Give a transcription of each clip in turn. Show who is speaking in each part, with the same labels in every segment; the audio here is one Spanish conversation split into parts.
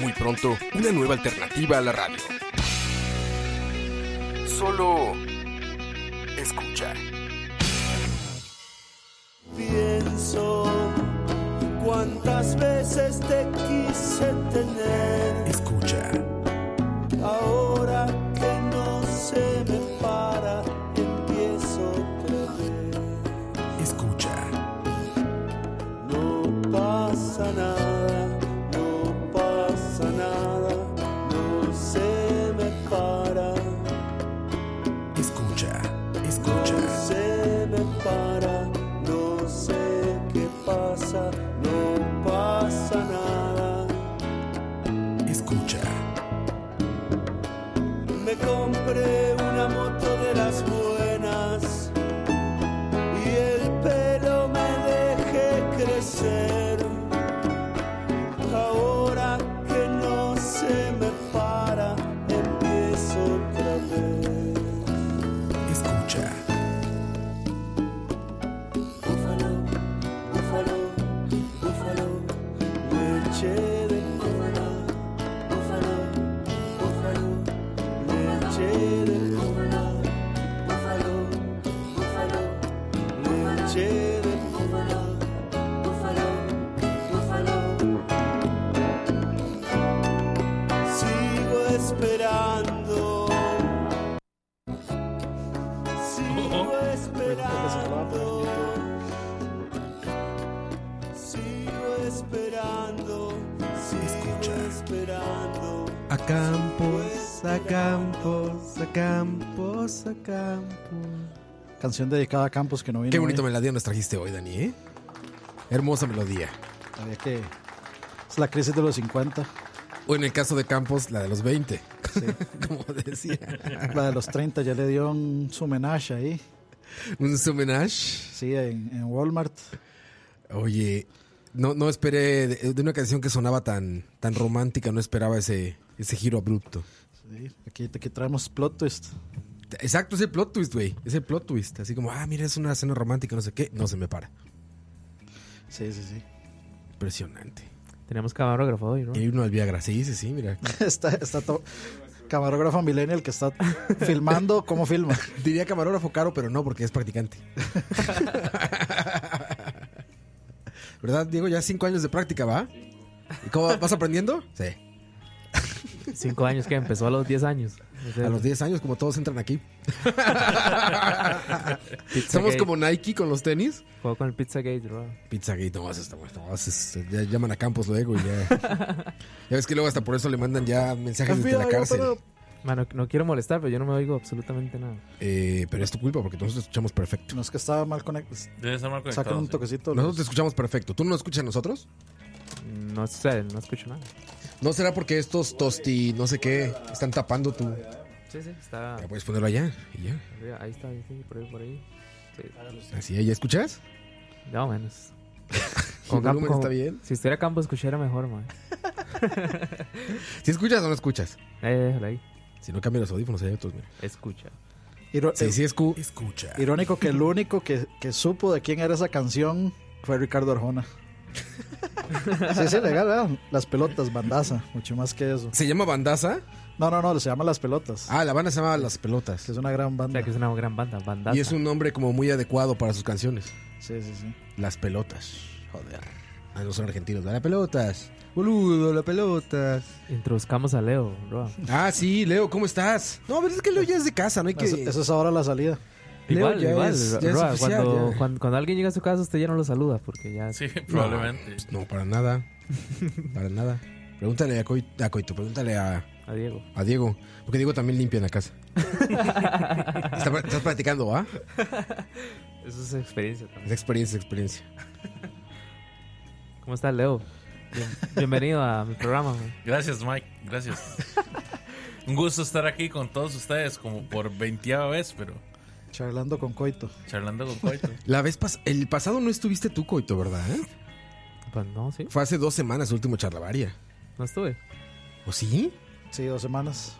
Speaker 1: Muy pronto, una nueva alternativa a la radio. Solo escucha.
Speaker 2: Pienso cuántas veces te quise tener.
Speaker 1: Escucha.
Speaker 2: Ahora que no se me para, empiezo otra vez.
Speaker 1: Escucha.
Speaker 2: No pasa nada, no pasa nada, no se me para,
Speaker 1: Escucha.
Speaker 2: no
Speaker 1: Escucha.
Speaker 2: se me para, no sé qué pasa, no pasa nada.
Speaker 1: Escucha.
Speaker 2: Me compré una moto de las buenas y el pelo me dejé crecer. Ahora que no se me para, empiezo otra vez.
Speaker 1: Escucha.
Speaker 2: Búfalo, búfalo, búfalo, leche de cobra. Búfalo, búfalo, leche de cobra. Búfalo, búfalo, leche de cobra. Búfalo, búfalo. Sigo esperando. Sigo esperando. Sigo esperando, sigo esperando.
Speaker 3: A campos, a campos, a campos, a campos.
Speaker 4: Canción dedicada a Campos que no vino.
Speaker 1: Qué bonita
Speaker 4: hoy.
Speaker 1: melodía nos trajiste hoy, Dani, ¿eh? Hermosa melodía.
Speaker 4: Sabía que es la crisis de los 50,
Speaker 1: O en el caso de Campos, la de los 20. Como decía.
Speaker 4: la de los 30 ya le dio un su homenaje ahí,
Speaker 1: Un homenaje.
Speaker 4: sí, en, en Walmart.
Speaker 1: Oye, no, no esperé de, de una canción que sonaba tan, tan romántica, no esperaba ese, ese giro abrupto.
Speaker 4: Sí, aquí, aquí traemos plot twist.
Speaker 1: Exacto, ese plot twist, güey. Ese plot twist. Así como, ah, mira, es una escena romántica, no sé qué. No se me para.
Speaker 4: Sí, sí, sí.
Speaker 1: Impresionante.
Speaker 5: Tenemos camarógrafo hoy, ¿no?
Speaker 1: Y hay uno al Viagra. Sí, sí, sí, mira.
Speaker 4: Está, está to- camarógrafo millennial que está filmando cómo filma.
Speaker 1: Diría camarógrafo caro, pero no, porque es practicante. ¿Verdad, Diego? Ya cinco años de práctica, ¿va? ¿Y cómo vas aprendiendo? Sí.
Speaker 5: Cinco años que empezó a los diez años. No sé,
Speaker 1: A los 10 años, como todos entran aquí.
Speaker 5: Pizza
Speaker 1: Somos
Speaker 5: Gate.
Speaker 1: como Nike con los tenis.
Speaker 5: Jugó con el Pizza Gate, ¿no?
Speaker 1: Pizzagate, no, eso está bueno, no, eso es- ya llaman a Campos luego y ya. ya ves que luego hasta por eso le mandan ya
Speaker 4: Ah,
Speaker 1: mensajes desde la cárcel.
Speaker 5: Mano, no quiero molestar, pero yo no me oigo absolutamente nada.
Speaker 1: Eh, pero es tu culpa porque nosotros te escuchamos perfecto.
Speaker 4: No es que estaba mal conectado.
Speaker 6: Debe estar mal conectado.
Speaker 4: Sacan un
Speaker 6: sí.
Speaker 4: toquecito.
Speaker 1: Nosotros te escuchamos perfecto. ¿Tú no escuchas a nosotros?
Speaker 5: No sé, no escucho nada.
Speaker 1: ¿No será porque estos tosti, no sé qué, están tapando tu.
Speaker 5: Sí, sí, está
Speaker 1: Ya puedes ponerlo allá y ya.
Speaker 5: arriba. Ahí está, ahí, sí, por ahí, por ahí. Sí,
Speaker 1: Así, ¿ya escuchas?
Speaker 5: ya o menos.
Speaker 1: ¿El volumen está bien?
Speaker 5: Si estuviera campo, escuchara mejor, man.
Speaker 1: ¿Si escuchas o no escuchas?
Speaker 5: Eh, déjalo ahí.
Speaker 1: Si no cambia los audífonos, hay otros. mira.
Speaker 5: Escucha.
Speaker 4: Iro-
Speaker 1: Sí,
Speaker 4: eh,
Speaker 1: sí, escu- escucha.
Speaker 4: Irónico que el único que, que supo de quién era esa canción fue Ricardo Arjona. Sí, sí, legal, ¿verdad? Las pelotas, bandaza, mucho más que eso.
Speaker 1: ¿Se llama Bandaza?
Speaker 4: No, no, no, se llama Las Pelotas,
Speaker 1: Ah, la banda se llama Las Pelotas.
Speaker 4: que es una gran
Speaker 5: O
Speaker 4: banda.
Speaker 5: sea, que es una gran banda, bandaza.
Speaker 1: Y es un nombre como muy adecuado para sus canciones.
Speaker 4: Sí, sí, sí.
Speaker 1: Las pelotas. Joder. Ah, no son argentinos. Las pelotas. Boludo, las pelotas.
Speaker 5: Introduzcamos a Leo, Roa.
Speaker 1: Ah, sí, Leo, ¿cómo estás? Ah, No, pero es que Leo ya es de casa, no hay que.
Speaker 4: Eso, eso es ahora la salida.
Speaker 1: Leo
Speaker 5: Igual,
Speaker 1: ya
Speaker 5: igual,
Speaker 1: es-
Speaker 5: Ro-
Speaker 1: ya es
Speaker 5: Roa,
Speaker 1: oficial,
Speaker 5: cuando,
Speaker 1: ya.
Speaker 5: cuando, cuando alguien llega a su casa, usted ya no lo saluda, porque ya...
Speaker 6: Sí,
Speaker 1: No,
Speaker 6: probablemente.
Speaker 1: pues, No, para nada. Para nada. Pregúntale a, Coi- a Coito, pregúntale a,
Speaker 5: A Diego.
Speaker 1: a Diego. Porque Diego también limpia en la casa. Está- estás practicando, ¿ah?
Speaker 5: Eso es experiencia
Speaker 1: Es
Speaker 5: también.
Speaker 1: experiencia, es experiencia.
Speaker 5: ¿Cómo está Leo? Bien- bienvenido a mi programa. man.
Speaker 6: Gracias, Mike. Gracias. Un gusto estar aquí con todos ustedes, como por veintiava vez, pero
Speaker 4: Charlando con Coito.
Speaker 6: charlando con Coito.
Speaker 1: La vez pas- el pasado no estuviste tú, Coito, ¿verdad?
Speaker 5: Pues no, sí,
Speaker 1: Fue hace dos semanas, último charlavaria.
Speaker 5: no estuve.
Speaker 1: ¿O sí?
Speaker 4: Sí, dos semanas.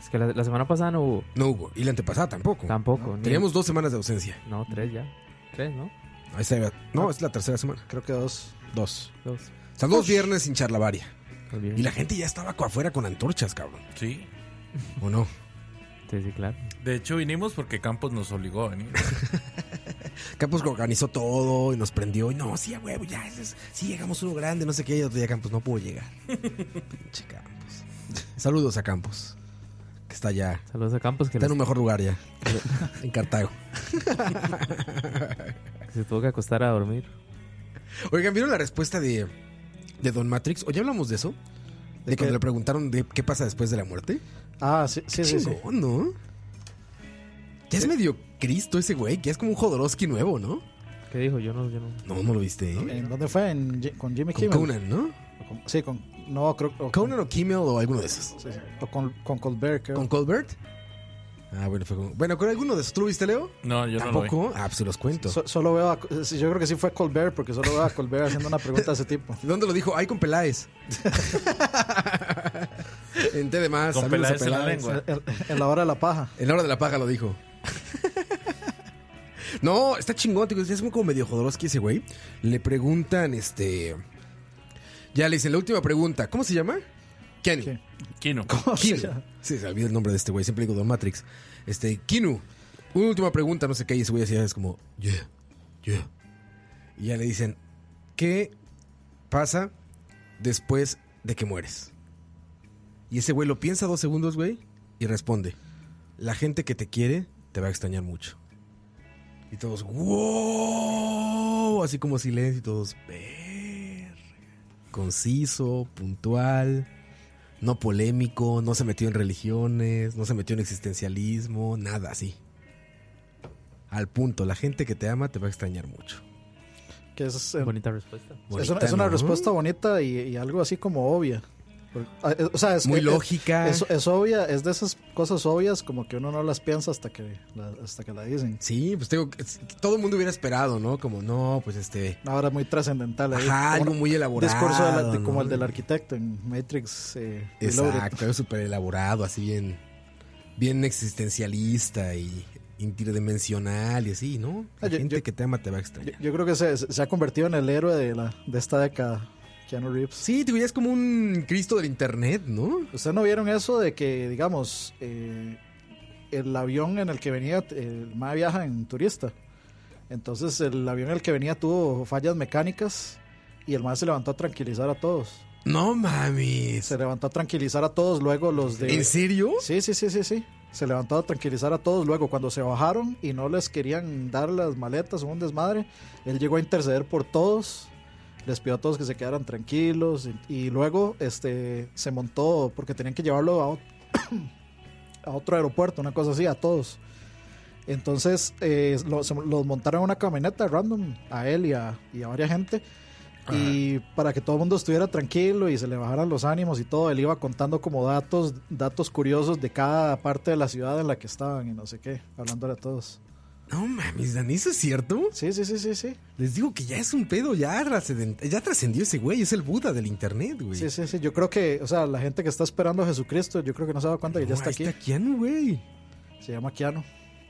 Speaker 5: Es que la, la semana pasada no hubo.
Speaker 1: No hubo. Y la antepasada tampoco.
Speaker 5: Tampoco. ni-
Speaker 1: Teníamos dos semanas de ausencia.
Speaker 5: No, tres ya. Tres, ¿no?
Speaker 1: Ahí se ve- No, es la tercera semana.
Speaker 4: Creo que dos.
Speaker 1: Dos.
Speaker 5: Dos.
Speaker 1: O sea, dos viernes sin charlavaria.
Speaker 5: Pues bien.
Speaker 1: Y la gente ya estaba co- afuera con antorchas, cabrón.
Speaker 6: Sí.
Speaker 1: ¿O no?
Speaker 5: Sí, sí, claro.
Speaker 6: De hecho, vinimos porque Campos nos obligó a venir.
Speaker 1: Campos organizó todo y nos prendió. Y no, sí, a huevo, ya. eso es- sí, llegamos uno grande, no sé qué. Y otro día Campos no pudo llegar. Pinche Campos. Saludos a Campos. Que está ya.
Speaker 5: Saludos a Campos que
Speaker 1: Está en
Speaker 5: les-
Speaker 1: un mejor lugar ya. En Cartago.
Speaker 5: se tuvo que acostar a dormir.
Speaker 1: Oigan, ¿vieron la respuesta de, de Don Matrix? ¿O ya hablamos de eso? De,
Speaker 4: ¿De
Speaker 1: cuando
Speaker 4: qué?
Speaker 1: le preguntaron de qué pasa después de la muerte.
Speaker 4: Ah, sí, sí,
Speaker 1: Qué
Speaker 4: sí. sí.
Speaker 1: chingón, ¿no? Ya es medio Cristo ese güey, que es como un Jodorowsky nuevo, ¿no?
Speaker 5: ¿Qué dijo? Yo no, yo no.
Speaker 1: No, no lo viste, ¿eh?
Speaker 4: ¿En dónde fue? ¿En Ji- ¿Con Jimmy
Speaker 1: Con
Speaker 4: Kimmel?
Speaker 1: Conan, ¿no?
Speaker 4: O con- sí, con... No, creo o
Speaker 1: Conan o Kimmel o alguno de esos.
Speaker 4: sí, sí. O con, con Colbert, creo.
Speaker 1: ¿Con Colbert? Ah, bueno, fue con... Bueno, con alguno de esos. ¿Tú lo viste, Leo?
Speaker 6: No, yo no lo vi.
Speaker 1: ¿Tampoco? Ah, pues se los cuento.
Speaker 4: So- solo veo a... sí, Yo creo que sí fue Colbert, porque solo veo a Colbert haciendo una pregunta de ese tipo.
Speaker 1: ¿Dónde lo dijo? Ay, con Peláez. en té de más.
Speaker 6: Con
Speaker 1: saludos a
Speaker 6: Peláez en la lengua.
Speaker 4: En, en la hora de la paja.
Speaker 1: En la hora de la paja lo dijo. no, está chingón, tío, es muy como medio Jodorowsky ese güey. Le preguntan, este... Ya le dicen la última pregunta. ¿Cómo se llama? Kenny.
Speaker 4: Sí.
Speaker 6: Kino.
Speaker 1: Kinu.
Speaker 4: Sí.
Speaker 1: Sí, se olvida el nombre de este güey. Siempre digo Don Matrix. Este, Kinu. Una última pregunta, no sé qué. Y ese güey así es como, yeah, yeah. Y ya le dicen, ¿qué pasa después de que mueres? Y ese güey lo piensa dos segundos, güey, y responde, la gente que te quiere te va a extrañar mucho. Y todos, wow, así como silencio y todos, verga. Conciso, puntual no polémico, no se metió en religiones, no se metió en existencialismo, nada así. Al punto, la gente que te ama te va a extrañar mucho.
Speaker 4: Que es,
Speaker 1: Em.
Speaker 4: en-
Speaker 5: Bonita respuesta.
Speaker 4: es
Speaker 1: Bonita,
Speaker 4: una, es una
Speaker 1: ¿no?
Speaker 4: respuesta bonita y, y algo así como obvia. Por- ah, eh, O sea, es
Speaker 1: muy
Speaker 4: es-
Speaker 1: lógica.
Speaker 4: Es, es obvia, es de esas cosas obvias como que uno no las piensa hasta que la, hasta que la dicen.
Speaker 1: Sí, pues tengo es- todo el mundo hubiera esperado, ¿no? Como no, pues este,
Speaker 4: Una hora muy trascendental ahí.
Speaker 1: ajá,
Speaker 4: como
Speaker 1: algo
Speaker 4: un
Speaker 1: muy elaborado,
Speaker 4: discurso de la- de-
Speaker 1: ¿no?
Speaker 4: como el del arquitecto en Matrix eh, Reloaded.
Speaker 1: Exacto, algo súper elaborado, así bien bien existencialista y interdimensional y así, ¿no? La
Speaker 4: Ah, yo-
Speaker 1: gente
Speaker 4: yo-
Speaker 1: que te ama te va a
Speaker 4: Yo,
Speaker 1: extrañar.
Speaker 4: yo creo que se, se ha convertido en el héroe de la de esta década, Keanu Reeves.
Speaker 1: Sí, digo, ya es como un Cristo del internet, ¿no?
Speaker 4: ¿Ustedes no vieron eso de que, digamos, eh, el avión en el que venía, eh, el MAE viaja en turista? Entonces el avión en el que venía tuvo fallas mecánicas y el MAE se levantó a tranquilizar a todos.
Speaker 1: No mames.
Speaker 4: Se levantó a tranquilizar a todos, luego los de...
Speaker 1: ¿En serio?
Speaker 4: Sí, sí, sí, sí, sí. Se levantó a tranquilizar a todos. Luego, cuando se bajaron y no les querían dar las maletas, hubo un desmadre. Él llegó a interceder por todos. Les pidió a todos que se quedaran tranquilos. Y, y luego este, se montó porque tenían que llevarlo a, ot- a otro aeropuerto, una cosa así, a todos. Entonces eh, lo- se- los montaron en una camioneta random a él y a, y a varias gente. Y para que todo el mundo estuviera tranquilo y se le bajaran los ánimos y todo, él iba contando como datos, datos curiosos de cada parte de la ciudad en la que estaban y no sé qué, hablándole a todos.
Speaker 1: No mames, Dani, ¿eso es cierto?
Speaker 4: Sí, sí, sí, sí, sí.
Speaker 1: Les digo que ya es un pedo, ya, trascenden- ya trascendió ese güey, es el Buda del internet, güey.
Speaker 4: Sí, sí, sí. Yo creo que, o sea, la gente que está esperando a Jesucristo, yo creo que no se da cuenta que
Speaker 1: No,
Speaker 4: ya está
Speaker 1: ahí
Speaker 4: aquí.
Speaker 1: Está Keanu, güey.
Speaker 4: Se llama Keanu.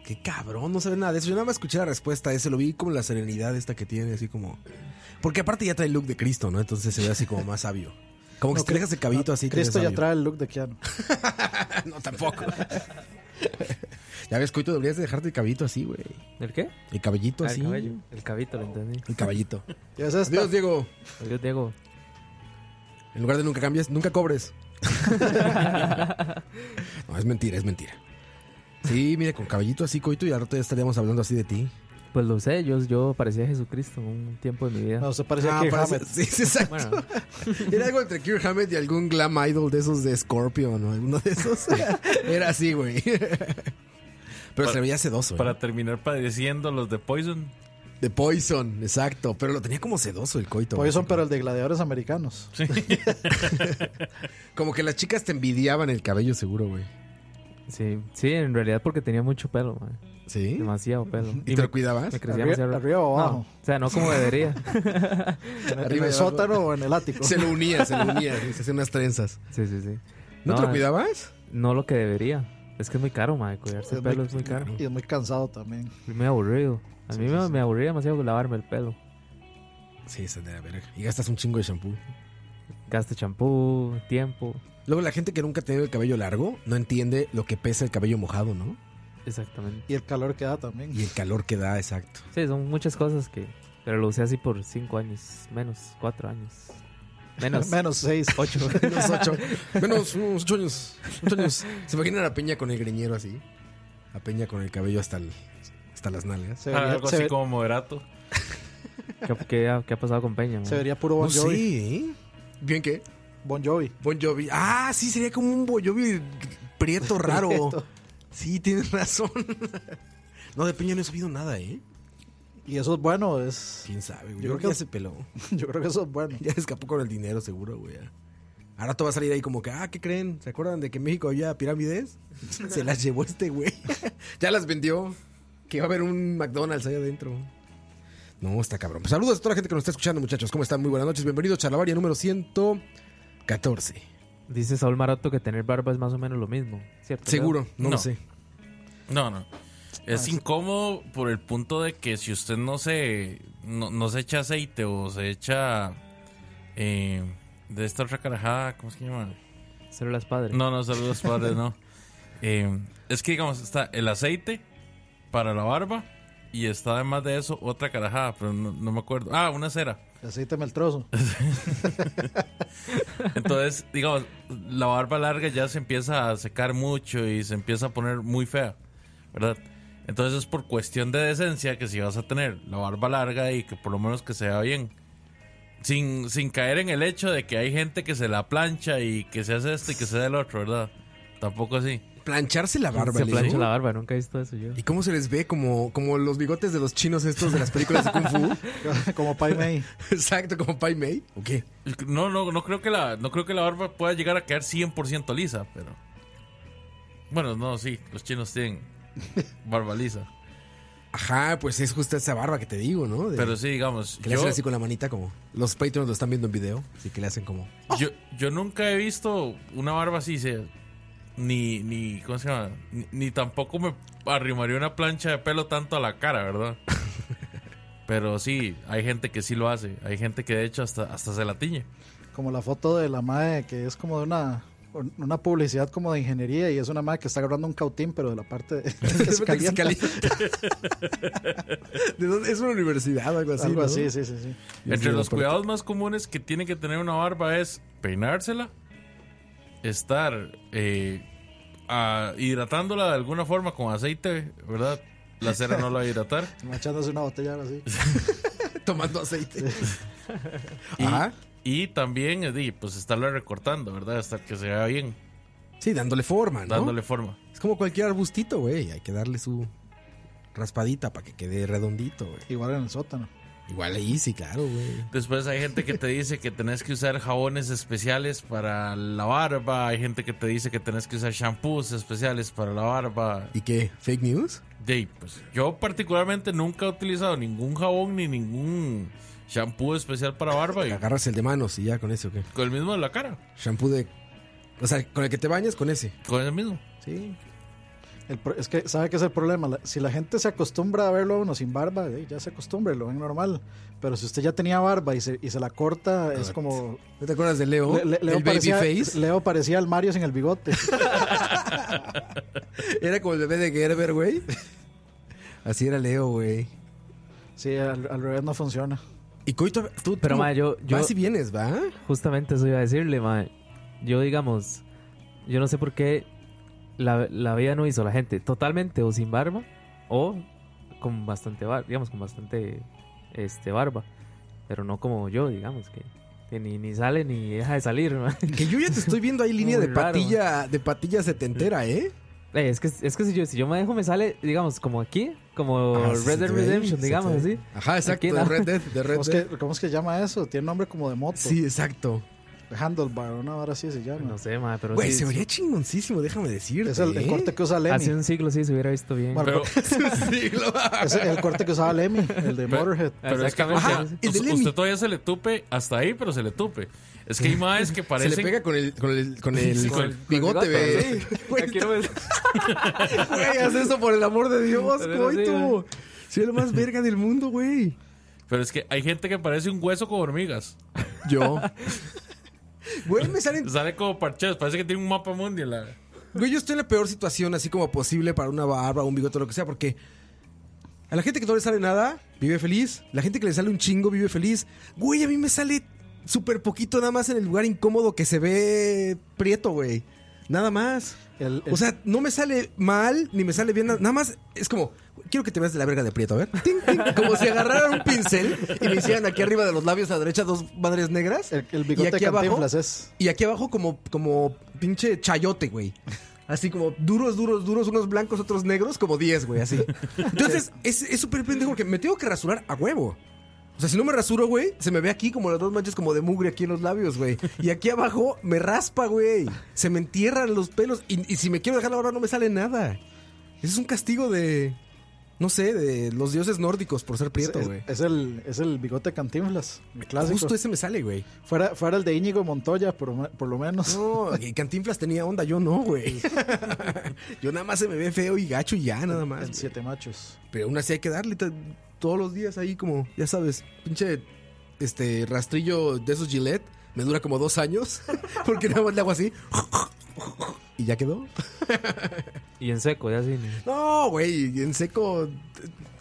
Speaker 1: Qué cabrón, no sabe nada de eso. Yo nada más escuché la respuesta a ese, lo vi como la serenidad esta que tiene, así como. Porque aparte ya trae el look de Cristo, ¿no? Entonces se ve así como más sabio. Como que
Speaker 4: No,
Speaker 1: si te
Speaker 4: Cri-
Speaker 1: dejas el cabellito así. te ves
Speaker 4: Cristo ya
Speaker 1: sabio.
Speaker 4: trae el look de Keanu.
Speaker 1: no, tampoco. ya ves, Coito, deberías de dejarte el cabellito así, güey.
Speaker 5: ¿El qué?
Speaker 1: El cabellito
Speaker 5: Ah,
Speaker 1: así.
Speaker 5: el cabello. El cabito, lo entendí.
Speaker 1: El cabellito.
Speaker 4: Ya es esta.
Speaker 1: Adiós, Diego.
Speaker 5: Adiós, Diego.
Speaker 1: En lugar de nunca cambies, nunca cobres. no, es mentira, es mentira. Sí, mira, con cabellito así, coito, y al rato ya estaríamos hablando así de ti.
Speaker 5: Pues lo sé, yo, yo parecía Jesucristo en un tiempo de mi vida.
Speaker 4: No, se parece a
Speaker 1: Ah,
Speaker 4: Kirk
Speaker 1: parece-
Speaker 4: Hammett.
Speaker 1: Sí, sí, exacto.
Speaker 5: Bueno,
Speaker 1: Era algo entre Kirk Hammett y algún glam idol de esos de Scorpion o alguno de esos. Era así, güey. Pero se
Speaker 6: Para-
Speaker 1: veía sedoso. ¿eh?
Speaker 6: Para terminar padeciendo los de Poison.
Speaker 1: De Poison, exacto. Pero lo tenía como sedoso el coito. güey.
Speaker 4: Poison, pero el de gladiadores americanos.
Speaker 1: Como que las chicas te envidiaban el cabello, seguro, güey.
Speaker 5: Sí, sí, en realidad porque tenía mucho pelo, man.
Speaker 1: ¿Sí?
Speaker 5: Demasiado pelo.
Speaker 1: ¿Y te
Speaker 5: me-
Speaker 1: lo cuidabas?
Speaker 5: Me crecía
Speaker 4: Arriba,
Speaker 5: demasiado.
Speaker 4: arriba o
Speaker 5: No,
Speaker 4: abajo.
Speaker 5: o sea, no como debería.
Speaker 4: ¿En
Speaker 1: Arriba
Speaker 4: el
Speaker 1: y abajo.
Speaker 4: sótano o en el ático?
Speaker 1: Se lo unía, se lo unía. y se hacía unas trenzas.
Speaker 5: Sí, sí, sí.
Speaker 1: ¿No, te lo
Speaker 5: eh,
Speaker 1: cuidabas?
Speaker 5: No lo que debería. Es que es muy caro, man. Cuidarse
Speaker 4: Es
Speaker 5: el
Speaker 4: muy-
Speaker 5: pelo es muy caro.
Speaker 4: Y es muy cansado también.
Speaker 5: Es muy aburrido. A mí me, me aburría demasiado lavarme el pelo.
Speaker 1: Sí, se de la verga. Y gastas un chingo de shampoo.
Speaker 5: Gasto champú, tiempo.
Speaker 1: Luego la gente que nunca ha tenido el cabello largo no entiende lo que pesa el cabello mojado, ¿no?
Speaker 5: Exactamente.
Speaker 4: Y el calor que da también.
Speaker 1: Y el calor que da, exacto.
Speaker 5: Sí, son muchas cosas que... Pero lo usé así por cinco años. Menos, cuatro años. Menos.
Speaker 4: Menos seis.
Speaker 5: Ocho.
Speaker 1: Unos ocho. Menos unos ocho años. ocho años. ¿Se imaginan a Peña con el greñero así? A Peña con el cabello hasta, el- hasta las nalgas.
Speaker 4: Se vería,
Speaker 6: Algo
Speaker 4: se
Speaker 6: así
Speaker 4: ve-
Speaker 6: como moderato.
Speaker 5: ¿Qué, qué ha, qué ha pasado con Peña, man?
Speaker 4: se vería puro Bon
Speaker 1: No
Speaker 4: Jovi.
Speaker 1: sé, ¿eh? ¿Bien qué?
Speaker 4: Bon Jovi.
Speaker 1: Bon Jovi. Ah, sí, sería como un Bon Jovi prieto raro.
Speaker 4: Prieto.
Speaker 1: Sí, tienes razón. No, de Peña no he sabido nada, ¿eh?
Speaker 4: Y eso es bueno, es.
Speaker 1: ¿Quién sabe, güey?
Speaker 4: Yo
Speaker 1: Yo creo
Speaker 4: creo
Speaker 1: que
Speaker 4: que-
Speaker 1: ya se peló.
Speaker 4: Yo creo que eso es bueno.
Speaker 1: Ya escapó con el dinero, seguro, güey. ya. Ahora todo va a salir ahí como que, ah, ¿qué creen? ¿Se acuerdan de que en México había pirámides? Se las llevó este güey. ya las vendió. Que va a haber un McDonald's ahí adentro. No, está cabrón. Pues saludos a toda la gente que nos está escuchando, muchachos. ¿Cómo están? Muy buenas noches. Bienvenidos a Charlavaria número 114.
Speaker 5: Dice Saúl Maroto que tener barba es más o menos lo mismo, ¿cierto?
Speaker 1: Seguro, no, lo
Speaker 6: No.
Speaker 1: sé.
Speaker 6: No, no. Es incómodo por el punto de que si usted no se, no, no se echa aceite o se echa eh, de esta otra carajada, ¿cómo se llama?
Speaker 5: Leo? Células padre.
Speaker 6: No, no, saludos padres, no. Eh, es que digamos, está el aceite para la barba y está además de eso otra carajada, pero no, no me acuerdo. Ah, una cera.
Speaker 4: Aceíteme el trozo.
Speaker 6: Entonces, digamos, la barba larga ya se empieza a secar mucho y se empieza a poner muy fea, ¿verdad? Entonces es por cuestión de decencia que si vas a tener la barba larga y que por lo menos que se vea bien. Sin, sin caer en el hecho de que hay gente que se la plancha y que se hace esto y que se da el otro, ¿verdad? Tampoco así.
Speaker 1: Plancharse la barba.
Speaker 5: Se
Speaker 1: le
Speaker 5: plancha
Speaker 1: digo.
Speaker 5: la barba, nunca he visto eso yo.
Speaker 1: ¿Y cómo se les ve? Como, como los bigotes de los chinos estos de las películas de Kung Fu.
Speaker 4: Como Pai Mei.
Speaker 1: Exacto, como Pai Mei. ¿O qué?
Speaker 6: No, no, no creo que la, no creo que la barba pueda llegar a quedar 100% lisa, pero... Bueno, no, sí, los chinos tienen barba lisa.
Speaker 1: Ajá, pues es justo esa barba que te digo, ¿no? De-
Speaker 6: Pero sí, digamos...
Speaker 1: Que le hacen así con la manita como... Los Patreons lo están viendo en video. Así que le hacen como...
Speaker 6: Yo, yo nunca he visto una barba así, se- ni, ni, ¿cómo se llama? Ni, ni tampoco me arrimaría una plancha de pelo tanto a la cara, ¿verdad? Pero sí, hay gente que sí lo hace. Hay gente que de hecho hasta, hasta se la tiñe.
Speaker 4: Como la foto de la madre que es como de una. Una publicidad como de ingeniería y es una madre que está agarrando un cautín, pero de la parte de- que se calienta.
Speaker 1: ¿De dónde? Es una universidad o algo así,
Speaker 4: Algo
Speaker 1: ¿no?
Speaker 4: así, sí, sí, sí.
Speaker 1: Dios
Speaker 6: Entre
Speaker 1: mío,
Speaker 6: los
Speaker 1: pero-
Speaker 6: cuidados más comunes que tiene que tener una barba es peinársela, estar eh, ah, hidratándola de alguna forma con aceite, ¿verdad? La cera no la va a hidratar.
Speaker 4: Machándose una botella ahora sí.
Speaker 1: Tomando aceite.
Speaker 6: Y,
Speaker 1: Ajá.
Speaker 6: y también, eh, di, pues, estarla recortando, ¿verdad? Hasta que se vea bien,
Speaker 1: Sí, dándole forma, ¿no?
Speaker 6: dándole forma.
Speaker 1: Es como cualquier arbustito, güey. Hay que darle su raspadita para que quede redondito, güey.
Speaker 4: Igual en el sótano.
Speaker 1: Igual ahí sí, claro, güey.
Speaker 6: Después hay gente que te dice que tenés que usar jabones especiales para la barba. Hay gente que te dice que tenés que usar shampoos especiales para la barba.
Speaker 1: ¿Y qué? ¿Fake news?
Speaker 6: Di, pues, yo particularmente nunca he utilizado ningún jabón ni ningún shampoo especial para barba. Y
Speaker 1: Agarras el de manos y ya con ese, ¿o qué?
Speaker 6: con el mismo de la cara.
Speaker 1: Shampoo de... O sea, con el que te bañas, con ese.
Speaker 6: Con el mismo.
Speaker 1: Sí.
Speaker 4: El pro- es que, ¿sabe qué es el problema? La- si la gente se acostumbra a verlo a uno sin barba, eh, ya se acostumbra, y lo ven normal. Pero si usted ya tenía barba y se, y se la corta, es como.
Speaker 1: ¿No te acuerdas de Leo?
Speaker 4: Le- le-
Speaker 1: el
Speaker 4: parecía,
Speaker 1: Babyface.
Speaker 4: Leo parecía al Mario sin el bigote.
Speaker 1: Era como el bebé de Gerber, güey. Así era Leo, güey.
Speaker 4: Sí, al, al revés no funciona.
Speaker 1: Y Coito, tú,
Speaker 5: Pero,
Speaker 1: tú
Speaker 5: ma, yo- yo-
Speaker 1: vas y vienes, ¿va?
Speaker 5: Justamente eso iba a decirle, mae. Yo, digamos, yo no sé por qué la, la vida no hizo la gente totalmente o sin barba o con bastante barba, digamos, con bastante este barba. Pero no como yo, digamos, que, que ni, ni sale ni deja de salir, mae.
Speaker 1: Que yo ya te estoy viendo ahí línea
Speaker 5: Muy
Speaker 1: de
Speaker 5: raro,
Speaker 1: patilla, de patilla setentera, ¿eh?
Speaker 5: Eh, es que, es que si, yo, si yo me dejo, me sale, digamos, como aquí, como
Speaker 1: Ah, sí, Pues
Speaker 5: Red
Speaker 1: se
Speaker 5: Dead
Speaker 1: te ve,
Speaker 5: Redemption,
Speaker 1: se
Speaker 5: digamos
Speaker 1: te ve.
Speaker 5: así.
Speaker 1: Ajá, exacto.
Speaker 5: Aquí
Speaker 1: De
Speaker 5: nada.
Speaker 1: Red Dead. De Red
Speaker 4: ¿Cómo es,
Speaker 1: Dead.
Speaker 4: que, cómo es que llama eso? Tiene nombre como de moto.
Speaker 1: Sí, exacto.
Speaker 4: Handlebar, una hora así se llama.
Speaker 5: No sé, ma, pero
Speaker 1: Güey,
Speaker 5: sí,
Speaker 1: se vería chingoncísimo, déjame decirte.
Speaker 4: es el, el
Speaker 1: ¿eh?
Speaker 4: corte que usa Lemmy.
Speaker 5: hace un siglo sí se hubiera visto bien.
Speaker 4: Bueno,
Speaker 6: Pero,
Speaker 1: Sí, lo-
Speaker 4: Es el corte que usaba Lemmy, el de Motorhead.
Speaker 6: pero es que
Speaker 5: Exactamente.
Speaker 6: ajá,
Speaker 1: el de
Speaker 6: us-
Speaker 1: Lemmy.
Speaker 6: usted todavía se le tupe hasta ahí, pero se le tupe. Es que hay más
Speaker 1: Se
Speaker 6: que
Speaker 1: le
Speaker 6: parecen
Speaker 1: pega con el, con el, con el,
Speaker 6: Sí, con el-
Speaker 1: bigote,
Speaker 5: con el bigote,
Speaker 1: ve.
Speaker 5: Ya quiero ver-
Speaker 1: Güey, haz eso por el amor de Dios,
Speaker 5: Pero sí,
Speaker 1: coito. Soy el más verga del mundo, güey.
Speaker 6: Pero es que hay gente que parece un hueso con hormigas.
Speaker 1: Yo. Güey, me salen.
Speaker 6: Sale como parches, parece que tiene un mapa mundial. la-
Speaker 1: Güey, yo estoy en la peor situación, así como posible para una barba, un bigote, lo que sea, porque a la gente que no le sale nada, vive feliz. La gente que le sale un chingo, vive feliz. Güey, a mí me sale súper poquito nada más en el lugar incómodo que se ve prieto, güey. Nada más.
Speaker 4: El- el-
Speaker 1: O sea, no me sale mal, ni me sale bien. na- Nada más es como, quiero que te veas de la verga de prieto, a ver. Ting, ting, como si agarraran un pincel y me hicieran aquí arriba de los labios a la derecha dos madres negras.
Speaker 4: el, el bigote
Speaker 1: y aquí
Speaker 4: de
Speaker 1: abajo,
Speaker 4: Cantinflas es.
Speaker 1: y aquí abajo como, como pinche chayote, güey. Así como duros, duros, duros, unos blancos, otros negros, como 10, güey, así. Entonces, es es súper pendejo porque me tengo que rasurar a huevo. O sea, si no me rasuro, güey, se me ve aquí como las dos manchas como de mugre aquí en los labios, güey. Y aquí abajo me raspa, güey. Se me entierran los pelos. Y, y si me quiero dejar la barba no me sale nada. Ese es un castigo de, no sé, de los dioses nórdicos por ser prieto,
Speaker 4: es-
Speaker 1: güey.
Speaker 4: es, el, es el bigote de Cantinflas, el clásico.
Speaker 1: Justo ese me sale, güey.
Speaker 4: Fuera, fuera el de Íñigo Montoya, por, lo me- por lo menos.
Speaker 1: No, que Cantinflas tenía onda, yo no, güey. yo nada más se me ve feo y gacho y ya, nada más.
Speaker 4: el
Speaker 1: güey.
Speaker 4: Siete Machos.
Speaker 1: Pero aún así hay que darle ta- todos los días ahí como, ya sabes, pinche este rastrillo de esos Gillette. Me dura como dos años porque nada más le hago así. ¿Y ya quedó?
Speaker 5: Y en seco, ya así. ni-
Speaker 1: No, güey, en seco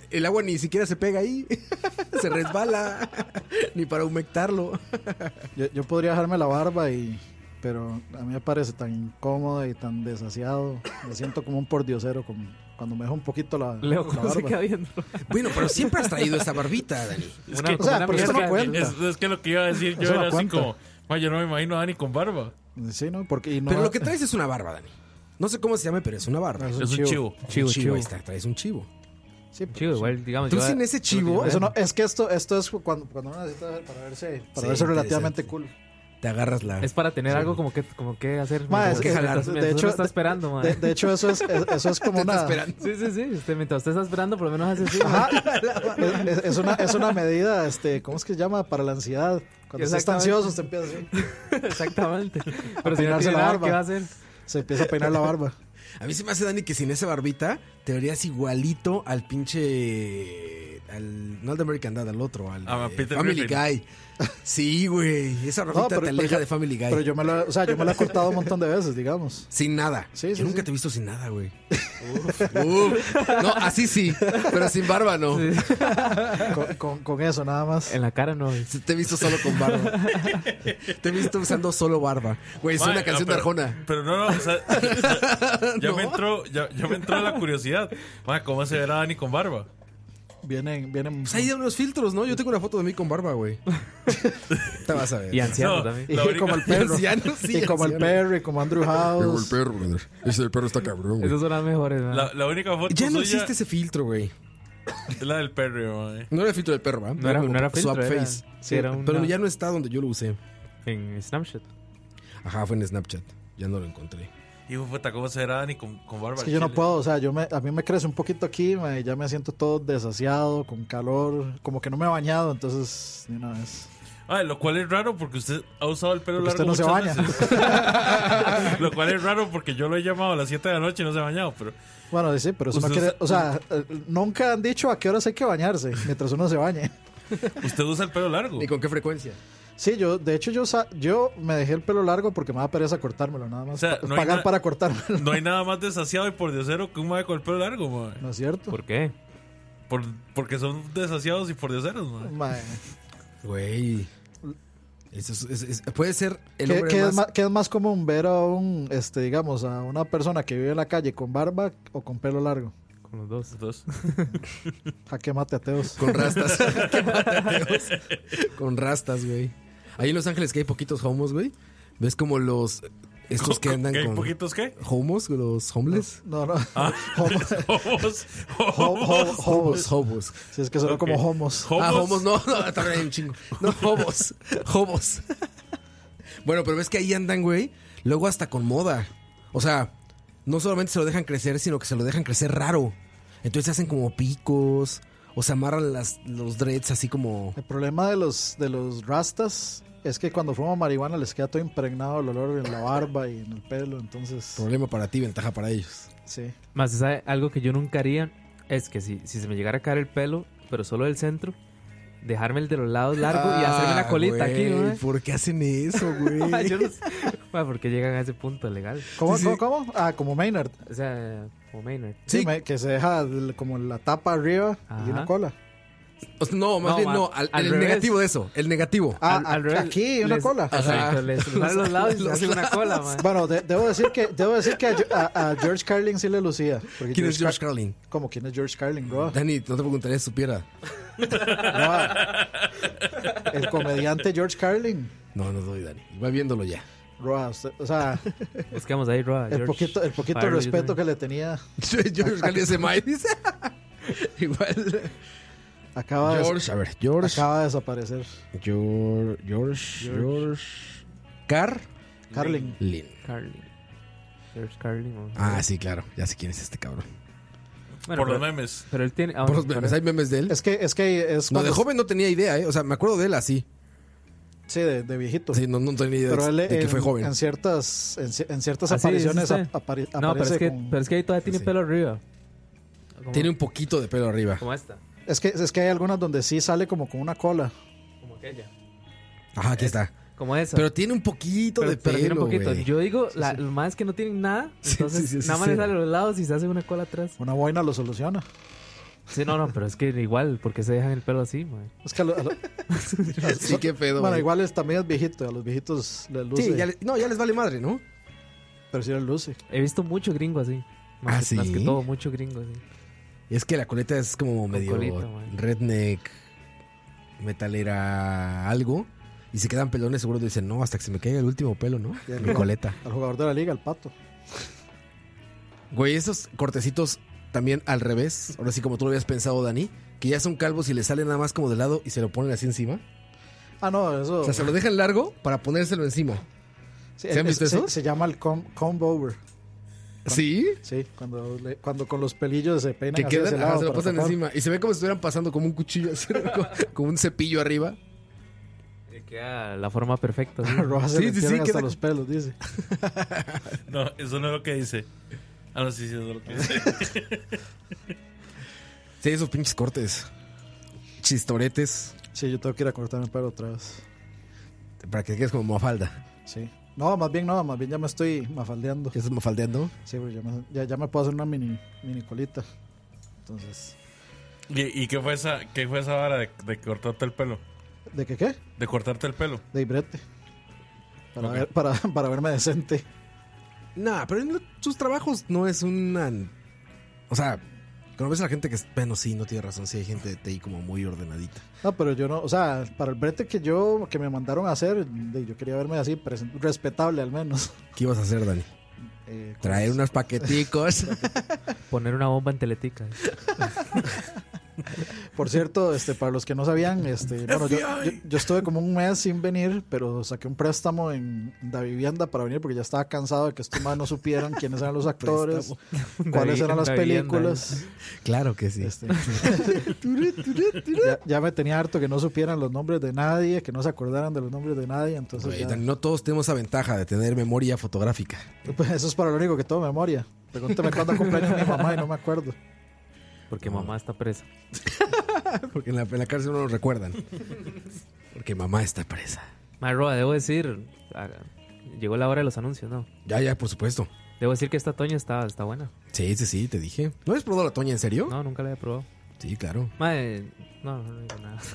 Speaker 1: el agua ni siquiera se pega ahí. se resbala ni para humectarlo.
Speaker 4: Yo, yo podría dejarme la barba y... Pero a mí me parece tan incómodo y tan desasiado. Me siento como un pordiosero con- cuando me dejo un poquito la,
Speaker 5: Leo,
Speaker 4: la
Speaker 5: ¿cómo se
Speaker 4: barba.
Speaker 5: queda viendo?
Speaker 1: Bueno, pero siempre has traído esa barbita, Dani.
Speaker 5: Una-
Speaker 6: que-
Speaker 5: como
Speaker 4: o sea,
Speaker 5: una
Speaker 4: pero esto no
Speaker 5: mierda.
Speaker 4: cuenta.
Speaker 6: Es, es que lo que iba a decir yo
Speaker 4: Eso no
Speaker 6: era así
Speaker 4: cuenta.
Speaker 6: como, "Ma, yo no me imagino a Dani con barba.
Speaker 4: Sí, ¿no? Porque, y no
Speaker 1: Pero lo que traes es una barba, Dani. No sé cómo se llame, pero es una barba.
Speaker 4: Es un
Speaker 6: Es un
Speaker 4: chivo.
Speaker 6: chivo.
Speaker 5: Chivo,
Speaker 1: un
Speaker 5: chivo.
Speaker 1: ahí está, traes un chivo.
Speaker 4: Sí, pues, pero-
Speaker 5: Chivo, igual, digamos.
Speaker 1: Tú
Speaker 5: yo-
Speaker 1: sin ese chivo,
Speaker 4: Eso no, es que esto, esto es cuando, cuando uno necesita ver para verse, para
Speaker 1: Sí,
Speaker 4: verse relativamente
Speaker 1: interesante.
Speaker 4: cool.
Speaker 1: te agarras la.
Speaker 5: Es para tener algo como que, como que hacer.
Speaker 4: Ma,
Speaker 5: mientras
Speaker 4: es que
Speaker 5: usted-
Speaker 1: jalar.
Speaker 5: mientras
Speaker 4: De
Speaker 5: usted
Speaker 4: hecho,
Speaker 5: está esperando, ma.
Speaker 6: eh.
Speaker 4: De, de hecho, eso es, es- eso es como
Speaker 1: Te está
Speaker 4: una.
Speaker 1: esperando.
Speaker 5: Sí, sí, sí. Usted, mientras usted está esperando, por lo menos hace así. ma.
Speaker 4: Ajá. Es, es una, es una medida, este, ¿cómo es que se llama? Para la ansiedad. Cuando usted está
Speaker 5: Exactamente.
Speaker 4: ansioso, usted empieza así.
Speaker 5: Exactamente. Pero si no
Speaker 4: peinarse la
Speaker 5: tiene nada,
Speaker 4: barba.
Speaker 5: ¿qué va a hacer?
Speaker 4: Se empieza a peinar la barba.
Speaker 1: A mí se me hace, Dani, que sin esa barbita te verías igualito al pinche. Al, no al de American Dad, al otro, al
Speaker 6: A
Speaker 1: de
Speaker 6: Peter
Speaker 1: Family
Speaker 6: Griffin.
Speaker 1: Guy. Sí, güey. Esa
Speaker 4: Ah, No,
Speaker 1: barbita
Speaker 4: pero-
Speaker 1: te
Speaker 4: pero
Speaker 1: aleja
Speaker 4: yo-
Speaker 1: de Family Guy.
Speaker 4: Pero yo me lo, o sea, yo me lo he cortado un montón de veces, digamos.
Speaker 1: Sin nada.
Speaker 4: Sí, sí,
Speaker 1: yo nunca
Speaker 4: sí.
Speaker 1: te he visto sin nada, güey. Uf. No, así sí, pero sin barba no.
Speaker 5: Sí.
Speaker 4: Con, con- con eso, nada más.
Speaker 5: En la cara no. es-
Speaker 1: Te he visto solo con barba. Te he visto usando solo barba. Güey, es
Speaker 6: Ma,
Speaker 1: una
Speaker 6: ah,
Speaker 1: canción de
Speaker 6: pero-
Speaker 1: Arjona.
Speaker 6: Pero no, no, o sea, ya,
Speaker 1: No.
Speaker 6: Me entró, ya, ya me entró la curiosidad. Ma, ¿cómo se verá Dani con barba?
Speaker 4: Vienen, vienen.
Speaker 1: Pues ahí hay unos filtros, ¿no? Yo tengo una foto de mí con barba, güey. Te vas a ver.
Speaker 5: Y anciano
Speaker 6: No,
Speaker 5: también.
Speaker 4: Y
Speaker 6: la única-
Speaker 4: como el
Speaker 1: Y
Speaker 4: perro.
Speaker 1: anciano, sí,
Speaker 4: y como el
Speaker 1: anciano.
Speaker 4: perro, y como Andrew House.
Speaker 7: perro, brother. Ese perro está cabrón,
Speaker 5: Esas son las mejores, ma.
Speaker 6: La, la única foto
Speaker 5: Pues
Speaker 1: Ya no
Speaker 6: suya
Speaker 1: existe ese filtro, güey.
Speaker 6: es la del perro, ma.
Speaker 1: No era el filtro del perro, ¿verdad?
Speaker 5: No era, no era filtro,
Speaker 1: Swap
Speaker 5: era-
Speaker 1: face.
Speaker 5: sí, era una-
Speaker 1: Pero ya no está donde yo lo usé.
Speaker 5: En Snapchat.
Speaker 1: Ajá, fue en Snapchat. Ya no lo encontré.
Speaker 6: Y puta, ¿cómo se verá Dani con, con barba?
Speaker 4: Es que yo no
Speaker 6: Chile.
Speaker 4: puedo, o sea, yo me, a mí me crece un poquito aquí, ma, y ya me siento todo desasiado, con calor, como que no me he bañado, entonces, ni una vez.
Speaker 6: Ah, lo cual es raro porque usted ha usado el pelo
Speaker 4: Porque
Speaker 6: largo.
Speaker 4: usted no
Speaker 6: muchas
Speaker 4: se
Speaker 6: veces. lo cual es raro porque yo lo he llamado a las 7 de la noche y no se ha bañado, pero
Speaker 4: Bueno, sí, pero eso no
Speaker 6: Usted-
Speaker 4: quiere, o sea, eh, nunca han dicho a qué horas hay que bañarse mientras uno se bañe.
Speaker 6: usted usa el pelo largo.
Speaker 5: Uh.
Speaker 1: ¿Y con qué frecuencia?
Speaker 4: Sí, yo, de hecho, yo, sa- yo me dejé el pelo largo porque me da pereza cortármelo, nada más.
Speaker 6: O sea,
Speaker 4: pa-
Speaker 6: no hay
Speaker 4: pagar
Speaker 6: na-
Speaker 4: para cortármelo,
Speaker 6: No hay nada más desasiado y por diosero que un mae con el pelo largo, mae.
Speaker 4: ¿no es cierto?
Speaker 5: ¿Por qué?
Speaker 6: Por, porque son desasiados y por dioseros, mae.
Speaker 4: Ma,
Speaker 1: Güey. Eso es- es- es- puede ser el
Speaker 4: ¿Qué,
Speaker 1: hombre
Speaker 4: qué
Speaker 1: más...
Speaker 4: es más, qué es más común ver a un, este, digamos, a una persona que vive en la calle con barba o con pelo largo?
Speaker 5: Con los dos.
Speaker 6: Entonces,
Speaker 4: Jaque mate ateos.
Speaker 1: Con rastas. Qué matateos. Con rastas, güey. Ahí en Los Ángeles que hay poquitos homos, güey. Ves como los Estos que andan
Speaker 6: ¿Qué?
Speaker 1: con
Speaker 6: ¿Poquitos qué?
Speaker 1: homos, los homeless.
Speaker 4: No, no.
Speaker 6: Homos.
Speaker 4: Homo- homo- homos.
Speaker 1: Los hobos.
Speaker 4: Si es que suena como homos.
Speaker 6: Homos.
Speaker 1: Ah, homos, no, no, también hay un chingo. No, hobos. Hobos. Bueno, pero ves que ahí andan, güey. Luego hasta con moda. O sea, no solamente se lo dejan crecer, sino que se lo dejan crecer raro. Entonces se hacen como picos. O se amarran las, los dreads así como.
Speaker 4: El problema de los, de los rastas es que cuando fuman marihuana les queda todo impregnado el olor en la barba y en el pelo. Entonces,
Speaker 1: Problema para ti, ventaja para ellos.
Speaker 4: sí.
Speaker 5: Más, ¿sabe? Algo que yo nunca haría es que si, si se me llegara a caer el pelo, pero solo del centro, dejarme el de los lados largo y hacerme
Speaker 1: Ah,
Speaker 5: la colita
Speaker 1: güey,
Speaker 5: aquí, ¿no?
Speaker 1: ¿Por qué hacen eso,
Speaker 5: Ay,
Speaker 1: güey?
Speaker 5: yo no sé. Ma, ¿Por qué llegan a ese punto legal?
Speaker 4: ¿Cómo,
Speaker 1: Sí, sí.
Speaker 4: cómo, cómo? Ah, como Maynard.
Speaker 5: O sea, como Maynard.
Speaker 4: Sí,
Speaker 1: Sí.
Speaker 4: me- que se deja el- como la tapa arriba y
Speaker 5: Ajá.
Speaker 4: una cola.
Speaker 1: O sea, no, más
Speaker 5: No,
Speaker 1: bien
Speaker 5: ma-
Speaker 1: no. al-
Speaker 5: al
Speaker 1: el
Speaker 5: revés.
Speaker 1: negativo de eso. El negativo.
Speaker 4: Ah,
Speaker 5: Al- al
Speaker 4: a-
Speaker 5: revés,
Speaker 4: aquí una
Speaker 5: les-
Speaker 4: cola.
Speaker 5: Exacto, les jalan los lados y se
Speaker 1: Los
Speaker 5: hace una cola, ma.
Speaker 4: Bueno, de- debo decir que debo decir que a, a- a George Carlin sí le lucía. porque
Speaker 1: ¿Quién es George
Speaker 4: Car-
Speaker 1: Carlin?
Speaker 4: ¿Cómo quién es George Carlin, bro?
Speaker 1: Dani, no te preguntaría si supiera.
Speaker 4: Roa. El comediante George Carlin.
Speaker 1: No, no doy, Dani. Va viéndolo ya.
Speaker 4: Roa, usted- o sea,
Speaker 5: Buscamos ahí, Roa.
Speaker 4: el poquito, el poquito
Speaker 5: Byron,
Speaker 4: respeto
Speaker 5: yo
Speaker 4: que le tenía
Speaker 1: George Carlin se mae, dice. Igual.
Speaker 4: acaba de,
Speaker 1: a ver, George.
Speaker 4: acaba de desaparecer.
Speaker 1: George. George. George. Carlin.
Speaker 4: Carlin.
Speaker 5: Carlin. George Carlin. o-
Speaker 1: Ah, sí, claro. Ya sé quién es este cabrón.
Speaker 5: Bueno,
Speaker 6: por los
Speaker 5: pero,
Speaker 6: memes.
Speaker 5: pero él tiene. ah,
Speaker 1: Por
Speaker 5: bueno,
Speaker 1: los memes,
Speaker 5: pero-
Speaker 1: hay memes de él.
Speaker 4: Es que es que es
Speaker 1: No, de
Speaker 4: cuando-
Speaker 1: joven no tenía idea, ¿eh? O sea, me acuerdo de él así.
Speaker 4: sí, de, de viejito.
Speaker 1: Sí, no, no tenía idea
Speaker 4: pero él
Speaker 1: de, de que
Speaker 4: en,
Speaker 1: fue joven.
Speaker 4: en ciertas en, ci- en ciertas
Speaker 5: Ah, sí,
Speaker 4: apariciones
Speaker 5: sí, sí.
Speaker 4: ap- apare-
Speaker 5: No, pero
Speaker 4: aparece
Speaker 5: es, que,
Speaker 4: con-
Speaker 5: pero es que ahí todavía tiene
Speaker 1: Sí.
Speaker 5: pelo arriba. Como,
Speaker 1: Tiene un poquito de pelo arriba.
Speaker 5: como esta,
Speaker 4: es que es que hay algunas donde sí sale como con una cola.
Speaker 5: como aquella.
Speaker 1: Ajá, aquí está.
Speaker 5: Como esa.
Speaker 1: Pero tiene un poquito de pelo.
Speaker 5: pero tiene un poquito.
Speaker 1: güey.
Speaker 5: Yo digo, la- los más que no tienen nada,
Speaker 1: Sí,
Speaker 5: entonces
Speaker 1: sí, sí, sí,
Speaker 5: nada más
Speaker 1: sí.
Speaker 5: les sale a los lados y se hace una cola atrás.
Speaker 4: Una boina lo soluciona.
Speaker 5: Sí, no, no, pero es que igual, porque se dejan el pelo así, man?
Speaker 4: Es que a lo- a lo-
Speaker 1: Sí, qué pedo.
Speaker 4: bueno,
Speaker 1: güey.
Speaker 4: igual es, también es viejito, a los viejitos les luce.
Speaker 1: Sí, ya le- no, ya les vale madre, ¿no?
Speaker 4: Pero sí les luce.
Speaker 5: He visto mucho gringo así. Más,
Speaker 1: ¿Ah,
Speaker 5: que- más
Speaker 1: sí?
Speaker 5: que todo, mucho gringo así.
Speaker 1: Es que la coleta es como medio
Speaker 5: colita, güey.
Speaker 1: redneck, metalera, algo. Y se quedan pelones, seguro dicen, no, hasta que se me caiga el último pelo, ¿no?
Speaker 4: Ya,
Speaker 1: Mi
Speaker 4: no.
Speaker 1: coleta.
Speaker 4: Al jugador de la liga, al pato.
Speaker 1: Güey, esos cortecitos también al revés. Ahora sí, como tú lo habías pensado, Dani, que ya son calvos y le salen nada más como de lado y se lo ponen así encima.
Speaker 4: Ah, no, eso.
Speaker 1: O sea, se lo dejan largo para ponérselo encima.
Speaker 4: sí,
Speaker 1: ¿se han
Speaker 4: es-
Speaker 1: visto
Speaker 4: se-
Speaker 1: eso?
Speaker 4: Se llama el com- comb over.
Speaker 1: ¿Sí?
Speaker 4: Sí, cuando, le- cuando con los pelillos se peinan.
Speaker 1: Que
Speaker 4: hacia ese
Speaker 1: quedan, ajá,
Speaker 4: lado
Speaker 1: se lo
Speaker 4: para
Speaker 1: pasan
Speaker 4: tapar.
Speaker 1: encima. Y se ve como si estuvieran pasando como un cuchillo, así, como- como un cepillo arriba.
Speaker 5: Le Eh, Queda la forma perfecta. así.
Speaker 4: Rojas se
Speaker 1: Sí, sí,
Speaker 4: le
Speaker 1: sí,
Speaker 4: entierran hasta
Speaker 1: queda-
Speaker 4: los pelos, dice.
Speaker 6: No, eso no es lo que dice. Ah, no, sí, sí, eso es lo que dice.
Speaker 1: Sí, esos pinches cortes. Chistoretes.
Speaker 4: Sí, yo tengo que ir a cortarme el pelo otra vez.
Speaker 1: Para que quedes como mafalda.
Speaker 4: Sí. No, más bien no, más bien ya me estoy mafaldeando.
Speaker 1: ¿Ya estás mafaldeando?
Speaker 4: Sí, pero ya me, ya, ya me puedo hacer una mini, mini colita. Entonces,
Speaker 6: ¿Y, y qué, fue esa, qué fue esa vara de, de cortarte el pelo?
Speaker 4: ¿de qué qué?
Speaker 6: De cortarte el pelo.
Speaker 4: De librete. Para,
Speaker 6: Ok.
Speaker 4: ver, para, para verme decente.
Speaker 1: Nah, pero en sus trabajos no es una... O sea, cuando ves a la gente que... es- Bueno, sí, no tiene razón. Sí, hay gente de TI como muy ordenadita.
Speaker 4: No, pero yo no, o sea, para el brete que yo, que me mandaron a hacer, de- yo quería verme así, presen- respetable al menos.
Speaker 1: ¿Qué ibas a hacer, Dani?
Speaker 4: Eh, con-
Speaker 1: Traer unos paqueticos.
Speaker 5: Poner una bomba en Teletica.
Speaker 4: Por cierto, este, para los que no sabían, este, bueno, yo, yo, yo estuve como un mes sin venir, pero saqué un préstamo en Da Vivienda para venir porque ya estaba cansado de que estos más no supieran quiénes eran los actores, cuáles
Speaker 5: Da-
Speaker 4: eran las
Speaker 5: Da Vivienda, ¿eh?
Speaker 4: películas.
Speaker 1: claro que sí.
Speaker 4: Este, ya, ya me tenía harto que no supieran los nombres de nadie, que no se acordaran de los nombres de nadie, entonces
Speaker 1: Güey,
Speaker 4: ya-
Speaker 1: Dani, no todos tenemos esa ventaja de tener memoria fotográfica.
Speaker 4: Pues eso es para lo único que tengo memoria. Pregúntame cuándo cumpleaños mi mamá y no me acuerdo.
Speaker 5: Porque mamá está presa.
Speaker 1: Porque en la, en la cárcel no nos recuerdan. Porque mamá está presa.
Speaker 5: Ma, Roa, debo decir. ah, Llegó la hora de los anuncios, ¿no?
Speaker 1: Ya, ya, por supuesto.
Speaker 5: Debo decir que esta toña está, está buena.
Speaker 1: Sí, sí, sí, te dije. ¿No has probado la toña en serio?
Speaker 5: No, nunca la había probado.
Speaker 1: Sí, claro.
Speaker 5: Madre, no, no digo nada.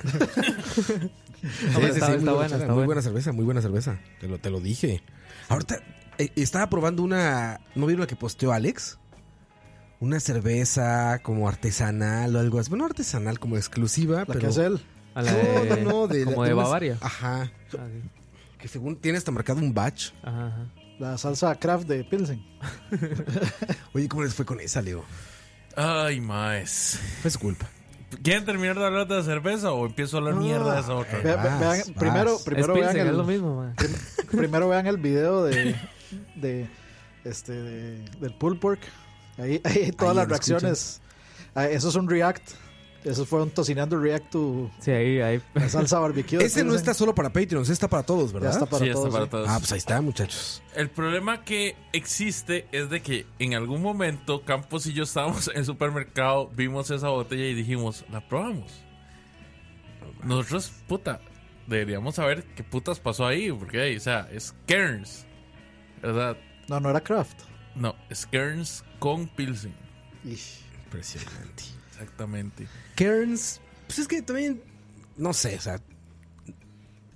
Speaker 1: Sí,
Speaker 5: pero
Speaker 1: sí,
Speaker 5: está-
Speaker 1: sí,
Speaker 5: está
Speaker 1: muy, buena,
Speaker 5: buena,
Speaker 1: chela,
Speaker 5: está
Speaker 1: muy
Speaker 5: buena.
Speaker 1: buena cerveza, muy buena cerveza. Te lo, te lo dije. Ahorita eh, estaba probando una. ¿No vieron la que posteó Alex? Una cerveza como artesanal o algo así. Bueno, artesanal, como exclusiva,
Speaker 4: La
Speaker 1: pero.
Speaker 4: que es él.
Speaker 5: A la
Speaker 1: No,
Speaker 5: de,
Speaker 1: no, no, de la-
Speaker 5: como de
Speaker 1: unas-
Speaker 5: Bavaria.
Speaker 1: Ajá.
Speaker 5: Ah, sí.
Speaker 1: Que según tiene hasta marcado un batch.
Speaker 5: Ajá, ajá.
Speaker 4: La salsa craft de Pilsen.
Speaker 1: Oye, ¿cómo les fue con esa, Leo?
Speaker 6: Ay, maes.
Speaker 1: Fue su culpa.
Speaker 6: ¿Quieren terminar de hablar de la cerveza o empiezo a hablar mierda de esa otra?
Speaker 4: Ve- ve-
Speaker 1: vas,
Speaker 4: vean-
Speaker 1: vas.
Speaker 4: primero, primero,
Speaker 5: es,
Speaker 4: vean
Speaker 5: Pilsen, es lo
Speaker 4: el,
Speaker 5: mismo, mae.
Speaker 4: primero vean el video de, de, este, de- del pulled pork. Ahí, ahí hay todas
Speaker 1: Ahí
Speaker 4: las
Speaker 1: lo escuchan.
Speaker 4: reacciones. Ah, eso es un react. Eso fue un tocinando react to
Speaker 5: Sí, ahí, ahí.
Speaker 4: la salsa barbecue. de
Speaker 1: Ese no
Speaker 4: Pilsen.
Speaker 1: está solo para Patreons, está para todos,
Speaker 4: Ya
Speaker 1: ¿verdad?
Speaker 4: está para
Speaker 6: sí, está
Speaker 4: todos.
Speaker 6: para
Speaker 4: ¿eh?
Speaker 6: todos.
Speaker 1: Ah, pues ahí está, muchachos.
Speaker 6: El problema que existe es de que en algún momento Campos y yo estábamos en el supermercado, vimos esa botella y dijimos, la probamos. Nosotros, puta, deberíamos saber qué putas pasó ahí, porque, ey, o sea, es Kearns, ¿verdad?
Speaker 4: No, no era craft.
Speaker 6: No, es Kearns con Pilsen,
Speaker 1: Impresionante.
Speaker 6: exactamente.
Speaker 1: Cairns, pues es que también, no sé, o sea,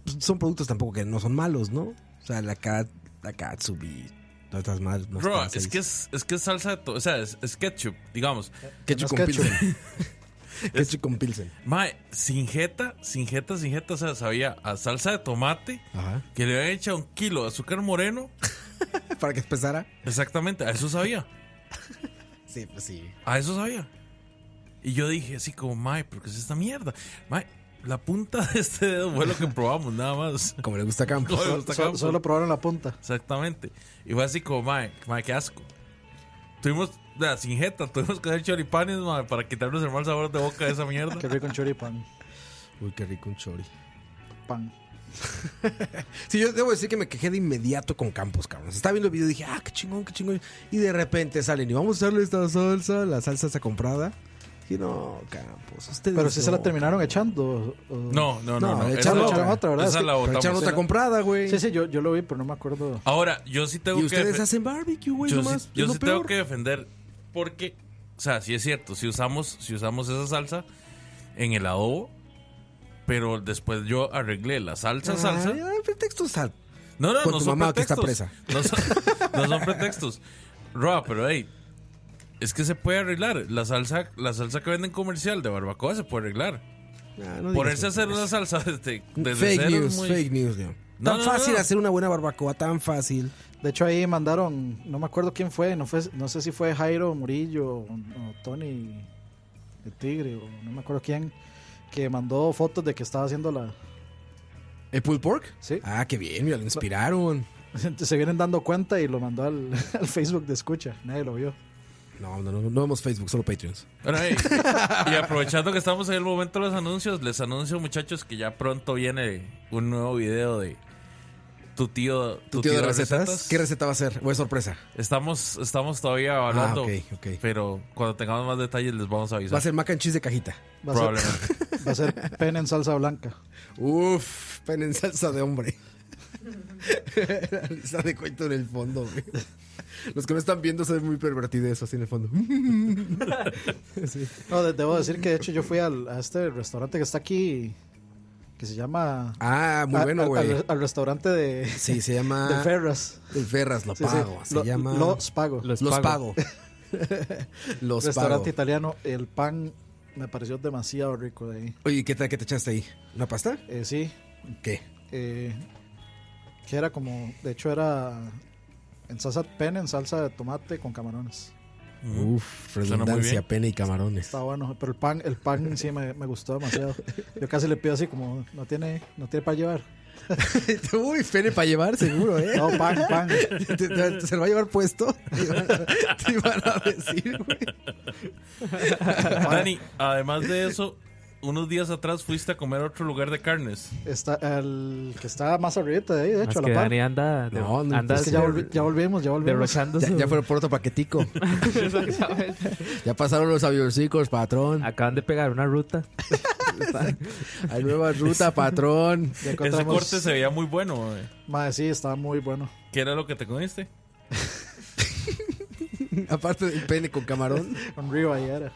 Speaker 1: pues son productos tampoco que no son malos, ¿no? O sea, la, cat, la Katsubi, todas estas madres. no
Speaker 6: Bro,
Speaker 1: están
Speaker 6: es
Speaker 1: seis.
Speaker 6: que es, es que es salsa de todo, o sea, es, es ketchup, digamos.
Speaker 1: Ketchup
Speaker 4: no es
Speaker 1: con
Speaker 4: ketchup.
Speaker 1: Pilsen. ketchup con Pilsen.
Speaker 6: Mae, sin jeta, sin jeta, sin jeta, o sea, sabía a salsa de tomate,
Speaker 1: Ajá.
Speaker 6: que le habían echado un kilo de azúcar moreno.
Speaker 1: Para que empezara.
Speaker 6: Exactamente, a eso sabía.
Speaker 1: Sí, pues sí.
Speaker 6: A eso sabía. Y yo dije así como, Mae, ¿pero qué es esta mierda? Mae, la punta de este dedo fue lo que probamos, nada más.
Speaker 1: Como le gusta a Campos.
Speaker 6: No, me
Speaker 4: So-
Speaker 6: gusta
Speaker 4: so-
Speaker 6: Campos.
Speaker 4: solo probaron la punta.
Speaker 6: Exactamente. Y fue así como, Mae, mae qué asco. Tuvimos, la sin jeta, tuvimos que hacer choripanes, mae, para quitarnos el mal sabor de boca de esa mierda.
Speaker 4: Qué rico un choripán.
Speaker 1: Uy, qué rico un chori.
Speaker 4: Pan.
Speaker 1: Sí, yo debo decir que me quejé de inmediato con Campos, cabrón. Estaba viendo el video y dije, ah, qué chingón, qué chingón. Y de repente salen y vamos a usarle esta salsa, la salsa está comprada. Dije, no, Campos, ustedes.
Speaker 4: Pero si se la
Speaker 1: no,
Speaker 4: terminaron echando. o- o-
Speaker 6: No, no, no.
Speaker 1: No,
Speaker 6: no,
Speaker 1: le
Speaker 6: esa
Speaker 1: echaron-
Speaker 6: la-
Speaker 4: echaron otra, ¿verdad?
Speaker 6: esa
Speaker 4: Es que-
Speaker 6: la
Speaker 1: Pero
Speaker 6: botamos.
Speaker 1: echaron otra comprada, güey.
Speaker 4: Sí, sí, yo, yo lo vi, pero no me acuerdo.
Speaker 6: Ahora, yo sí tengo
Speaker 1: Y
Speaker 6: que
Speaker 1: ustedes
Speaker 6: defe-
Speaker 1: hacen barbecue, güey,
Speaker 6: yo
Speaker 1: nomás.
Speaker 6: sí, yo
Speaker 1: es lo
Speaker 6: sí tengo
Speaker 1: peor.
Speaker 6: que defender porque, o sea, sí es cierto, si usamos, si usamos esa salsa en el adobo, pero después yo arreglé la salsa, salsa.
Speaker 1: Ay, ay, pretexto sal.
Speaker 6: No, no,
Speaker 1: con
Speaker 6: no
Speaker 1: tu
Speaker 6: son
Speaker 1: mamá que está
Speaker 6: pretextos. No son, no son pretextos. Roa, pero hey, es que se puede arreglar. La salsa, la salsa que venden comercial de barbacoa se puede arreglar.
Speaker 1: Ah, no digas
Speaker 6: Ponerse a
Speaker 1: eso.
Speaker 6: hacer una salsa desde, desde
Speaker 1: Fake
Speaker 6: cero es
Speaker 1: news,
Speaker 6: muy-
Speaker 1: fake news, Leo.
Speaker 6: No,
Speaker 1: Tan
Speaker 6: no, no,
Speaker 1: fácil
Speaker 6: no.
Speaker 1: hacer una buena barbacoa, tan fácil.
Speaker 4: De hecho, ahí mandaron, no me acuerdo quién fue, no, fue, no sé si fue Jairo Murillo o, o Tony de Tigre, o no me acuerdo quién, que mandó fotos de que estaba haciendo la.
Speaker 1: ¿El ¿Eh, pulled pork?
Speaker 4: Sí.
Speaker 1: Ah, qué bien, mira, lo inspiraron.
Speaker 4: Entonces se vienen dando cuenta y lo mandó al, al Facebook de escucha. Nadie lo vio.
Speaker 1: No, no, no, no vemos Facebook, solo Patreons.
Speaker 6: Bueno, hey, y aprovechando que estamos en el momento de los anuncios, les anuncio muchachos que ya pronto viene un nuevo video de tu tío,
Speaker 1: ¿Tu, tío, de recetas? ¿Qué receta va a ser? ¿O es sorpresa?
Speaker 6: Estamos, estamos todavía hablando,
Speaker 1: Ah, ok, ok.
Speaker 6: pero cuando tengamos más detalles les vamos a avisar.
Speaker 1: Va a ser mac and cheese de cajita.
Speaker 4: Va a, ser,
Speaker 6: Probablemente.
Speaker 4: va a ser pen en salsa blanca.
Speaker 1: Uf, pen en salsa de hombre. La risa de cuento en el fondo, güey. Los que no están viendo se ven muy pervertido eso así en el fondo.
Speaker 4: No, de- debo decir que de hecho yo fui al, a este restaurante que está aquí, que se llama.
Speaker 1: Ah, muy
Speaker 4: a-
Speaker 1: bueno,
Speaker 4: al-
Speaker 1: güey.
Speaker 4: Al, al restaurante de,
Speaker 1: Sí, se
Speaker 4: de
Speaker 1: llama
Speaker 4: Ferras.
Speaker 1: El Ferras, lo
Speaker 4: Sí, sí.
Speaker 1: pago. Se
Speaker 4: Lo-
Speaker 1: llama
Speaker 4: Los Pago.
Speaker 5: Los,
Speaker 1: Los
Speaker 5: pago.
Speaker 1: pago. Los
Speaker 4: restaurante
Speaker 1: pago.
Speaker 4: italiano, el pan me pareció demasiado rico de ahí.
Speaker 1: Oye, ¿qué tal que te echaste ahí? ¿Una pasta?
Speaker 4: Eh, sí,
Speaker 1: ¿Qué?
Speaker 4: eh, que era como, de hecho era en salsa pen, en salsa de tomate con camarones.
Speaker 6: Ujú.
Speaker 1: Uf,
Speaker 6: Suena muy bien.
Speaker 1: pena y camarones.
Speaker 4: Mm. Está bueno, pero el pan, el pan sí me, me gustó demasiado. Yo casi le pido así como, no tiene, no tiene para llevar.
Speaker 1: Uy, pene para llevar, seguro, ¿eh?
Speaker 4: No, pan, pan.
Speaker 1: Te- te- se lo va a llevar puesto. Te iban a, te iban a decir, güey.
Speaker 6: Dani, además de eso, unos días atrás fuiste a comer a otro lugar de carnes.
Speaker 4: Está el que está más arriba de ahí, de
Speaker 5: Es
Speaker 4: hecho, a
Speaker 5: que
Speaker 4: la par.
Speaker 5: Dani anda, de-
Speaker 1: No, no,
Speaker 5: anda
Speaker 4: Es que ya, volvi- ya volvimos, ya volvimos.
Speaker 5: derrochando
Speaker 1: Ya,
Speaker 5: su-
Speaker 1: ya fueron por otro paquetico.
Speaker 5: Exactamente.
Speaker 1: Ya pasaron los avioncicos, patrón.
Speaker 5: Acaban de pegar una ruta.
Speaker 1: Hay nueva ruta, patrón.
Speaker 4: Ya
Speaker 6: Ese
Speaker 4: encontramos-
Speaker 6: corte se veía muy bueno. eh.
Speaker 4: Mae, sí, estaba muy bueno.
Speaker 6: ¿Qué era lo que te comiste?
Speaker 1: Aparte del pene con camarón.
Speaker 4: Con Río ahí era.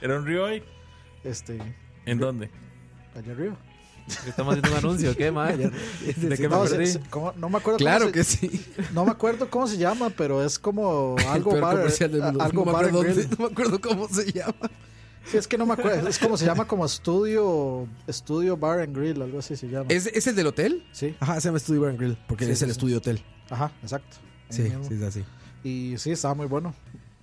Speaker 6: ¿Era un ribeye?
Speaker 4: Este,
Speaker 6: ¿En dónde?
Speaker 4: allá arriba.
Speaker 5: Estamos haciendo un anuncio, ¿qué, mae? ¿De qué me
Speaker 4: No, se-
Speaker 5: perdí?
Speaker 4: se- ¿cómo? No me acuerdo cómo
Speaker 1: Claro
Speaker 4: se-
Speaker 1: que sí.
Speaker 4: No me acuerdo cómo se llama, pero es como algo
Speaker 1: El peor
Speaker 4: bar,
Speaker 1: comercial del
Speaker 4: a-
Speaker 1: mundo.
Speaker 4: algo
Speaker 1: no, me
Speaker 4: bar and
Speaker 1: acuerdo
Speaker 4: grill.
Speaker 1: dónde- no me acuerdo cómo se llama.
Speaker 4: Sí, es que no me acuerdo, es como se llama como estudio estudio bar and grill, algo así se llama.
Speaker 1: ¿Es, es el del hotel?
Speaker 4: Sí.
Speaker 1: Ajá, se llama Studio Bar and Grill. Porque
Speaker 4: Sí,
Speaker 1: es
Speaker 4: sí,
Speaker 1: el
Speaker 4: sí. Eh,
Speaker 1: estudio hotel.
Speaker 4: Ajá, exacto. Ahí
Speaker 1: Sí,
Speaker 4: mismo.
Speaker 1: sí, es así.
Speaker 4: Y sí, estaba muy bueno.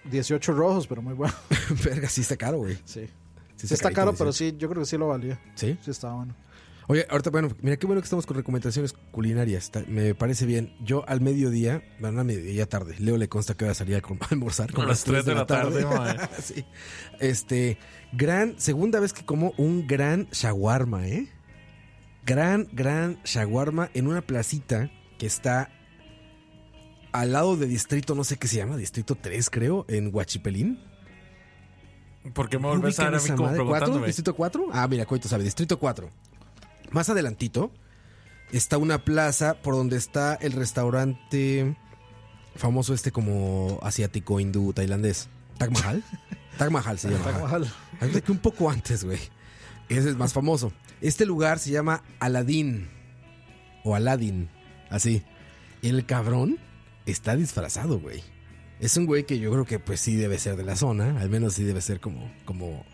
Speaker 4: 18 rojos, pero muy bueno.
Speaker 1: Verga, sí está caro, güey.
Speaker 4: Sí.
Speaker 1: Sí,
Speaker 4: Sí está caro,
Speaker 1: carito,
Speaker 4: pero
Speaker 1: sí.
Speaker 4: sí, yo creo que sí lo valía.
Speaker 1: Sí.
Speaker 4: Sí estaba bueno.
Speaker 1: Oye, ahorita, bueno, mira qué bueno que estamos con recomendaciones culinarias. Está- me parece bien. Yo al mediodía, bueno, no al mediodía tarde, Leo le consta que voy a salir a com- a almorzar
Speaker 6: A las 3 de la tarde, mae.
Speaker 1: sí. Este, gran, segunda vez que como un gran shawarma, ¿eh? Gran, gran shawarma en una placita que está al lado de distrito, no sé qué se llama, distrito 3, creo, en Huachipelín.
Speaker 6: ¿Por qué me
Speaker 1: ¿No
Speaker 6: volvés a
Speaker 1: ubican
Speaker 6: dar a mí
Speaker 1: esa
Speaker 6: como
Speaker 1: madre? ¿Cuatro?
Speaker 6: preguntándome?
Speaker 1: ¿Distrito 4? Ah, mira, Coito sabe, Distrito 4. Más adelantito está una plaza por donde está el restaurante famoso este como asiático, hindú, tailandés. Taj Mahal. Taj Mahal se llama.
Speaker 4: Taj
Speaker 1: ajá.
Speaker 4: Mahal.
Speaker 1: Fíjate que un poco antes, güey. Ese es más famoso. Este lugar se llama Aladdin. O Aladdin. Así. El cabrón está disfrazado, güey. Es un güey que yo creo que pues sí debe ser de la zona. Al menos sí debe ser como, como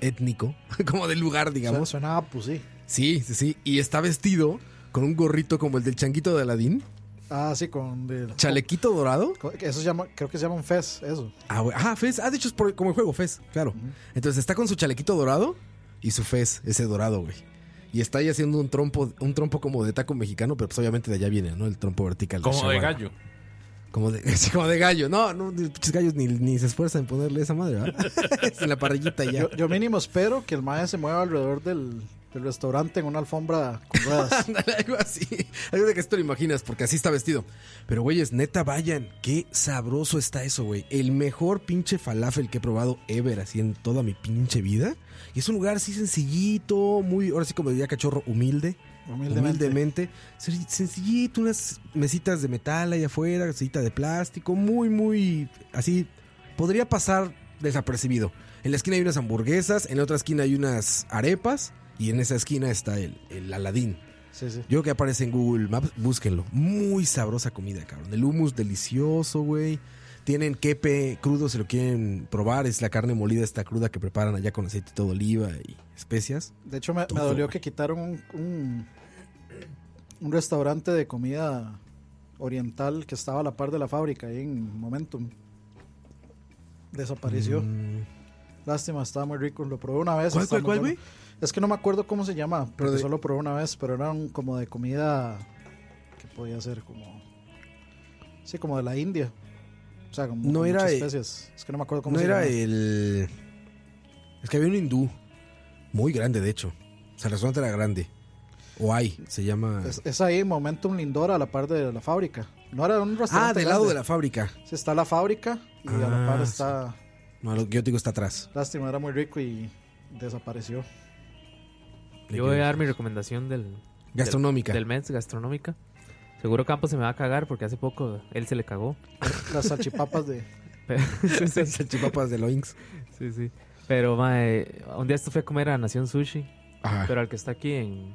Speaker 1: étnico. Como del lugar, digamos.
Speaker 4: Digamos, suena, pues sí.
Speaker 1: Sí, sí, sí. Y está vestido con un gorrito como el del changuito de Aladdin.
Speaker 4: Ah, sí, con. de-
Speaker 1: Chalequito dorado.
Speaker 4: con- Eso se llama, creo que se llama un fez, eso.
Speaker 1: Ah, güey. Ah, Fez. Ah, de hecho es por- como el juego, Fez, claro. Entonces está con su chalequito dorado y su Fez, ese dorado, güey. Y está ahí haciendo un trompo, un trompo como de taco mexicano, pero pues obviamente de allá viene, ¿no? El trompo vertical.
Speaker 6: Como de
Speaker 1: shawarma.
Speaker 6: gallo.
Speaker 1: Como de, sí, como de gallo. No, no, de pinches gallos ni, ni se esfuerzan en ponerle esa madre, ¿verdad? es en la parrillita y ya.
Speaker 4: Yo, yo mínimo espero que el mae se mueva alrededor del, del restaurante en una alfombra con ruedas.
Speaker 1: Ándale, algo así. Algo de que esto lo imaginas, porque así está vestido. Pero, güeyes, neta, vayan. Qué sabroso está eso, güey. El mejor pinche falafel que he probado ever, así en toda mi pinche vida. Y es un lugar así sencillito, muy, ahora sí como diría cachorro, humilde.
Speaker 4: humildemente.
Speaker 1: Humildemente. Sen- Sencillito, unas mesitas de metal ahí afuera, mesita de plástico, muy, muy. Así. Podría pasar desapercibido. En la esquina hay unas hamburguesas, en la otra esquina hay unas arepas, y en esa esquina está el, el Aladín.
Speaker 4: Sí, sí.
Speaker 1: Yo creo que aparece en Google Maps, búsquenlo. Muy sabrosa comida, cabrón. El hummus delicioso, güey. Tienen quepe crudo si lo quieren probar. Es la carne molida esta cruda que preparan allá con aceitito de oliva y especias.
Speaker 4: De hecho, me, me
Speaker 1: Todo,
Speaker 4: dolió
Speaker 1: güey.
Speaker 4: que quitaron un, un, un restaurante de comida oriental que estaba a la par de la fábrica ahí en Momentum. Desapareció.
Speaker 1: Mm,
Speaker 4: Lástima, estaba muy rico. Lo probé una vez.
Speaker 1: ¿Cuál,
Speaker 4: estaba
Speaker 1: cuál,
Speaker 4: muy
Speaker 1: cuál,
Speaker 4: bueno. Es que no me acuerdo cómo se llama, pero
Speaker 1: de-
Speaker 4: solo probé una vez, pero eran como de comida que podía ser como... Sí, como de la India. O sea, como
Speaker 1: No
Speaker 4: con
Speaker 1: era,
Speaker 4: muchas
Speaker 1: eh,
Speaker 4: especies. Es que no me acuerdo cómo
Speaker 1: no
Speaker 4: se
Speaker 1: era
Speaker 4: llama.
Speaker 1: el. Es que había un hindú. Muy grande, de hecho. O sea, el restaurante era grande. O hay, se llama. Ah,
Speaker 4: Es, es ahí Momentum Lindora a la par de la fábrica. No era un
Speaker 1: ah,
Speaker 4: restaurante
Speaker 1: del lado
Speaker 4: grande.
Speaker 1: de la fábrica.
Speaker 4: Sí, está la fábrica y a
Speaker 1: Ah,
Speaker 4: la par está.
Speaker 1: No, lo que yo te digo está atrás.
Speaker 4: Lástima, era muy rico y desapareció.
Speaker 5: Yo voy a dar mi recomendación del,
Speaker 1: Gastronómica.
Speaker 5: del mes gastronómica. Seguro Campos se me va a cagar porque hace poco él se le cagó.
Speaker 4: Las salchipapas de.
Speaker 5: Pero- sí, sí,
Speaker 1: Salchipapas de Loinks.
Speaker 5: sí, sí. Pero, mae, un día esto fui a comer a Nación Sushi,
Speaker 1: Ajá.
Speaker 5: pero al que está aquí en.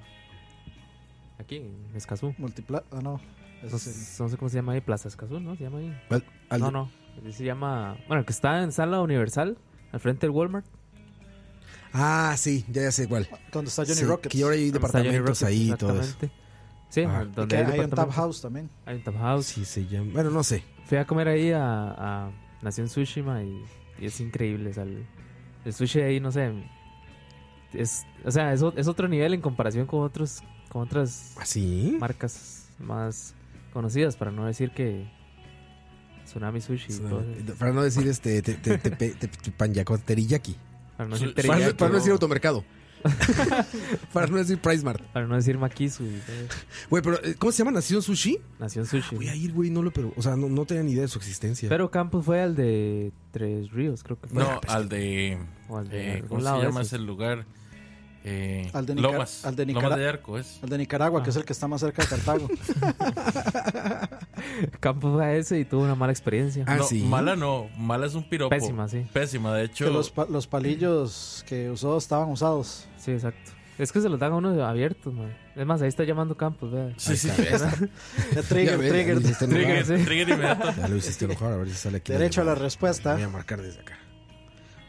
Speaker 5: Aquí, en Escazú.
Speaker 4: Multipla. Ah, no.
Speaker 5: No,
Speaker 4: Eso sí.
Speaker 5: sé- no sé cómo se llama ahí, Plaza Escazú, ¿no? Se llama ahí.
Speaker 1: Al- al-
Speaker 5: No, no. Se llama. Bueno, el que está en Sala Universal, al frente del Walmart.
Speaker 1: Ah, sí, ya, ya sé cuál.
Speaker 4: Donde está Johnny
Speaker 1: Sí,
Speaker 4: Rocket.
Speaker 1: Que ahora hay
Speaker 5: donde está Johnny
Speaker 1: departamentos
Speaker 5: Rockets,
Speaker 1: ahí y todo eso.
Speaker 5: exactamente. Sí,
Speaker 1: Ajá.
Speaker 4: Y
Speaker 5: donde
Speaker 4: que
Speaker 5: hay,
Speaker 4: hay en Tap
Speaker 5: departamentos.
Speaker 4: House también.
Speaker 5: Hay un Tap House.
Speaker 1: Oh, Sí, se llama. Bueno, no sé.
Speaker 5: Fui a comer ahí a, a Nación Sushi, ma, y, y es increíble. o sea, el, el sushi ahí, no sé. Es, o sea, es, o- es otro nivel en comparación con, otros, con otras
Speaker 1: ¿Así?
Speaker 5: marcas más conocidas, para no decir que Tsunami Sushi. y todo eso,
Speaker 1: Para no decir este te, te, te, te, te- te- panyaco- teriyaki.
Speaker 5: para, no decir
Speaker 6: Para-
Speaker 1: Para,
Speaker 5: teriyaki,
Speaker 1: para no decir
Speaker 5: o-
Speaker 1: automercado. para no decir Price Mart.
Speaker 5: para no decir Makisu. y todo eso.
Speaker 1: Güey, pero eh, ¿cómo se llama? ¿Nación Sushi?
Speaker 5: Nación Sushi.
Speaker 1: Voy
Speaker 5: ma.
Speaker 1: a ir, Ah, güey, no lo pero, o sea, no, no tenía ni idea de su existencia.
Speaker 5: Pero Campos fue al de Tres Ríos, creo que fue.
Speaker 6: No,
Speaker 1: pues
Speaker 6: al de.
Speaker 5: o al de
Speaker 6: eh,
Speaker 5: algún
Speaker 6: ¿Cómo se
Speaker 5: lado de
Speaker 6: llama
Speaker 5: esos.
Speaker 6: ese lugar? Eh,
Speaker 4: Al de Nicar-
Speaker 6: Lomas.
Speaker 4: al de
Speaker 6: Lomas
Speaker 4: Nicara-
Speaker 6: de Arco, es.
Speaker 4: El de Nicaragua, que es el que está más cerca de Cartago.
Speaker 5: Campos fue a ese y tuvo una mala experiencia.
Speaker 1: Ah,
Speaker 6: no,
Speaker 1: sí.
Speaker 6: Mala no, mala es un piropo.
Speaker 5: Pésima, sí.
Speaker 6: Pésima, de
Speaker 4: que
Speaker 6: hecho.
Speaker 4: los, pa- los palillos que usó estaban usados.
Speaker 5: Sí, exacto. Es que se los dan a uno abiertos, man. Es más, ahí está llamando Campos, vea.
Speaker 6: Sí, sí,
Speaker 1: Ahí está.
Speaker 4: De trigger,
Speaker 1: Ya ves, Ya
Speaker 4: trigger.
Speaker 1: lo hiciste
Speaker 5: Ah,
Speaker 1: enojar.
Speaker 6: Trigger, trigger inmediato.
Speaker 1: Ya lo hiciste enojar, a ver si sale aquí.
Speaker 4: Derecho a la
Speaker 1: llamada.
Speaker 4: respuesta.
Speaker 1: Voy a marcar desde acá.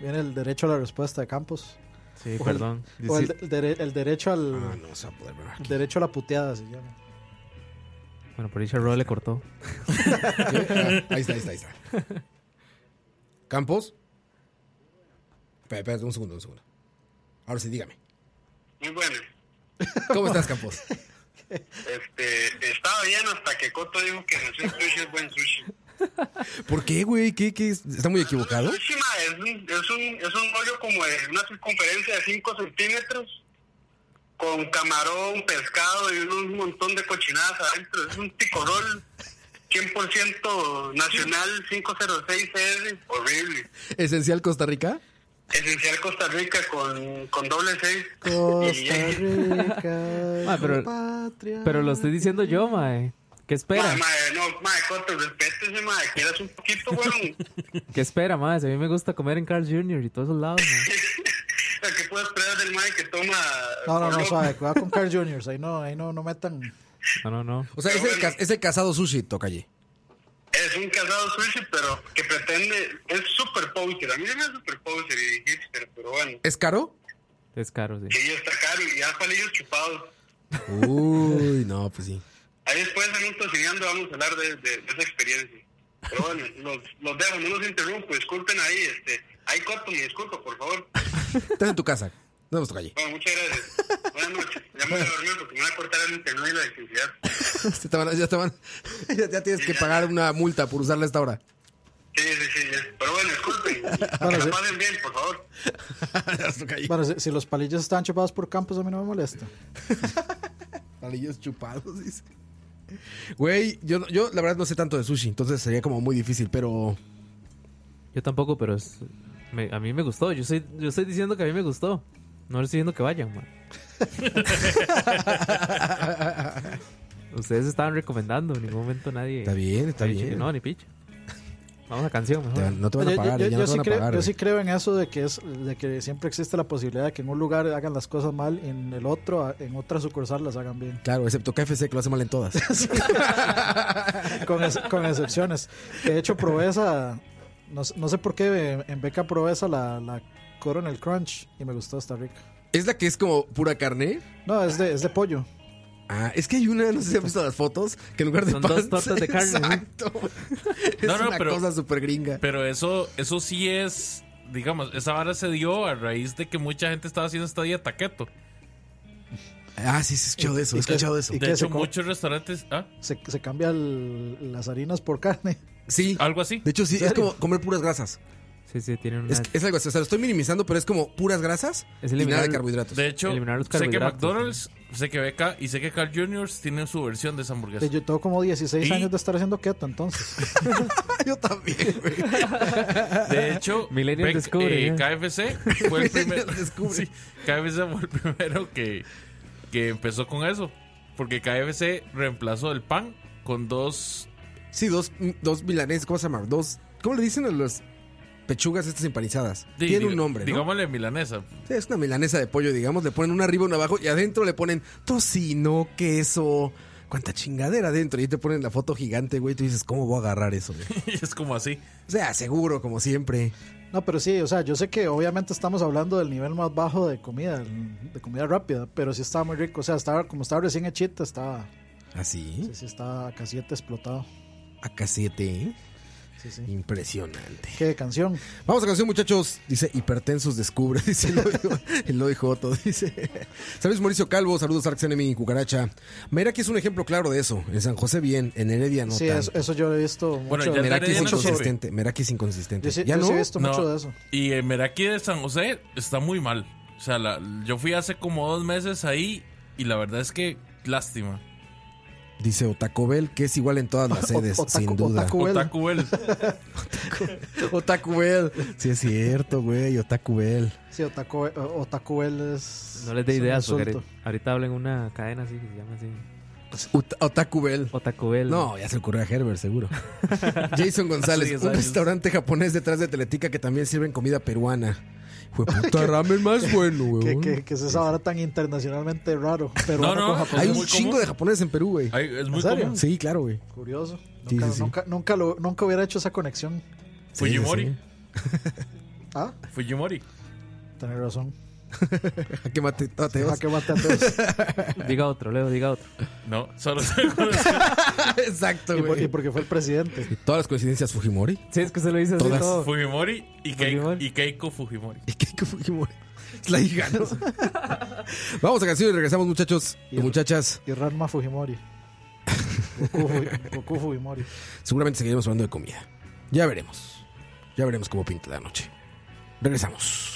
Speaker 4: Viene el derecho a la respuesta de Campos.
Speaker 5: Sí, perdón.
Speaker 4: O el, de- el dere- el derecho al.
Speaker 1: Ah, no se va a poder ver aquí.
Speaker 4: Derecho a la puteada se llama.
Speaker 5: Bueno, por dicha Rod le cortó.
Speaker 1: Sí, ah, ahí está, ahí está, ahí está. ¿Campos? Espera, espérate, un segundo, un segundo. Ahora sí, dígame.
Speaker 8: Muy bueno.
Speaker 1: ¿Cómo estás, Campos?
Speaker 8: Este, estaba bien hasta que Coto dijo que el sushi es buen sushi.
Speaker 1: ¿Por qué, güey? ¿Qué, qué? es? ¿Está muy equivocado?
Speaker 8: Sushi, ma, es un, es un, es un rollo como de una circunferencia de 5 centímetros con camarón, pescado y un montón de cochinadas adentro. Es un ticorol 100% nacional 506S, horrible.
Speaker 1: ¿Esencial Costa Rica?
Speaker 8: Esencial Costa Rica con, con doble seis.
Speaker 4: Costa
Speaker 8: Y-
Speaker 4: Rica.
Speaker 5: Ah, pero-
Speaker 4: tu patria.
Speaker 5: Pero lo estoy diciendo yo, mae. ¿Qué espera?
Speaker 8: Mae, mae, no, mae, Coto, respétese, mae, quieras un poquito, weón.
Speaker 5: ¿Qué espera, mae? Si a mí me gusta comer en Carl Jr. y todos esos lados, mae.
Speaker 8: ¿A ¿Qué puedes esperar del mae que toma?
Speaker 4: No, no, no,
Speaker 8: Colo-
Speaker 4: suave, cuidado con Carl Juniors, ahí no, ahí no, no metan.
Speaker 5: No, no, no.
Speaker 1: O sea, es el, cas- es el casado sushi, toca allí.
Speaker 8: Es un casado sushi, pero que pretende. Es super poser. A mí no es super poser y hipster, pero bueno.
Speaker 1: ¿Es caro?
Speaker 5: Es caro, sí.
Speaker 8: Que ya está caro y ya palillos chupados.
Speaker 1: Uy, no, pues sí.
Speaker 8: Ahí después en un tocineando vamos a hablar de, de- de esa experiencia. Pero bueno, los, los dejo, no los interrumpo. Disculpen ahí. este, Ahí corto mi disculpa, por favor.
Speaker 1: Estás en tu casa. pues, Nos vemos, toca allí.
Speaker 8: Bueno, muchas gracias. Buenas noches. Ya me voy a dormir porque me van a cortar el internet y la electricidad.
Speaker 1: Se te van a- ya, te van- ya- ya tienes que pagar una multa por usarla a esta hora.
Speaker 8: Sí, sí, sí. ya. Pero bueno, disculpen. Que
Speaker 4: Bueno,
Speaker 8: la
Speaker 4: sí.
Speaker 8: pasen bien, por favor.
Speaker 1: Nos toca allí.
Speaker 4: Bueno, si, si los palillos están chupados por campos, a mí no me molesta.
Speaker 1: Palillos chupados, dice. Güey, yo, no- yo la verdad no sé tanto de sushi, entonces sería como muy difícil, pero
Speaker 5: Yo tampoco, pero es- me- a mí me gustó. Yo, soy, yo estoy diciendo que a mí me gustó. No estoy diciendo que vayan, man. Ustedes estaban recomendando. En ningún momento nadie.
Speaker 1: está bien, está
Speaker 5: ha dicho que
Speaker 1: bien.
Speaker 5: no, ni picha. Vamos a canción
Speaker 1: Te
Speaker 5: mejor.
Speaker 1: van- no te van
Speaker 4: Yo-
Speaker 1: a
Speaker 4: yo-
Speaker 1: pagar,
Speaker 4: yo,
Speaker 1: ya
Speaker 4: yo
Speaker 1: no te
Speaker 4: sí
Speaker 1: van a
Speaker 4: creo,
Speaker 1: pagar.
Speaker 4: yo
Speaker 1: güey.
Speaker 4: sí creo en eso de que, es, de que siempre existe la posibilidad de que en un lugar hagan las cosas mal y en el otro, en otra sucursal las hagan bien.
Speaker 1: Claro, excepto KFC que lo hace mal en todas.
Speaker 4: con, ex- con excepciones. De hecho, probé esa. No, sé- no sé por qué en- en Beca probé esa la, la Coronel Crunch y me gustó, está rica.
Speaker 1: ¿Es la que es como pura carne?
Speaker 4: No, es de, es de pollo.
Speaker 1: Ah, es que hay una, no sé si han visto las fotos, que en lugar de
Speaker 5: Son
Speaker 1: pan-
Speaker 5: dos tortas de carne, ¿no?
Speaker 1: Exacto. Es
Speaker 6: No, no,
Speaker 1: una
Speaker 6: pero-
Speaker 1: cosa súper gringa.
Speaker 6: Pero eso, eso sí es, digamos, esa vara se dio a raíz de que mucha gente estaba haciendo esta dieta keto.
Speaker 1: Ah, sí, sí, he escuchado de eso, he
Speaker 4: y-
Speaker 1: escuchado de eso.
Speaker 4: y-
Speaker 6: De
Speaker 4: qué
Speaker 6: hecho,
Speaker 4: se come?
Speaker 6: muchos restaurantes, ah,
Speaker 4: Se, se cambia el- las harinas por carne.
Speaker 1: Sí,
Speaker 6: algo así.
Speaker 1: de hecho sí, es como comer puras grasas.
Speaker 5: Sí, sí, tienen una.
Speaker 1: Es, es algo así, o sea, lo estoy minimizando, pero es como puras grasas
Speaker 5: Es
Speaker 1: y nada
Speaker 5: eliminar-
Speaker 1: de carbohidratos.
Speaker 6: De hecho,
Speaker 5: Eliminar los
Speaker 6: sé que
Speaker 5: carbohidratos,
Speaker 6: McDonald's, sé que BK y sé que Carl Jr. tienen su versión de esa hamburguesa.
Speaker 4: Y Yo tengo como 16
Speaker 6: Y-
Speaker 4: años de estar haciendo keto, entonces.
Speaker 1: Yo también, güey.
Speaker 6: De hecho,
Speaker 5: Millennials
Speaker 6: Beck-
Speaker 5: descubre,
Speaker 6: eh,
Speaker 5: ya.
Speaker 6: KFC fue el primero.
Speaker 1: Millennials descubre.
Speaker 6: Sí, KFC fue el primero que, que empezó con eso. Porque KFC reemplazó el pan con dos.
Speaker 1: Sí, dos, dos milaneses, ¿cómo se llama? Dos, ¿cómo le dicen a las pechugas estas empanizadas?
Speaker 6: di-
Speaker 1: Tiene un
Speaker 6: di-
Speaker 1: nombre, ¿no?
Speaker 6: Digámosle milanesa.
Speaker 1: Sí, es una milanesa de pollo, digamos, le ponen una arriba, una abajo y adentro le ponen tocino, queso, cuánta chingadera adentro. Y ahí te ponen la foto gigante, güey, y tú dices, ¿cómo voy a agarrar eso? güey?
Speaker 6: Y es como así.
Speaker 1: O sea, seguro, como siempre.
Speaker 4: No, pero sí, o sea, yo sé que obviamente estamos hablando del nivel más bajo de comida, de comida rápida, pero sí estaba muy rico. O sea, estaba como estaba recién hechita, estaba,
Speaker 1: Así,
Speaker 4: sí, sí, estaba casi explotado.
Speaker 1: acá 7
Speaker 4: Sí, sí.
Speaker 1: Impresionante.
Speaker 4: Qué canción.
Speaker 1: Vamos a canción, muchachos. Dice, hipertensos descubre, dice el Lodi- el Lodi Joto, dice. Sabes, Mauricio Calvo, saludos Arx Enemy y Cucaracha. Meraki es un ejemplo claro de eso. En San José bien, en Heredia no
Speaker 4: sí,
Speaker 1: tanto.
Speaker 4: eso, eso yo he visto
Speaker 6: Bueno,
Speaker 4: mucho. mucho
Speaker 6: ya
Speaker 1: Meraki es
Speaker 6: Heredia no
Speaker 4: sobre-
Speaker 6: sube.
Speaker 1: inconsistente, Meraki es inconsistente.
Speaker 4: Yo sí,
Speaker 1: ¿Ya
Speaker 4: yo
Speaker 1: no?
Speaker 4: sí he visto
Speaker 6: No.
Speaker 4: mucho de eso.
Speaker 6: Y el Meraki de San José está muy mal. O sea, la- yo fui hace como dos meses ahí y la verdad es que lástima.
Speaker 1: Dice Otacobel, que es igual en todas las sedes,
Speaker 4: Otaku-
Speaker 1: sin duda.
Speaker 4: Otaku Bell.
Speaker 6: Otaku Bell.
Speaker 1: Otacubel. Sí, es cierto, güey, Otacubel.
Speaker 4: Sí, Otaku, eh, Otaku Bell es.
Speaker 5: No les dé
Speaker 4: es un
Speaker 5: ideas, porque
Speaker 4: insulto.
Speaker 5: ahorita- ahorita hablan una cadena así que se llama así.
Speaker 1: Ota- Otacubel.
Speaker 5: O Taco Bell.
Speaker 1: No, ya se ocurrió a Herbert, seguro. Jason
Speaker 6: Hace
Speaker 1: González,
Speaker 6: diez
Speaker 1: un
Speaker 6: años.
Speaker 1: restaurante japonés detrás de Teletica que también sirven comida peruana. Fue puta ramen más bueno,
Speaker 4: Que,
Speaker 1: güey.
Speaker 4: que, que es esa vara tan internacionalmente raro. Pero
Speaker 6: No,
Speaker 4: ahora
Speaker 6: no,
Speaker 4: con
Speaker 1: Hay
Speaker 4: japonés.
Speaker 1: un
Speaker 6: muy
Speaker 1: chingo
Speaker 6: común.
Speaker 1: de japoneses en Perú, güey.
Speaker 6: Ay, es muy
Speaker 4: ¿En serio?
Speaker 6: común.
Speaker 1: Sí, claro, güey.
Speaker 4: Curioso.
Speaker 1: Sí,
Speaker 4: Nunca,
Speaker 1: sí, sí.
Speaker 4: Nunca, nunca lo, nunca hubiera hecho esa conexión.
Speaker 1: Sí,
Speaker 6: Fujimori.
Speaker 1: sí.
Speaker 4: Ah,
Speaker 6: Fujimori.
Speaker 4: tenés razón.
Speaker 1: ¿A qué mate, ateos?
Speaker 4: ¿A qué mata a todos?
Speaker 5: Diga otro, Leo, diga otro.
Speaker 6: No, solo se conoce.
Speaker 1: Exacto,
Speaker 4: y, por- y
Speaker 1: güey.
Speaker 4: porque fue el presidente.
Speaker 1: Todas las coincidencias Fujimori.
Speaker 5: Sí, es que se lo dice así
Speaker 1: Todas
Speaker 5: todo.
Speaker 6: Fujimori y Keiko,
Speaker 5: Fujimori.
Speaker 6: y Keiko Fujimori.
Speaker 1: ¿Y qué, qué Fujimori? Es la hija, ¿no? Vamos a canción y regresamos, muchachos y muchachas.
Speaker 4: Y Ranma Fujimori. Goku, Fu- Goku Fujimori.
Speaker 1: Seguramente seguiremos hablando de comida. Ya veremos. Ya veremos cómo pinta la noche. Regresamos.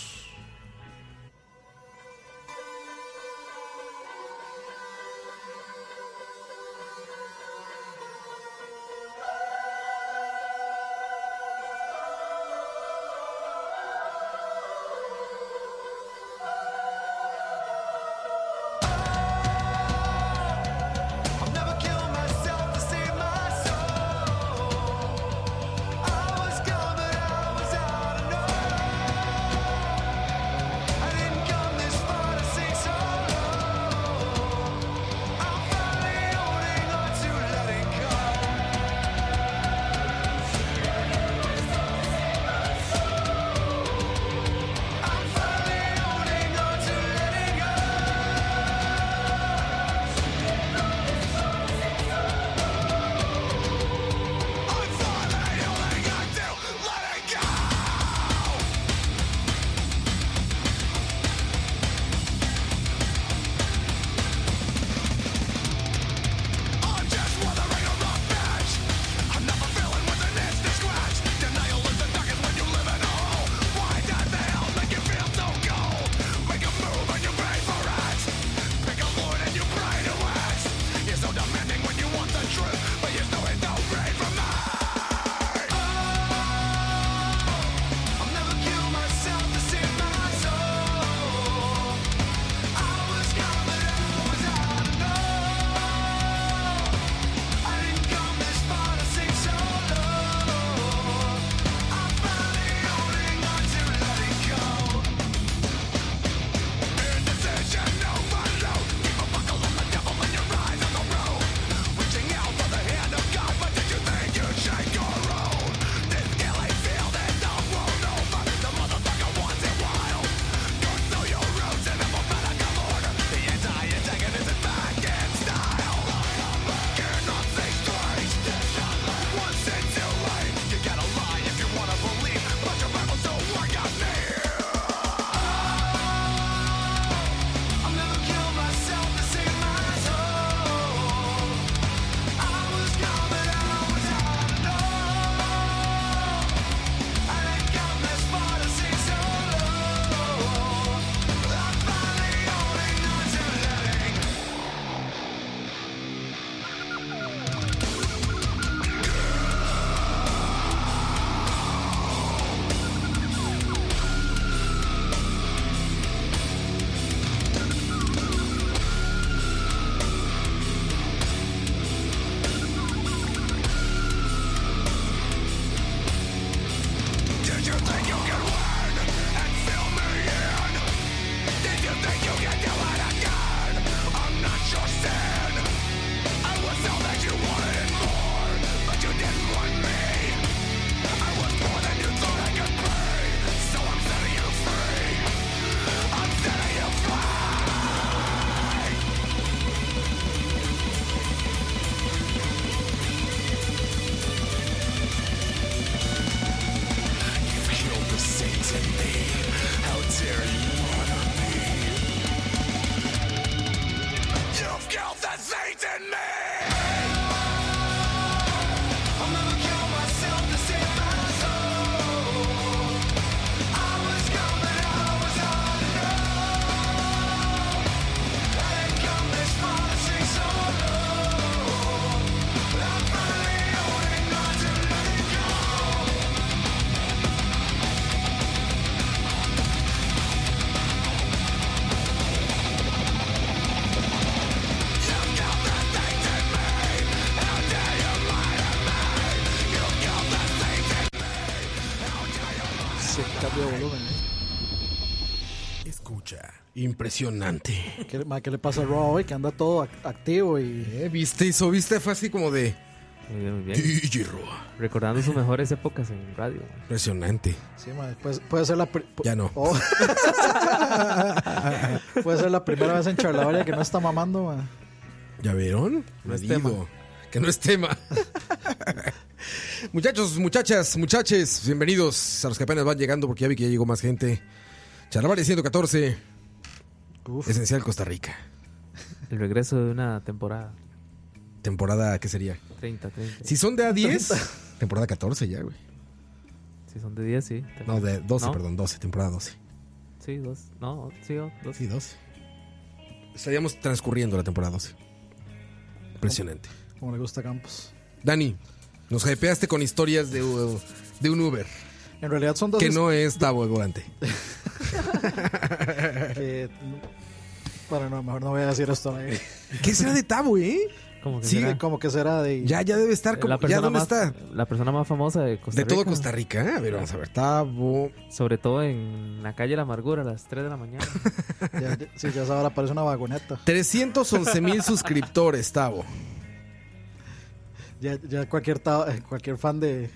Speaker 4: Se cambió de volumen. ¿eh?
Speaker 1: Escucha. Impresionante.
Speaker 4: ¿Qué, le- ma, ¿Qué le pasa a Raw hoy? Que anda todo ac- activo y.
Speaker 1: ¿Eh? ¿Viste? Hizo, viste, fue así como de.
Speaker 5: Muy bien, muy bien.
Speaker 1: DJ Roa.
Speaker 5: Recordando sus mejores épocas en radio. ma.
Speaker 1: Impresionante.
Speaker 4: Sí, madre, pues, puede ser la... pri- pu-
Speaker 1: Ya no.
Speaker 4: Oh. puede ser la primera vez en Charlavaria que no está mamando, madre.
Speaker 1: ¿Ya vieron? No
Speaker 5: es
Speaker 1: Que no es tema. Muchachos, muchachas, muchaches, bienvenidos a los que apenas van llegando porque ya vi que ya llegó más gente. Charlavaria 114,
Speaker 4: Uf,
Speaker 1: Esencial Costa Rica.
Speaker 5: El regreso de una temporada.
Speaker 1: Temporada, ¿qué sería?
Speaker 5: 30, 30.
Speaker 1: Si son de A10, temporada 14 ya, güey.
Speaker 5: Si son de 10, sí.
Speaker 1: No, de 12,
Speaker 5: ¿No?
Speaker 1: perdón, 12, temporada 12.
Speaker 5: Sí, dos. No, sí, o- dos.
Speaker 1: Sí, 12. Estaríamos transcurriendo la temporada 12. Impresionante.
Speaker 4: como le gusta a Campos.
Speaker 1: Dani, nos hypeaste con historias de, uh, de un Uber,
Speaker 4: En realidad son dos...
Speaker 1: que no es Tavo el volante.
Speaker 4: que- eh, bueno, no, mejor no voy a decir esto. ¿no?
Speaker 1: ¿Qué será de Tavo, eh?
Speaker 5: Como que
Speaker 1: Sí,
Speaker 5: será
Speaker 4: Sí, como que será de...
Speaker 1: Ya, ya debe estar como.
Speaker 5: la
Speaker 1: ¿Ya
Speaker 5: persona
Speaker 1: dónde
Speaker 5: más,
Speaker 1: está?
Speaker 5: La persona más famosa de Costa
Speaker 1: De
Speaker 5: Rica.
Speaker 1: todo Costa Rica, ¿eh? A ver, vamos a ver. Tavo.
Speaker 5: Sobre todo en la calle La Amargura a las 3 de la mañana.
Speaker 4: Ya, ya- sí, ya ahora parece una vagoneta.
Speaker 1: 311 mil suscriptores, Tavo.
Speaker 4: Ya, ya cualquier, tao- eh, cualquier fan de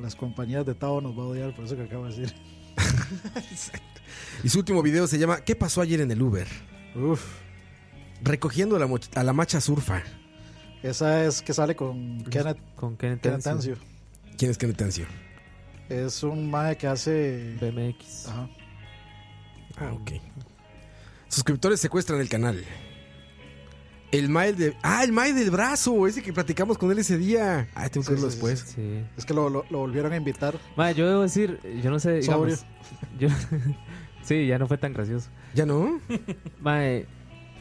Speaker 4: las compañías de Tao nos va a odiar por eso que acabo de decir.
Speaker 1: Y su último video se llama ¿Qué pasó ayer en el Uber?
Speaker 4: Uf.
Speaker 1: Recogiendo a la, moch- a la macha surfa.
Speaker 4: Esa es que sale
Speaker 1: Pues,
Speaker 4: con Kenneth,
Speaker 5: Con Kenneth
Speaker 4: Kenneth
Speaker 5: Tencio.
Speaker 4: Anzio.
Speaker 1: ¿Quién es Kenetancio?
Speaker 4: Es un mae que hace...
Speaker 5: BMX.
Speaker 4: Ajá.
Speaker 1: Ah, ok. Suscriptores secuestran el canal. El Mael de. Ah, el Mael del brazo, ese que platicamos con él ese día. Ah, tengo que
Speaker 4: Sí,
Speaker 1: verlo
Speaker 4: sí, sí,
Speaker 1: después.
Speaker 5: Sí.
Speaker 4: Es que lo, lo- lo volvieron a invitar.
Speaker 5: Mae, yo debo decir, yo no sé, digamos. Yo, sí, ya no fue tan gracioso.
Speaker 1: ¿Ya no?
Speaker 5: Mae,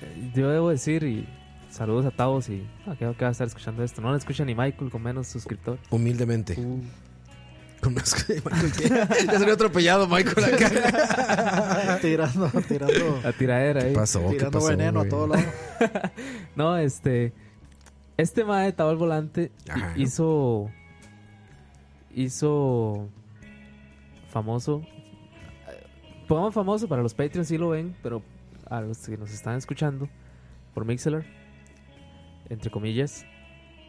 Speaker 5: eh, yo debo decir, y saludos a Tavos y ah, creo que va a estar escuchando esto. No lo escucha ni Michael con menos suscriptores.
Speaker 1: Humildemente.
Speaker 5: Uh,
Speaker 1: Conozco a Michael que- ya se había atropellado Michael acá.
Speaker 4: tirando, tirando,
Speaker 5: la tiradera ahí.
Speaker 1: ¿Qué pasó? ¿Qué
Speaker 4: tirando
Speaker 1: pasó,
Speaker 4: veneno
Speaker 1: güey?
Speaker 4: a todo lado.
Speaker 5: No, este. Este mae de Tavo al volante hi-
Speaker 1: Ajá.
Speaker 5: hizo. Hizo. Famoso. eh, Pongamos famoso para los Patreons, sí lo ven, pero a los que nos están escuchando por Mixler, entre comillas,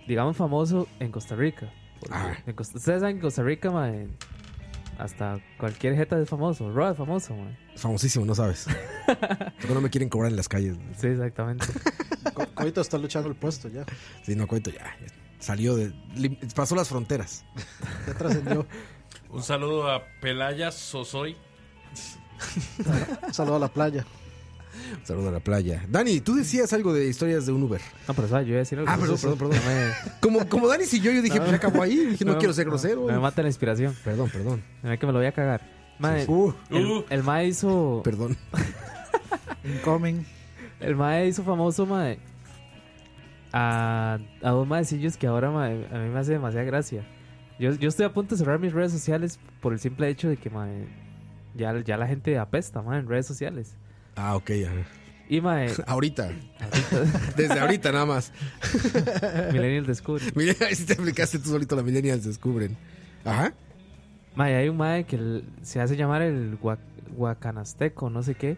Speaker 5: digamos famoso en Costa Rica. porque
Speaker 1: Ajá.
Speaker 5: en Costa- Ustedes saben que en Costa Rica, mae, hasta cualquier jeta es famoso. Rod es famoso, mae.
Speaker 1: Famosísimo, no sabes. Pero no me quieren cobrar en las calles.
Speaker 5: Sí, exactamente.
Speaker 4: Co- Coito está luchando el puesto ya.
Speaker 1: Sí, no cuento ya. Salió de. lim- Pasó las fronteras.
Speaker 4: Ya trascendió.
Speaker 6: Un saludo a Pelaya Sosoy.
Speaker 4: Un Saludo a la playa.
Speaker 1: Saludo a la playa. Dani, tú decías algo de historias de un Uber.
Speaker 5: No, pero ¿sabes? yo iba a decir algo.
Speaker 1: Ah, perdón,
Speaker 5: Sí, sí.
Speaker 1: perdón, perdón.
Speaker 5: No me-
Speaker 1: Como, como Dani y yo, yo dije, pues ya acabó ahí. Dije, no,
Speaker 5: me-
Speaker 1: quiero ser
Speaker 5: no,
Speaker 1: grosero.
Speaker 5: Me mata la inspiración.
Speaker 1: Perdón, perdón.
Speaker 5: Se ve que me lo voy a cagar. Mae,
Speaker 1: Uh,
Speaker 5: el,
Speaker 6: Uh.
Speaker 5: el mae hizo.
Speaker 1: perdón.
Speaker 4: Incoming.
Speaker 5: El mae hizo famoso, mae. A, a dos maecillos que ahora mae, a mí me hace demasiada gracia. Yo, yo estoy a punto de cerrar mis redes sociales por el simple hecho de que mae, ya, ya la gente apesta mae, en redes sociales.
Speaker 1: Ah, ok. ajá.
Speaker 5: Y mae,
Speaker 1: Ahorita.
Speaker 5: ahorita,
Speaker 1: Desde ahorita nada más.
Speaker 5: Millennial descubre.
Speaker 1: Mira, ahí sí te aplicaste tú solito la Millennials Descubren. Ajá.
Speaker 5: Mae, hay un mae que el- se hace llamar el gua- guacanasteco, no sé qué.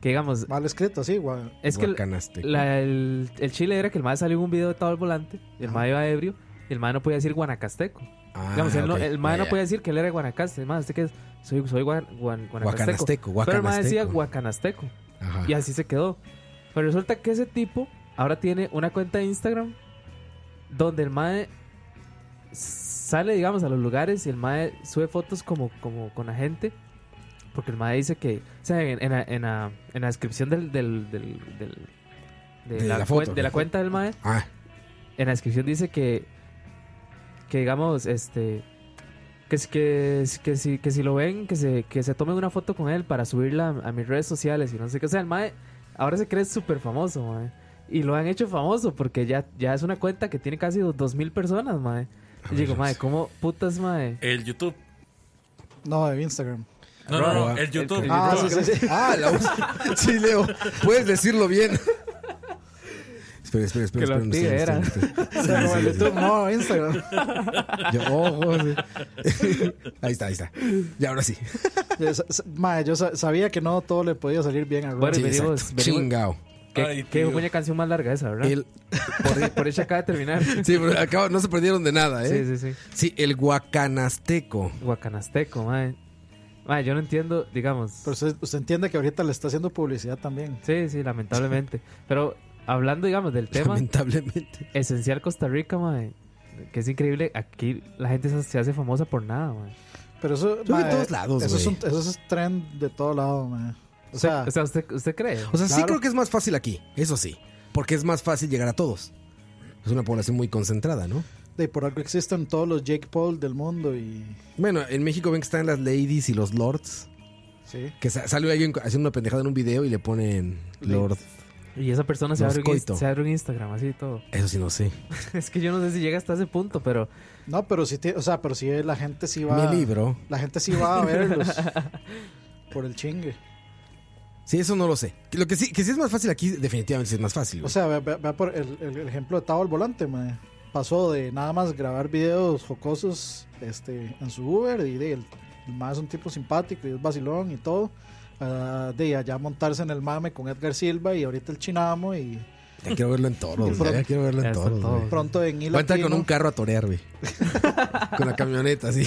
Speaker 5: Que digamos,
Speaker 4: Mal escrito, sí. gua-
Speaker 5: es que el-
Speaker 1: Guacanaste.
Speaker 5: La- el, el chile era que el mae salió en un video de todo el volante, y el mae iba ebrio, y el mae no podía decir guanacasteco.
Speaker 1: Ah,
Speaker 5: Digamos, él no-
Speaker 1: ok.
Speaker 5: el mae
Speaker 1: Ya,
Speaker 5: no
Speaker 1: ya.
Speaker 5: podía decir que él era guanacaste. Es más, este que es, soy, soy guan- guan- guanacasteco.
Speaker 1: Guacanasteco.
Speaker 5: Pero el mae decía
Speaker 1: guacanasteco.
Speaker 5: guacanasteco.
Speaker 1: Ajá.
Speaker 5: Y así se quedó. Pero resulta que ese tipo ahora tiene una cuenta de Instagram donde el mae sale, digamos, a los lugares y el mae sube fotos como, como con la gente. Porque el mae dice que, o sea, en, en la, en la- en la descripción del, del- del- del- de,
Speaker 1: De
Speaker 5: la,
Speaker 1: la foto,
Speaker 5: cuen- de la
Speaker 1: ¿no?
Speaker 5: cuenta del mae,
Speaker 1: Ah,
Speaker 5: en la descripción dice que, que digamos, este, que, si- que, si- que, si, que si lo ven, que se, que se tomen una foto con él para subirla a, a mis redes sociales y no sé qué. O sea, el mae ahora se cree súper famoso, mae. Y lo han hecho famoso porque ya, ya es una cuenta que tiene casi dos- 2.000 personas, mae.
Speaker 6: Ah,
Speaker 5: Y digo, mae, ¿cómo putas, mae?
Speaker 6: El YouTube.
Speaker 4: No, de Instagram.
Speaker 6: No, no, no,
Speaker 1: Roa.
Speaker 6: el YouTube.
Speaker 5: El-
Speaker 4: Ah,
Speaker 6: Roa.
Speaker 4: sí, sí, sí.
Speaker 1: ah la us- Sí, Leo. Puedes decirlo bien. Espera, espera, espera.
Speaker 5: Que lo
Speaker 1: espera, no sé,
Speaker 5: active,
Speaker 1: no sé, no sé. Sí, sí, sí.
Speaker 4: YouTube, no, Instagram.
Speaker 1: Yo, ojo, sí. Ahí está, ahí está. Y ahora sí.
Speaker 4: Eh, Yo sa- sa- mae, yo sa- sabía que no todo le podía salir bien a Roa.
Speaker 5: Bueno,
Speaker 1: Sí,
Speaker 5: venimos-
Speaker 1: exacto.
Speaker 5: venimos-
Speaker 1: Chingao.
Speaker 5: Qué,
Speaker 6: Ay,
Speaker 5: qué
Speaker 6: tío.
Speaker 5: buena canción más larga esa, ¿verdad?
Speaker 1: El-
Speaker 5: Por, por eso acaba de terminar.
Speaker 6: ¿Eh?
Speaker 5: sí,
Speaker 1: sí, pero acabo- no se perdieron de nada, ¿eh?
Speaker 5: sí, sí.
Speaker 1: Sí, el guacanasteco.
Speaker 5: Guacanasteco, mae. Mae, yo no entiendo, digamos.
Speaker 4: Pero usted, usted entiende que ahorita le está haciendo publicidad también.
Speaker 5: Sí, sí, lamentablemente. Pero hablando, digamos, del tema
Speaker 1: Lamentablemente.
Speaker 5: esencial Costa Rica, mae. Que es increíble, aquí la gente se- se hace famosa por nada, mae.
Speaker 4: Pero eso.
Speaker 1: Yo de todos lados,
Speaker 4: Eso es,
Speaker 1: güey.
Speaker 4: un, eso es trend de todo lado, mae. O sea,
Speaker 5: O sea, ¿usted, usted cree?
Speaker 1: O sea, sí
Speaker 4: Claro.
Speaker 1: creo que es más fácil aquí, eso sí. Porque es más fácil llegar a todos. Es una población muy concentrada, ¿no?
Speaker 4: de por algo existen todos los Jake Paul del mundo y.
Speaker 1: Bueno, en México ven que están las ladies y los lords.
Speaker 4: Sí.
Speaker 1: Que sa- sale alguien haciendo una pendejada en un video y le ponen lord.
Speaker 5: Y esa persona se
Speaker 1: Los
Speaker 5: abre, un, inst-
Speaker 1: coito.
Speaker 5: se abre un Instagram, así y todo.
Speaker 1: Eso sí, no sé.
Speaker 5: es que yo no sé si llega hasta ese punto, pero
Speaker 4: No, pero sí, tie- o sea, pero sí la gente sí va.
Speaker 1: Mi libro.
Speaker 4: La gente sí va a verlos. por el chingue.
Speaker 1: Sí, eso no lo sé. Que Lo que sí, que sí es más fácil aquí, definitivamente sí es más fácil.
Speaker 4: O
Speaker 1: güey.
Speaker 4: sea, vea, vea- vea por el, el- el ejemplo de Tavo al volante, mae. Pasó de nada más grabar videos jocosos este, en su Uber y de el, más es un tipo simpático y es vacilón y todo. a de allá montarse en el mame con Edgar Silva y ahorita el Chinamo y
Speaker 1: ya quiero verlo en toros, güey, ya quiero verlo en
Speaker 5: Eso,
Speaker 1: toros.
Speaker 5: todos.
Speaker 1: güey.
Speaker 4: pronto en
Speaker 1: Va a entrar
Speaker 4: Ilatino.
Speaker 1: con un carro a torear, güey. con la camioneta, así.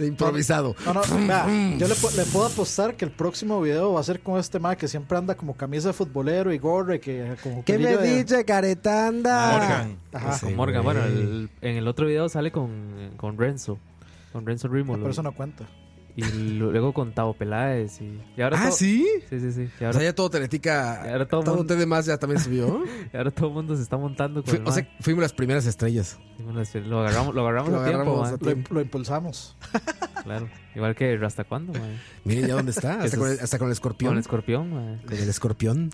Speaker 1: Improvisado.
Speaker 4: No, no, vea,
Speaker 1: Mm.
Speaker 4: yo le, pu- le puedo apostar que el próximo video va a ser con este mae que siempre anda como camisa de futbolero y gorra y que como pelillo de-
Speaker 1: Caretanda?
Speaker 6: Morgan.
Speaker 4: Ajá.
Speaker 1: Sí,
Speaker 5: con Morgan.
Speaker 1: güey.
Speaker 5: Bueno, el- en el otro video sale con, con Renzo. Con Renzo
Speaker 4: No,
Speaker 5: Rímolo.
Speaker 4: pero eso no cuenta.
Speaker 5: Y luego con Tavo Peláez. Y, y ahora
Speaker 1: Ah,
Speaker 5: todo-
Speaker 1: sí.
Speaker 5: Sí, sí, sí. Y
Speaker 1: O
Speaker 5: ahora,
Speaker 1: sea, ya todo Teletica,
Speaker 5: Ya ahora todo
Speaker 1: todo,
Speaker 5: mundo-
Speaker 1: T de más ya también subió.
Speaker 5: y ahora todo el mundo se está montando con
Speaker 1: Fui-
Speaker 5: el
Speaker 1: o sea,
Speaker 5: mae.
Speaker 1: fuimos las primeras estrellas.
Speaker 5: Sí, bueno, sí, Lo agarramos, lo agarramos
Speaker 1: Lo
Speaker 5: a tiempo,
Speaker 1: agarramos a
Speaker 5: mae.
Speaker 4: Lo, im- lo impulsamos.
Speaker 5: Claro. Igual que ¿Hasta cuándo, mae?
Speaker 1: Miren ya dónde está. Hasta,
Speaker 5: Eso
Speaker 1: con el,
Speaker 5: es-
Speaker 1: hasta con el escorpión.
Speaker 5: Con el escorpión, mae.
Speaker 1: Con el escorpión.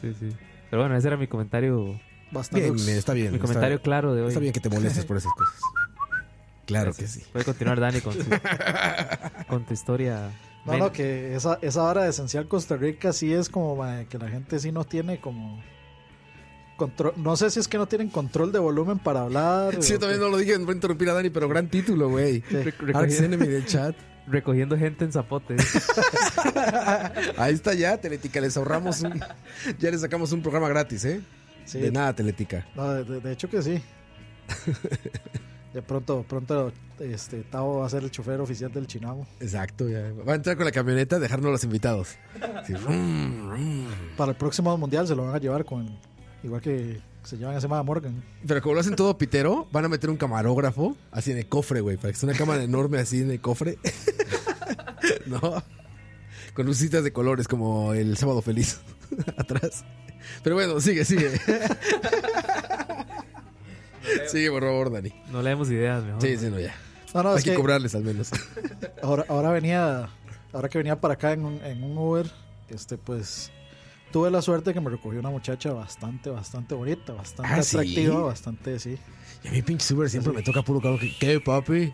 Speaker 5: Sí, sí. Pero bueno, ese era mi comentario.
Speaker 4: Bastante.
Speaker 1: Bien, está bien.
Speaker 5: mi
Speaker 1: está-
Speaker 5: comentario claro de hoy.
Speaker 1: Está bien que te molestes por esas cosas. Claro que sí.
Speaker 5: Puede continuar, Dani, con, su, con tu historia.
Speaker 4: No, no, que esa, esa hora de esencial Costa Rica sí es como mae, que la gente sí no tiene como control. No sé si es que no tienen control de volumen para hablar.
Speaker 1: Sí,
Speaker 4: o
Speaker 1: yo también no lo dije en interrumpir a Dani, pero gran título, güey.
Speaker 4: qué.
Speaker 5: Rec-
Speaker 1: Arx
Speaker 5: recogiendo,
Speaker 1: Enemy del chat.
Speaker 5: recogiendo gente en zapote.
Speaker 1: Ahí está ya, Teletica. Les ahorramos un. Ya les sacamos un programa gratis, ¿eh?
Speaker 4: Sí.
Speaker 1: De nada, Teletica.
Speaker 4: No, de, de- de hecho que sí. De pronto, pronto este Tavo va a ser el chofer oficial del Chinamo.
Speaker 1: Exacto, ya. Va a entrar con la camioneta, dejarnos los invitados. Sí, rum, rum.
Speaker 4: Para el próximo mundial se lo van a llevar con igual que se llevan a semana Morgan.
Speaker 1: Pero como lo hacen todo pitero, van a meter un camarógrafo así en el cofre, güey. Para que sea una cámara enorme así en el cofre. ¿No? Con lucitas de colores como el sábado feliz atrás. Pero bueno, sigue, sigue. sigue, por favor, Dani.
Speaker 5: No le demos ideas, mejor.
Speaker 1: Sí, sí, no, ya.
Speaker 4: No, no,
Speaker 1: Hay
Speaker 4: es
Speaker 1: que,
Speaker 4: que
Speaker 1: cobrarles al menos.
Speaker 4: ahora, ahora venía, ahora que venía para acá en un, en un Uber, este pues tuve la suerte que me recogió una muchacha bastante, bastante bonita, bastante
Speaker 1: Ah, ¿sí?
Speaker 4: atractiva, bastante, sí.
Speaker 1: Y a mí, Pink Super, siempre me toca puro cabrón. que, ¿Qué, papi?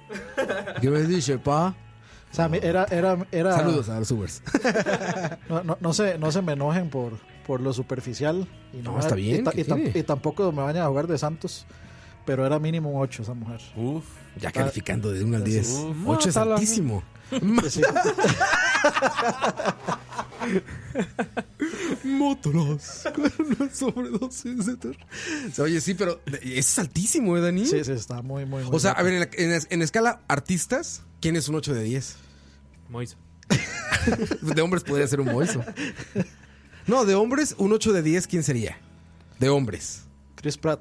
Speaker 1: ¿Qué me dice, pa?
Speaker 4: O sea, a mí era, era, era.
Speaker 1: Saludos a los Subers.
Speaker 4: No, no, no se, no se me enojen por, por lo superficial. Y
Speaker 1: No,
Speaker 4: me-
Speaker 1: está bien,
Speaker 4: Y, ta-
Speaker 1: ¿qué
Speaker 4: y tam-
Speaker 1: tiene?
Speaker 4: y tampoco me vayan a jugar de Santos, pero era mínimo un 8 esa mujer.
Speaker 6: Uf.
Speaker 1: Ya calificando de 1 al 10.
Speaker 6: Uf,
Speaker 1: 8 es
Speaker 5: mátala.
Speaker 1: altísimo.
Speaker 4: Sí,
Speaker 1: Mótolos con una sobredosis de terror. O sea, Oye, sí, pero es altísimo, ¿eh, Dani?
Speaker 4: sí, sí, está muy, muy, muy
Speaker 1: O sea,
Speaker 4: guapa.
Speaker 1: a ver, en, la- en la- en escala artistas, ¿quién es un 8 de 10?
Speaker 5: Moiso.
Speaker 1: De hombres podría ser un boiso. No, de hombres, un 8 de 10, ¿quién sería? De hombres.
Speaker 4: Chris Pratt.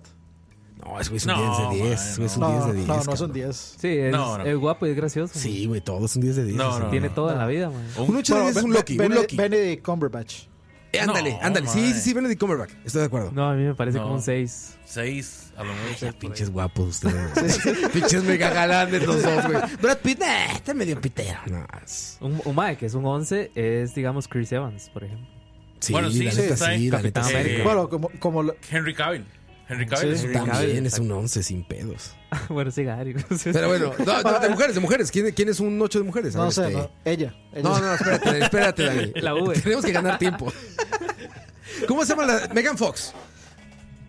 Speaker 1: No, es güey, es un 10
Speaker 6: No,
Speaker 1: de 10.
Speaker 6: man,
Speaker 1: güey, es un
Speaker 4: No,
Speaker 1: 10 de
Speaker 4: no,
Speaker 1: 10.
Speaker 4: no es un
Speaker 1: cabrón.
Speaker 4: 10.
Speaker 5: Sí, es,
Speaker 6: No, no.
Speaker 5: es guapo y es gracioso.
Speaker 1: Sí, güey, todos un 10 de 10.
Speaker 6: No,
Speaker 1: sí.
Speaker 6: no,
Speaker 5: Tiene
Speaker 6: no.
Speaker 5: todo en la vida, man.
Speaker 1: Un 8 de 10 es un
Speaker 4: Be-
Speaker 1: Loki. Un
Speaker 4: Benedict,
Speaker 1: Loki.
Speaker 4: Benedict Cumberbatch.
Speaker 1: Eh, ándale,
Speaker 6: No,
Speaker 1: ándale. Sí,
Speaker 6: madre.
Speaker 1: sí, sí, Benedict Cumberbatch. Estoy de acuerdo.
Speaker 5: No, a mí me parece
Speaker 6: No.
Speaker 5: como un 6.
Speaker 6: 6 a lo mucho.
Speaker 1: Pinches guapos ustedes. Pinches mega galanes los dos, güey. Brad Pitt, eh, está medio pitero. No, es-
Speaker 5: Un, un mae que es un 11 es, digamos, Chris Evans, por ejemplo.
Speaker 1: sí,
Speaker 6: Bueno, sí,
Speaker 1: la
Speaker 6: sí,
Speaker 1: neta,
Speaker 6: está
Speaker 1: sí,
Speaker 6: en
Speaker 1: la neta,
Speaker 5: Capitán
Speaker 1: sí.
Speaker 5: América. Eh,
Speaker 4: bueno, como, como lo-
Speaker 6: Henry Cavill. Henry Cavill.
Speaker 4: Sí.
Speaker 6: es un-
Speaker 1: También es
Speaker 5: Exacto.
Speaker 1: un 11 sin pedos.
Speaker 5: bueno, siga, Ari.
Speaker 1: Pero bueno, no, no, de mujeres, de mujeres. ¿Quién, quién es un 8 de mujeres? A
Speaker 4: no
Speaker 1: ver,
Speaker 4: sé,
Speaker 1: este-
Speaker 4: no, ella. ella.
Speaker 1: no, no, espérate, espérate, Dani.
Speaker 5: La V.
Speaker 1: Tenemos que ganar tiempo. ¿Cómo se llama la Megan Fox?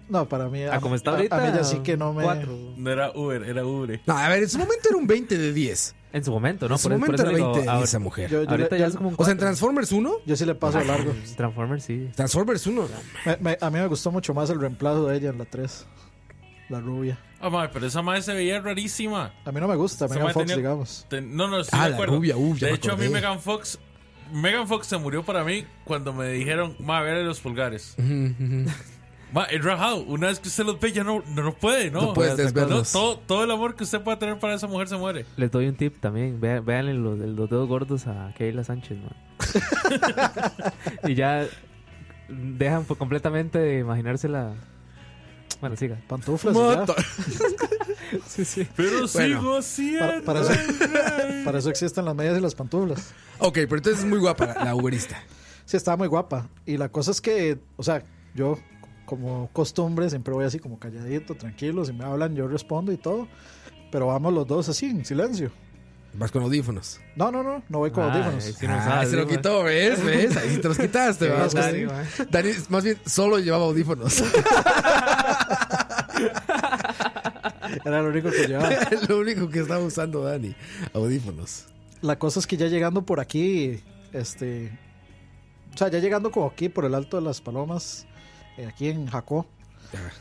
Speaker 4: No, para mí.
Speaker 5: Ah, como está ahorita.
Speaker 4: A, mí ya sí que no me.
Speaker 5: cuatro.
Speaker 6: No era Uber, era Uber.
Speaker 1: No, a ver, en su momento era un 20 de 10.
Speaker 5: En su momento, ¿no?
Speaker 1: en su
Speaker 5: Por eso- por
Speaker 1: momento
Speaker 5: eso
Speaker 1: era
Speaker 5: digo,
Speaker 1: 20 de 10
Speaker 5: ahora-
Speaker 1: esa mujer.
Speaker 4: Yo, yo
Speaker 5: ahorita
Speaker 4: le-
Speaker 5: ya
Speaker 4: yo-
Speaker 5: es como un
Speaker 1: O sea, en
Speaker 5: cuatro.
Speaker 1: Transformers 1,
Speaker 4: yo sí le paso de largo.
Speaker 5: Transformers, sí.
Speaker 1: Transformers 1,
Speaker 4: Me- me- a mí me gustó mucho más el reemplazo de ella en la 3. La rubia.
Speaker 6: Ah, madre, pero esa madre se veía rarísima.
Speaker 4: A mí no me gusta,
Speaker 6: Esa
Speaker 4: Megan
Speaker 6: madre
Speaker 4: Fox,
Speaker 6: tenía-
Speaker 4: digamos.
Speaker 6: Te- no, no, estoy
Speaker 1: Ah,
Speaker 6: de
Speaker 1: la
Speaker 6: acuerdo.
Speaker 1: rubia, uf, ya
Speaker 6: de
Speaker 1: me
Speaker 6: hecho, a mí
Speaker 1: acordé.
Speaker 6: Megan Fox. Megan Fox se murió para mí cuando me dijeron, ma, verle los pulgares. Ma, es rajado. Una vez que usted los ve, ya no, no, no puede, ¿no?
Speaker 1: no puedes
Speaker 5: otra cosa.
Speaker 6: No,
Speaker 1: desverlos.
Speaker 6: todo, todo el amor que usted pueda tener para esa mujer se muere.
Speaker 5: Les doy un tip también. Vean, véanle los, los dedos gordos a Keila Sánchez, man. y ya dejan por completamente de imaginársela. Bueno, siga.
Speaker 4: Pantuflas. y ya.
Speaker 1: Mata.
Speaker 5: Sí, sí.
Speaker 6: Pero sigo
Speaker 1: Bueno,
Speaker 6: siendo.
Speaker 4: Para, para eso, para eso existen las medias y las pantuflas.
Speaker 1: Ok, pero entonces es muy guapa la, la Uberista.
Speaker 4: Sí, estaba muy guapa. Y la cosa es que, o sea, yo como costumbre siempre voy así como calladito, tranquilo. Si me hablan, yo respondo y todo. Pero vamos los dos así, en silencio.
Speaker 1: Vas con audífonos.
Speaker 4: No, no, no, no voy con
Speaker 5: Ah,
Speaker 4: audífonos.
Speaker 5: ahí sí no
Speaker 1: Ah,
Speaker 5: sabe,
Speaker 1: se lo
Speaker 5: man.
Speaker 1: quitó, ¿ves? ¿Ves? Ahí sí te los quitaste,
Speaker 5: Qué
Speaker 1: ¿verdad?
Speaker 5: Dani,
Speaker 1: Dani,
Speaker 5: man.
Speaker 1: más bien solo llevaba audífonos.
Speaker 4: Era lo único que llevaba.
Speaker 1: Lo único que estaba usando Dani, audífonos.
Speaker 4: La cosa es que ya llegando por aquí, este. O sea, ya llegando como aquí por el Alto de las Palomas, eh, aquí en Jacó.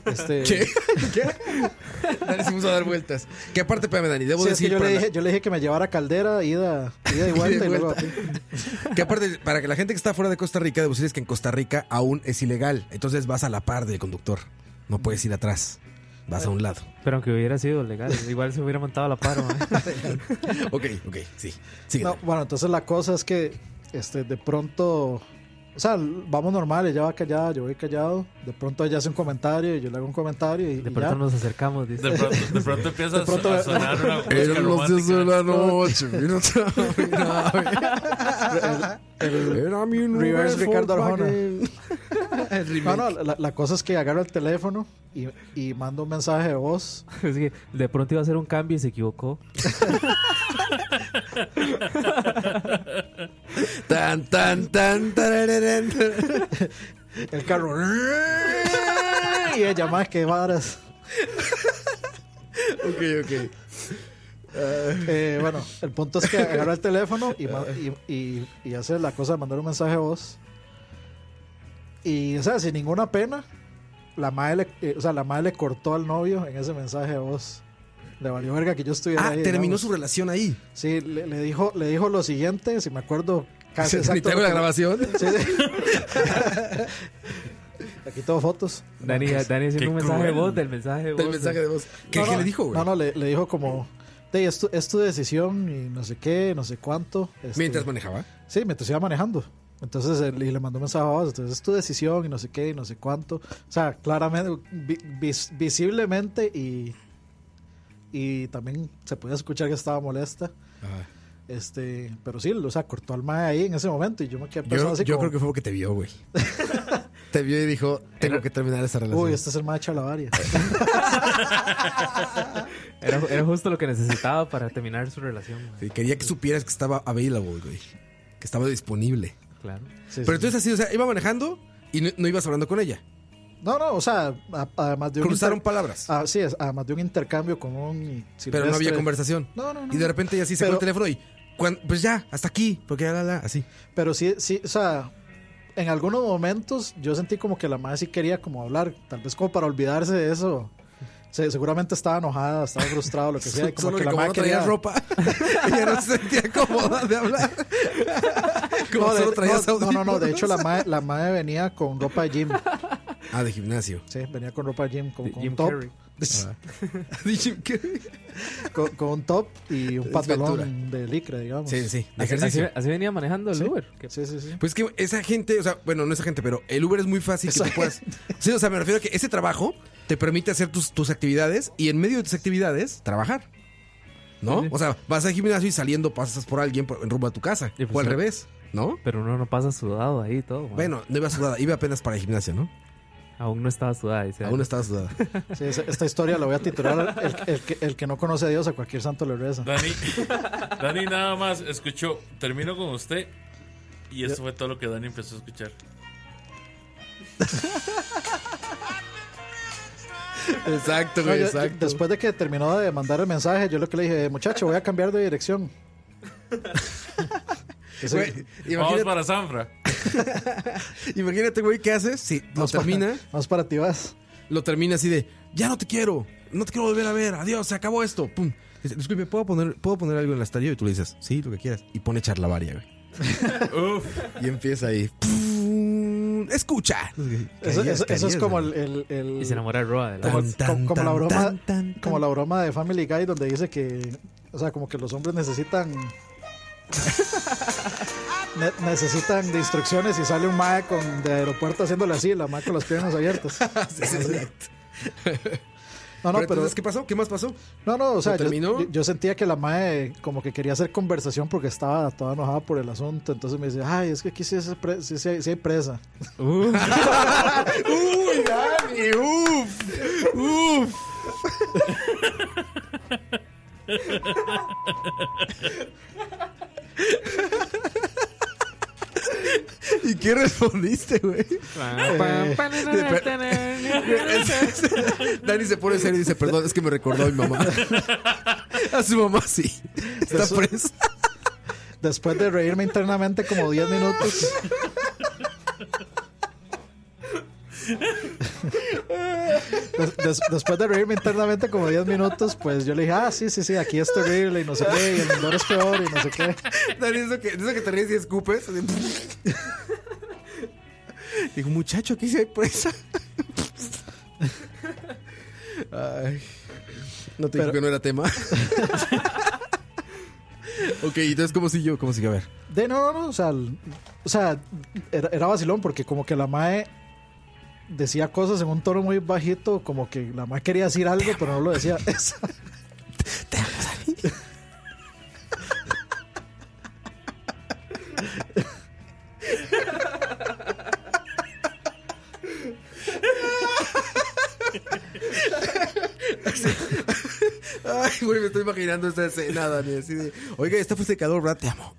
Speaker 4: Este,
Speaker 1: ¿Qué? ¿Qué? Dani se puso a dar vueltas. ¿Qué parte, espérame, Dani? Debo
Speaker 4: sí, es que
Speaker 1: decir.
Speaker 4: yo
Speaker 1: para
Speaker 4: le,
Speaker 1: la-
Speaker 4: dije, yo le dije que me llevara a Caldera, ida, ida y vuelta y luego
Speaker 1: vuelta.
Speaker 4: aquí.
Speaker 1: Que aparte, para que la gente que está fuera de Costa Rica, debo decirles que en Costa Rica aún es ilegal. Entonces vas a la par del conductor. No puedes ir atrás. Vas a un lado.
Speaker 5: Pero aunque hubiera sido legal, igual se hubiera montado a la par, man.
Speaker 1: Ok, ok, sí. Sigue.
Speaker 4: No, bueno, entonces la cosa es que este, de pronto, o sea, vamos normal, ella va callada, yo voy callado, de pronto ella hace un comentario y yo le hago un comentario y,
Speaker 5: De
Speaker 4: y
Speaker 5: pronto
Speaker 4: ya.
Speaker 5: nos acercamos, dice.
Speaker 6: De pronto, de pronto empieza
Speaker 4: De pronto-
Speaker 6: a sonar una música
Speaker 1: Eran los 10 de
Speaker 6: romántica.
Speaker 1: la noche. Mira, otra- Era mi
Speaker 4: reverse
Speaker 1: Uber
Speaker 4: Ricardo Arjona.
Speaker 1: Volkswagen.
Speaker 4: No, no, la, la cosa es que agarro el teléfono y, y mando un mensaje de voz.
Speaker 5: Así que de pronto iba a hacer un cambio y se equivocó.
Speaker 1: Tan, tan, tan, tarararán.
Speaker 4: El carro. y ella más que varas.
Speaker 1: Ok, ok.
Speaker 4: Eh, bueno, el punto es que agarra el teléfono y, ma- y, y- y hace la cosa de mandar un mensaje de voz. Y, o sea, sin ninguna pena, la madre le, eh, o sea, la madre le cortó al novio en ese mensaje de voz. Le valió verga que yo estuviera
Speaker 1: Ah,
Speaker 4: ahí.
Speaker 1: terminó
Speaker 4: digamos.
Speaker 1: su relación ahí.
Speaker 4: Sí, le, le dijo, le dijo lo siguiente, si me acuerdo casi
Speaker 1: Ni
Speaker 4: exacto
Speaker 1: tengo la
Speaker 4: lo que-
Speaker 1: grabación.
Speaker 4: Sí, sí. Aquí tengo fotos.
Speaker 5: Dani, Dani haciendo un mensaje de
Speaker 6: cruel.
Speaker 5: voz del mensaje de voz.
Speaker 1: Del mensaje de voz. ¿Qué,
Speaker 4: No,
Speaker 1: qué
Speaker 4: no,
Speaker 1: le dijo, güey?
Speaker 4: No, no, le, le dijo como, "Dey, es, tu, es tu decisión y no sé qué, no sé cuánto. este,
Speaker 1: Mientras manejaba.
Speaker 4: Sí, mientras iba manejando. Entonces él, y le mandó un mensaje a voz, entonces es tu decisión y no sé qué, y no sé cuánto. O sea, claramente, vi- vis- visiblemente y, y también se podía escuchar que estaba molesta.
Speaker 1: Ajá.
Speaker 4: Este, pero sí, o sea, cortó al mae ahí en ese momento y yo me quedé pensando
Speaker 1: Yo,
Speaker 4: así
Speaker 1: yo
Speaker 4: como,
Speaker 1: creo que fue porque te vio, güey. te vio y dijo, tengo que terminar esta relación.
Speaker 4: uy, este es el mae de Chalabaria.
Speaker 5: Era, era justo lo que necesitaba para terminar su relación, man.
Speaker 1: Sí, quería que supieras que estaba available, güey. Que estaba disponible.
Speaker 5: Claro.
Speaker 4: Sí,
Speaker 1: Pero
Speaker 4: sí,
Speaker 1: entonces así, o sea, iba manejando y no, no ibas hablando con ella.
Speaker 4: sí. No, no, o sea, a- además de un...
Speaker 1: Cruzaron
Speaker 4: inter-
Speaker 1: palabras,
Speaker 4: Ah, sí, es, además de un intercambio común y
Speaker 1: pero no había
Speaker 4: silvestre.
Speaker 1: conversación.
Speaker 4: No, no, no.
Speaker 1: Y de repente ella sí sacó el
Speaker 4: Pero-
Speaker 1: teléfono y... cuan- pues ya, hasta aquí, porque ya la, la, así.
Speaker 4: Pero sí, sí, o sea, en algunos momentos yo sentí como que la madre sí quería como hablar, tal vez como para olvidarse de eso. Se- seguramente estaba enojada, estaba frustrada, lo que sea. y Como
Speaker 1: Solo
Speaker 4: que
Speaker 1: que
Speaker 4: la
Speaker 1: como
Speaker 4: madre
Speaker 1: no traía
Speaker 4: quería...
Speaker 1: ropa, ella no se sentía cómoda de hablar. Como
Speaker 4: No, de-
Speaker 1: solo traías
Speaker 4: no, no, no, no, de
Speaker 1: audífonos.
Speaker 4: hecho la madre, la madre venía con ropa de gym.
Speaker 1: Ah, de gimnasio. Ah.
Speaker 4: Sí, venía con ropa de gym, como
Speaker 5: De
Speaker 4: con
Speaker 5: Jim
Speaker 4: un top.
Speaker 5: Carrey.
Speaker 1: Dije, ¿qué?
Speaker 4: Con, con un top y un
Speaker 1: Es
Speaker 4: pantalón
Speaker 1: Ventura.
Speaker 4: de licra, digamos.
Speaker 1: Sí, sí, de
Speaker 5: Así,
Speaker 1: ejercicio.
Speaker 5: así- así venía manejando el
Speaker 4: Sí.
Speaker 5: Uber. Qué-
Speaker 4: Sí, sí, sí.
Speaker 1: Pues que esa gente, o sea, bueno, no esa gente, pero el Uber es muy fácil que tú puedas. Sí, o sea, me refiero a que ese trabajo te permite hacer tus, tus actividades y en medio de tus actividades trabajar. ¿No? O sea, vas al gimnasio y saliendo pasas por alguien por- en rumbo a tu casa.
Speaker 5: Y pues,
Speaker 1: o al
Speaker 5: sí.
Speaker 1: revés, ¿no?
Speaker 5: Pero uno no pasa sudado ahí y todo. man.
Speaker 1: Bueno, no iba sudada, iba apenas para el gimnasio, ¿no?
Speaker 5: Aún no estaba sudada, dice.
Speaker 1: Aún estaba sudada.
Speaker 4: Sí, esa- esta historia la voy a titular el, el que, el que no conoce a Dios a cualquier santo le reza.
Speaker 6: Dani, Dani nada más escuchó, termino con usted. Y eso fue todo lo que Dani empezó a escuchar.
Speaker 1: Exacto,
Speaker 4: No,
Speaker 1: güey,
Speaker 4: yo-
Speaker 1: exacto.
Speaker 4: después de que terminó de mandar el mensaje, yo lo que le dije, muchacho, voy a cambiar de dirección. Ese-
Speaker 1: Güey,
Speaker 6: Vamos
Speaker 1: imagínate,
Speaker 6: para Sanfra.
Speaker 1: imagínate, güey, ¿qué haces? Si lo
Speaker 4: vamos para-
Speaker 1: termina,
Speaker 4: Vamos para ti, vas.
Speaker 1: lo termina así de, ya no te quiero, no te quiero volver a ver, adiós, se acabó esto. Pum. Dice, Disculpe, ¿puedo poner, ¿puedo poner algo en la estadio? Y tú le dices, sí, lo que quieras. Y pone charlavaria, güey.
Speaker 6: Uf,
Speaker 1: Y empieza ahí. pum, Escucha.
Speaker 4: Eso, eso- eso es como el... el- el-
Speaker 5: Y se enamora Roa de la
Speaker 4: como,
Speaker 1: Tan, tan,
Speaker 4: como- como la
Speaker 1: tan,
Speaker 4: broma,
Speaker 1: tan, tan, tan.
Speaker 4: como la broma de Family Guy donde dice que, o sea, como que los hombres necesitan ne- necesitan de instrucciones y sale un mae con de aeropuerto haciéndole así, la mae con las piernas abiertas. Ah, No, no,
Speaker 1: pero,
Speaker 4: pero
Speaker 1: entonces, ¿qué pasó? ¿Qué más pasó?
Speaker 4: no, no, o sea,
Speaker 1: ¿lo
Speaker 4: yo,
Speaker 1: terminó?
Speaker 4: yo- yo sentía que la mae como que quería hacer conversación porque estaba toda enojada por el asunto, entonces me dice, "Ay, es que aquí sí, es pre- sí- sí hay- sí hay presa."
Speaker 1: ¡Uy, Dani! ¡Uf! ¡Uf! ¿Y qué respondiste, güey?
Speaker 4: Eh,
Speaker 1: Dani se pone serio y dice, perdón, es que me recordó a mi mamá. A su mamá, sí. Está
Speaker 4: Eso-
Speaker 1: presa.
Speaker 4: Eh, Después de reírme internamente como 10 minutos. Des- des- después de reírme internamente como 10 minutos, pues yo le dije, ah, sí, sí, sí, aquí es terrible y no sé qué, y el menor es peor y no sé qué.
Speaker 1: Dani, eso que, eso que te ríes y escupes. así. Digo, muchacho, aquí se hay presa. Ay. No te
Speaker 4: Pero-
Speaker 1: dije que no era tema. ok, entonces, ¿cómo siguió? ¿Cómo siguió? A ver.
Speaker 4: De no, no, no, o sea, el- o sea era, era vacilón porque como que la mae decía cosas en un tono muy bajito, como que la mae quería decir algo, pero no lo decía. Esa-
Speaker 1: Ay, güey, me estoy imaginando esta escena, Dani. Así de, oiga, este fue secador, ¿verdad? Te amo.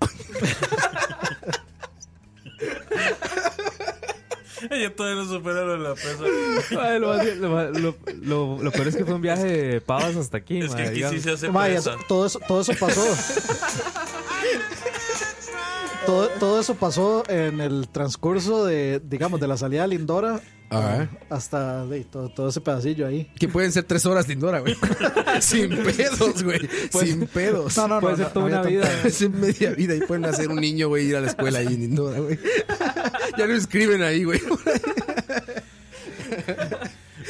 Speaker 6: ya todavía no superaron la presa.
Speaker 5: Mae, lo, más- lo más- lo- lo- lo peor es que fue un viaje de pavas hasta aquí.
Speaker 6: Es que
Speaker 5: mae,
Speaker 6: aquí sí
Speaker 5: digamos.
Speaker 6: se hace
Speaker 4: Mae,
Speaker 6: presa.
Speaker 4: eso- todo, eso, todo eso pasó. todo, todo eso pasó en el transcurso de, digamos, de la salida de Lindora
Speaker 1: Ajá.
Speaker 4: hasta de, todo, todo ese pedacillo ahí.
Speaker 1: Que pueden ser tres horas, Lindora, güey. Sin pedos, güey. Sin pedos.
Speaker 4: No, no,
Speaker 5: Puede
Speaker 4: no.
Speaker 5: ser
Speaker 4: no,
Speaker 5: toda
Speaker 4: no
Speaker 5: una
Speaker 4: había
Speaker 5: vida.
Speaker 1: Es en media vida y pueden hacer un niño, güey, ir a la escuela ahí en Indora, güey. Ya lo escriben ahí, güey.